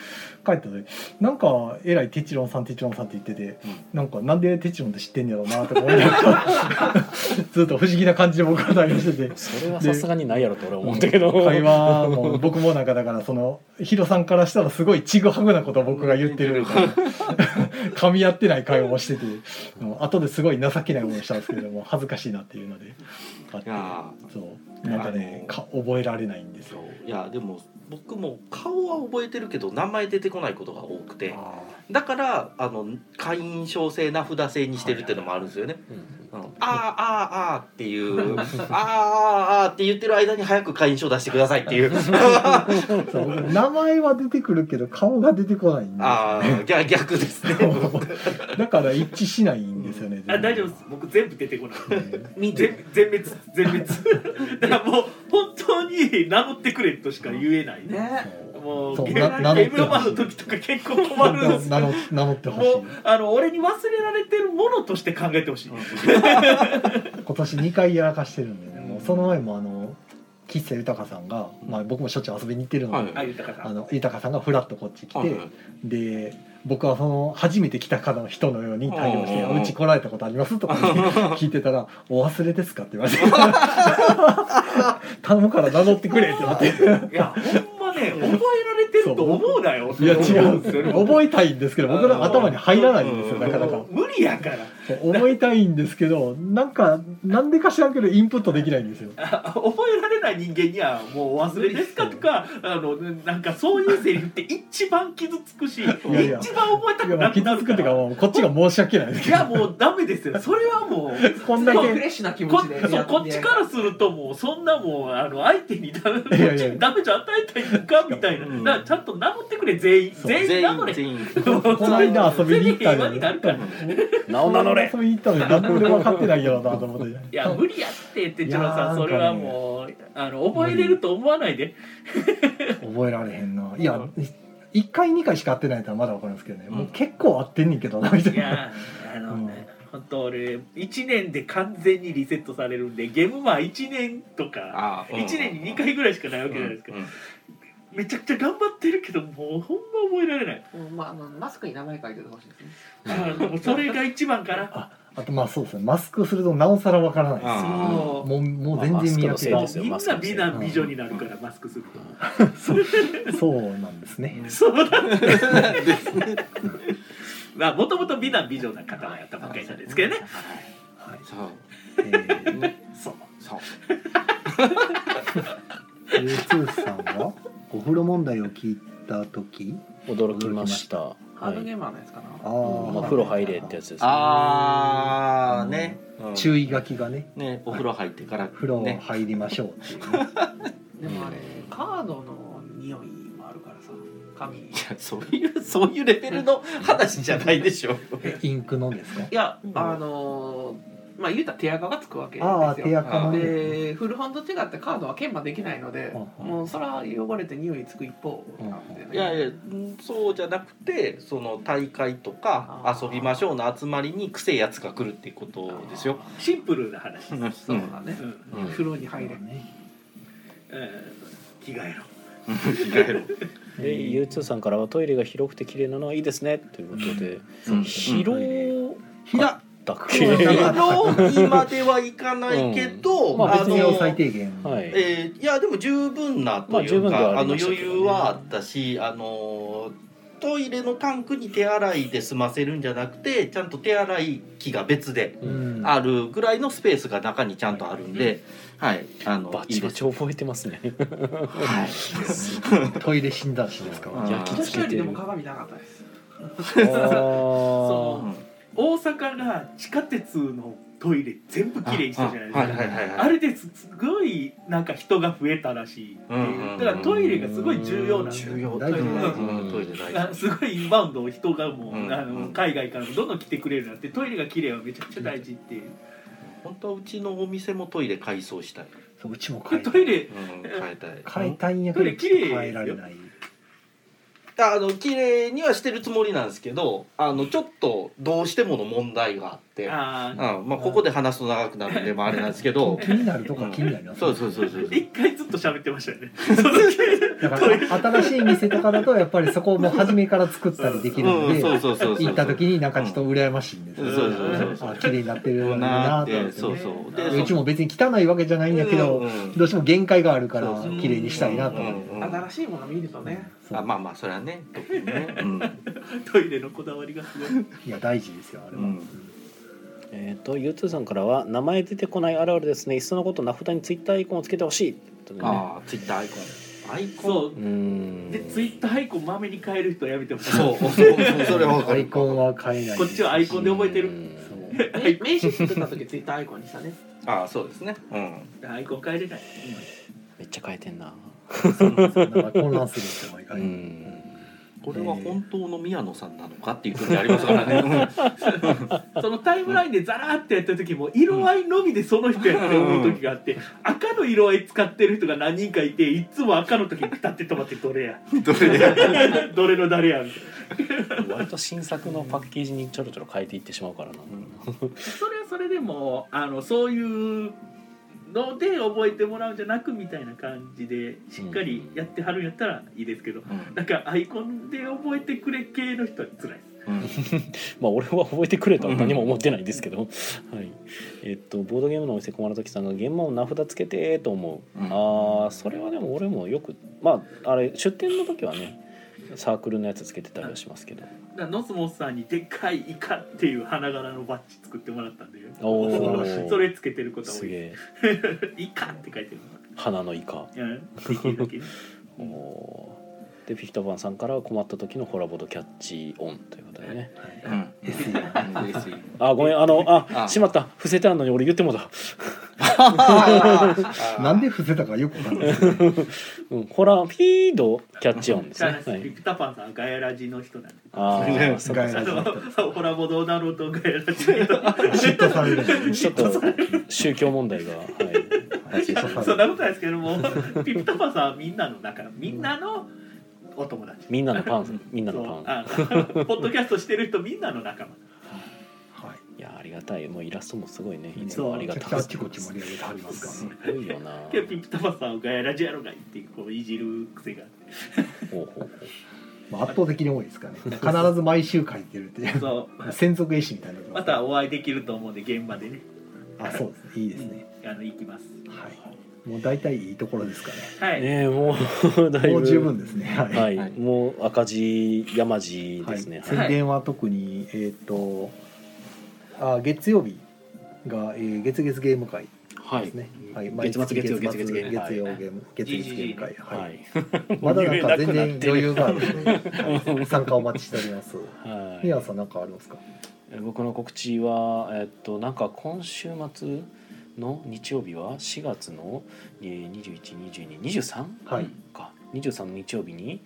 S2: 帰った時なんかえらい「テチロンさんテチロンさん」って言ってて、なんかなんでテチロンって知ってんやろうなとか思いながら *laughs* ずっと不思議な感じで僕は対応してて。
S1: それはさすがにないやろと俺は思ったけど
S7: *laughs*
S2: 会話も *laughs* 僕もなんかだからそのヒロさんからしたらすごいちぐはぐなことを僕が言ってる
S7: *laughs*
S2: 噛み合ってない会話をしててもう後ですごい情けない思いしたんですけども恥ずかしいなっていうのであ
S3: いや
S2: ってそうなんかねか覚えられないんですよ
S3: ーいやでも僕も顔は覚えてるけど名前出てこないことが多くて
S2: あ
S3: だからあの会員証制名札制にしてるっていうのもあるんですよね。
S1: うん
S3: あのあーあーあーっていうあーあーあーって言ってる間に早く会員証出してくださいっていう
S2: ーそう僕名前は出てくるけど顔が出てこないんで
S3: あー逆逆ですね。
S2: *laughs* だから一致しないんですよね
S7: あ大丈夫です僕全部出てこない
S2: 全然
S7: 全全滅全滅だからもう本当に名乗ってくれとしか言えないね
S4: ね
S7: もう
S2: そう
S7: ゲ
S2: な名乗ってほしい
S7: ームロマンの時とか結構困るんです
S2: 名乗名乗ってほし
S7: もう
S2: い
S7: あの俺に忘れられてるものとして考えてほしい、
S2: 今年2回やらかしてるんでねもうその前もあの喫茶豊さんが、まあ、僕もしょっちゅう遊びに行ってるので、
S3: はい
S7: あ豊さ
S2: あ
S7: ん
S2: の豊さんがフラッとこっち来て、で僕はその初めて来た方の人のように対応して
S3: う
S2: 「
S3: んうんうん
S2: うち来られたことあります?」とか言って聞いてたら「お忘れですか?」って言われて *laughs* 「頼むから名乗ってくれ」ってなって
S7: いやほんまね覚えられてると思うなよ
S2: いや違うんです
S7: で
S2: す
S7: よ
S2: よ
S7: ね
S2: 覚えたいんですけど僕の頭に入らないんですよなかなか
S7: もう無理やから
S2: そう覚えたいんですけどなんかなんでか知らんけどインプットできないんですよ
S7: あ覚えられない人間にはもうお忘れですかとかあのなんかそういうセリフって一番傷つくし
S2: やいや
S7: 一番覚えた
S2: い
S7: く
S2: やま
S7: な
S2: あ
S7: くな
S2: 傷
S7: る
S2: つ
S7: か
S2: くっていうからもうこっちが申し訳ないです
S7: い
S2: けど
S7: やもうダメですよそれはもう
S2: こんだ
S7: そう
S6: フレ
S2: け
S6: ッシュな気持
S7: こ
S6: ちで
S7: そうこっちからするともうそんなもうあの相手にダメこっち
S2: いやいや
S7: にダメージ与えたいのかみたいな
S3: うん
S7: だからちゃんと名乗ってくれ全員
S2: そう
S7: 全員名乗れ
S3: 全員
S2: この間遊びに行った
S7: 全員平和になるから
S1: なお名乗れ
S2: 遊びに行ったのになんで俺分かってないやろうなと思って
S7: いや無理やってってちの
S2: いやー
S7: さ
S2: なんん
S7: そ
S2: かね
S7: れはもうあの覚えれると思わないで
S2: 覚えられへんないや1回2回しか会ってないとはまだ分かるんですけどね、
S3: うん
S2: もう結構会ってんねんけどなみたい
S7: い
S2: な
S7: やーあの
S2: うん
S7: ね本当俺1年で完全にリセットされるんでゲームマン1年とか
S3: あーうん
S7: 1年に2回ぐらいしかないわけじゃないですか
S3: うん
S7: めちゃくちゃ頑張ってるけどもうほんま覚えられない
S6: もうまあまあマスクに名前書いててほしいですね
S7: あのそれが一番かな
S2: あとまあそうですねマスクするとなおさら分からないで
S3: あ
S7: そう
S2: すもうもう
S1: ま
S2: 全
S1: あマス
S2: 然
S1: ク
S2: 見
S1: の
S2: 分
S1: せ
S2: け
S1: い
S2: が、
S1: ですよ
S7: みん
S1: マスク
S7: な
S1: のせい
S7: 美男美女になるからマスクすると
S2: そうなんですね
S7: そうだねまあもともと美男美女な方はやったばっかりなんですけどね
S3: そう
S2: えー
S7: そう
S3: そう
S2: えー、ツーさんはお風呂問題を聞いた時
S1: 驚きました
S6: ハード
S1: はい
S6: ゲーマーのやつかな
S1: ま
S2: あ
S1: あ
S2: ー
S1: お風呂入れってやつですね
S3: あーねうん
S2: 注意書きがね
S3: ねお風呂入ってから
S2: 風呂
S3: ね
S2: 入りましょうっていう、ね、
S6: でもあれカードの匂いもあるからさ紙い
S3: いやそういうそういうレベルの話じゃないでしょ。
S2: えインクのですか
S6: やあのーまあ言うたら手垢がつくわけです
S2: ああ手
S6: よ
S2: 垢のね
S6: で古本と違ってカードは研磨できないので
S2: うん
S6: もうそら汚れて匂いつく一方なんでね
S3: いやいやんそうじゃなくてその大会とか
S6: あー
S3: 遊びましょうの集まりにくせえやつが来るってことですよ。
S7: シンプルな話
S3: うん
S6: そうだね
S7: う、
S3: う
S7: ん
S3: ん
S6: 風呂に入れ
S2: ね
S7: えー着替えろ
S3: 着替えろ
S1: で U2 さんからはトイレが広くて綺麗なのはいいですねということで
S3: うん
S1: 広
S2: ひら
S1: だっけ
S2: 広いな
S3: 広いまではいかないけど、
S1: うんまあ
S2: 別に
S1: あの
S2: 最低限
S1: はい、
S3: えーいやでも十分なと
S1: まあ
S3: い
S1: 十
S3: う
S1: 分
S3: か、
S1: では
S3: あ
S1: あり
S3: の
S1: ました
S3: 余
S1: けどね
S3: 裕はあったしあのトイレのタンクに手洗いで済ませるんじゃなくてちゃんと手洗い機が別で
S2: うん
S3: あるぐらいのスペースが中にちゃんとあるんで、はいあの
S1: バチバチ覚えてますね
S3: はい
S2: トイレ診断士ですか
S3: うん
S1: 焼き
S6: 私
S1: 付
S6: よ
S1: けて
S6: りで
S1: る
S6: も鏡なかったです
S7: そ
S1: あ
S7: の大阪が地下鉄のトイレ全部きれいにしたじゃないですか
S3: はいはいはいはい
S7: あれですすごいなんか人が増えたらしいって
S3: うんうん
S7: いううんだからトイレがすごい重要なんですよ
S3: 重要
S2: 大事
S3: うんトイレ大
S7: あ
S3: 事
S7: すごいインバウンドを人がもう、
S3: うん
S7: あの海外からもどんどん来てくれるようになってトイレがきれいはめちゃくちゃ大事っていう、
S3: 本当はうちのお店もトイレ改装したい、
S2: そううちも変えた
S7: トイレ
S3: うん、変えたい
S2: 変えたいんやけど
S7: トイレ綺麗
S2: 変えられない
S3: あの綺麗にはしてるつもりなんですけどあのちょっとどうしてもの問題があって
S7: あー
S3: うんまあ、ここで話すと長くなるんでまああれなんですけど
S2: 気になるとか気になります、
S3: そうそうそうそう
S7: 一回ずっと喋ってましたよね。
S2: だから新しい店とかだとやっぱりそこをもう初めから作ったりできるの
S3: うん
S2: で
S3: そうそうそうそう
S2: 行った時になんかちょっと羨ましいんです
S3: う
S2: よ
S3: んそうそうそうそう
S2: あ綺麗になってる
S3: な
S2: な
S3: っ
S2: ーって
S3: て
S2: 思って
S3: そう
S2: ね
S3: そう
S2: いやうちも別に汚いわけじゃないんだけど、
S3: うんうん
S2: どうしても限界があるから
S3: そうそう
S2: 綺麗にしたいなと
S3: う
S2: 思って、
S3: んうん
S4: 新しいもの見るとね
S2: そう
S3: あまあまあそれはね特にね、うん、
S7: トイレのこだわりがすごい。
S2: いや大事ですよあれは、
S3: うん
S2: うん
S1: えっ、と、ゆうつーさんからは、名前出てこないあるあるですね。いっそのこと名札にツイッターアイコンをつけてほしい。とね
S3: ああツイッターアイコンアイコン
S7: そうう。
S1: ん。
S7: でツイッターアイコンまめに変える人はやめてほしい。
S3: そうそう *laughs* そうそれは分か
S2: ア
S3: る
S2: イコンは変えない
S7: こっちはアイコンで覚えてる
S2: そう
S4: 名名刺作った時ツイッターアイコンにしたね
S3: ああそうですねうん
S7: アイコン変えれない。
S1: めっちゃ変えてんな。
S2: なんか混乱するって毎
S1: う
S2: 回、
S1: ん。
S3: これは本当の宮野さんなのかっていう時ありますからね。
S7: そのタイムラインでザラーってやった時も色合いのみでその人やって思う時があって赤の色合い使ってる人が何人かいていつも赤の時にピタって止まってどれ *laughs* や
S3: どれで
S7: どれの誰やみたい
S1: 割と新作のパッケージにちょろちょろ変えていってしまうからな。
S7: なそれはそれでもあのそういうので覚えてもらうんじゃなくみたいな感じでしっかりやってはるんやったらいいですけどなんかアイコンで覚えてくれ系の人は辛いです
S1: まあ俺は覚えてくれとは何も思ってないですけど、はいえっとボードゲームのお店駒の時さんが「現場を名札つけて」と思う、
S3: うん
S1: ああそれはでも俺もよくまああれ出店の時はねサークルのやつつけてたりはしますけ
S7: *laughs*
S1: ど
S7: だからノスモスさんにでっかいイカっていう花柄のバッジ作ってもらったんで
S1: おー
S7: それつけてることは多
S1: す
S7: い
S1: げえ
S7: イカって書いてる
S1: 花のイカ
S7: うんできるだけ *laughs* ね
S1: おーでフィフトバンさんからは困った時のホラボードキャッチオンということでねあごめんあのあ
S3: あ
S1: しまった伏せてあんのに俺言ってもだ、
S2: なんで伏せたかよくわかんないですね
S1: うん、ホラピードキャッチオンで
S7: し
S1: す
S7: ゃ
S1: ね
S7: あな
S1: は
S7: い、です
S1: い、
S7: ピピタパンさんはガヤラジの人なんで
S1: ああそっかそっか
S2: ガ
S7: あ
S2: ヤラジの
S7: のホラボどうなろうとガヤラジの人
S2: 嫉妬される
S1: ちょっと *laughs* 宗教問題が、はい、
S2: 嫉妬さ
S7: そ
S2: れ
S7: んな
S2: る
S7: ことないですけどもピピタパンさんはみんなのだからみんなのお友達
S1: みんなのパンみんなのパン
S7: あ *laughs* ポッドキャストしてる人みんなの仲間
S2: はい
S1: いやありがたいもうイラストもすごいねいつ
S7: そう
S1: もあり
S2: めち
S1: がた
S2: ゃくちゃ
S1: い
S2: あっちこっち盛り上げてはります
S1: す
S2: か
S1: ごいよな
S7: けどピピタパンさんはガヤラジやろがいってこういじる癖があって
S1: ほうほうほ
S2: ら、まあ、圧倒的に多いですからね必ず毎週書いてるっていう
S7: そう
S2: 専属絵師みたいになって
S7: ま
S2: ますね
S7: たお会いできると思うんで現場でね
S2: あそうですねいいですね、
S7: あの行きます
S2: はいもう大体いいところですか
S7: は
S1: う
S7: い、
S1: ねえもう *laughs* だい
S2: ね
S1: ぶ
S2: もう十分ですねはい、
S1: はい、
S3: はい
S1: もう赤字山字ですね、
S2: はい
S1: はい
S2: 宣伝は特に、えっ、とあ月曜日が、えー月月ゲーム会ですね、はい
S1: 月末月曜月月
S2: 月
S1: 月
S2: 月
S1: ね
S2: 曜
S1: はい
S2: ゲーム、月月ゲーム会はい、
S1: はい
S2: まだ
S1: もう
S2: なん
S1: 言えな
S2: か
S1: くなって
S2: 全然
S1: る
S2: 余裕があるので、はい参加お待ちしております
S1: はい
S2: 宮野さんなんかありますか
S1: えー僕の告知は、えーっと、なんか今週末の日曜日は4月の212223、
S2: はい
S1: か23の日曜日に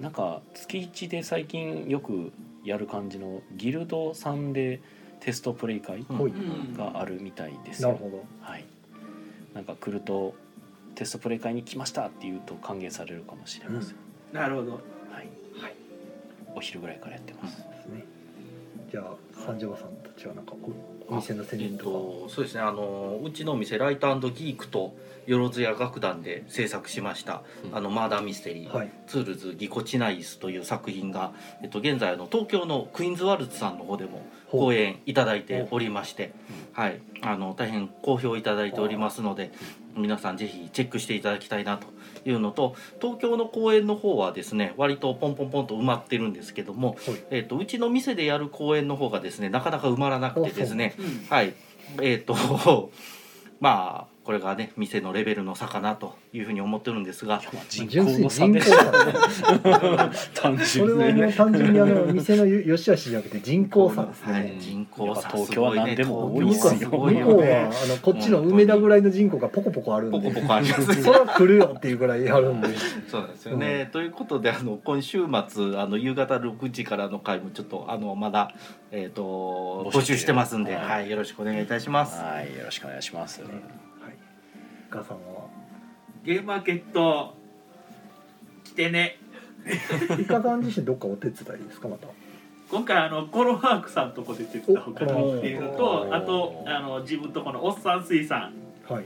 S1: なんか月1で最近よくやる感じのギルドさんでテストプレイ会
S2: ほい、
S1: があるみたいです
S2: な
S1: よ
S2: るほど
S1: はい、なんか来るとテストプレイ会に来ましたって言うと歓迎されるかもしれません、
S7: なるほど
S1: はい、お昼ぐらいからやってます、
S2: ですねじゃあ三条さんたちはなんかおお店の宣
S3: え
S2: 伝と
S3: っ
S2: か、
S3: と、そうですねあのうちのお店ライトギークとよろずや楽団で制作しました、あのマーダーミステリー、
S2: はい
S3: ツールズ・ギコチナイスという作品が、えっと、現在あの東京のクイーンズワルツさんの方でも
S2: ほう
S3: 公演いただいておりまして、はい、あの大変好評いただいておりますので皆さんぜひチェックしていただきたいなというのと東京の公演の方はですね割とポンポンポンと埋まってるんですけども、
S2: はい
S3: えっとうちの店でやる公演の方がですねなかなか埋まらなくてですね
S7: う、ん
S3: はいえっ、と *laughs* まあこれがね店のレベルの差かなというふうに思ってるんですが。
S1: まあ人
S2: 純
S1: 口
S2: 粋に
S1: の差
S2: 人
S1: で
S2: 口
S1: すよ
S2: 差ね
S1: *laughs* 単
S2: それ
S1: 純
S2: は
S1: に
S2: もう単純にあの店のよし悪しじゃなくて人口差ですね、
S3: はい、人口
S1: やっぱ
S3: 差
S1: 東京は何でも多い
S2: 向
S1: っ
S2: こう
S1: す
S2: は
S1: よ
S2: 向
S3: ご
S2: こ
S3: いよ
S2: う
S3: ね
S2: はあのこっちの梅田ぐらいの人口がポコポコあるんで
S3: ポコポコあります *laughs* ね
S2: そら来るよっていうぐらいあるんで
S3: そうなんですよね、ということであの今週末あの夕方6時からの回もちょっとあのまだ、えー、と募
S1: 募集して
S3: 集してますんで、
S1: は
S3: はいいよろしくお願いいたします。
S1: はいよろしくお願いします、
S2: はいガさんは
S7: ゲームマーケット来てね
S2: イカさん自身どっかお手伝いですかまた
S7: 今回あのコロワークさんとこで手伝うかなっていうの
S1: お
S7: とあとあの自分とこのおっさん水産
S2: はい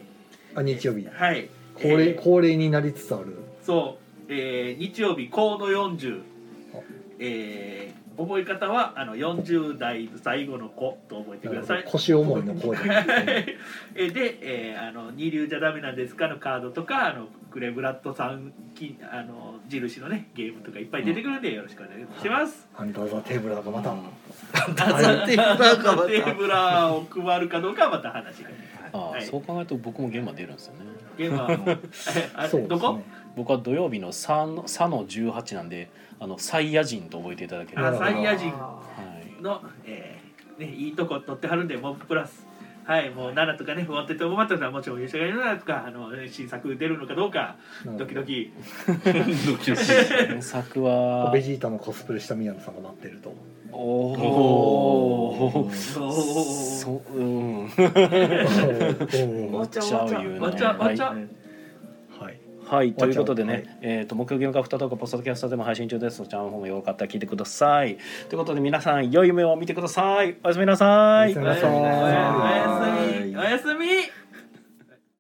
S2: あ日曜日
S7: はい
S2: 恒例
S7: えー
S2: 恒例になりつつある
S7: そう、えー日曜日コード40
S2: あ、
S7: えー覚え方はあの40代最後の子と覚えてください
S2: 腰重いの声で
S7: えー *laughs* で、えーあの「二流じゃダメなんですか?」のカードとかあのグレブラッドさんきあの印のねゲームとかいっぱい出てくるんで、よろしくお願いします。
S2: アンダーザテーブルだとまた、
S7: テーブラーを配るかどうかはまた話が。
S1: あ
S7: は
S1: あ
S7: い
S1: そう考えると僕も現場出るんですよね
S7: ゲームはあのあ
S2: そうですね
S7: れどこ
S1: 僕は土曜日の3の3の18なんであのサイヤ人と覚えていただければは
S7: あ
S2: るほど
S7: サイヤ人
S1: い
S7: の、えーね、いいとこ取ってはるんでモブプラスはいもう7とかね終わってて思ったらもちろん優勝がいるなとかあの新作出るのかどうか
S2: な
S7: ド
S2: ん
S7: キ
S2: か
S7: ドキ
S1: 原作は
S2: ベジータのコスプレした宮野さんが待ってる
S7: *laughs*
S2: と
S1: おおー
S7: お
S1: そううん
S2: は
S7: *laughs*
S1: 思っちゃうよね
S7: わちゃわちゃ
S2: い
S1: はい、ということでね、
S2: はい
S1: えっ、と、木曜ゲームカフェトークポストキャストでも配信中です。そちらの方もよかったら聞いてください。ということで、皆さん、良い夢を見てください。おやすみなさい。
S2: おやすみ
S7: お
S2: な
S7: や
S2: さい
S7: すみおやすみ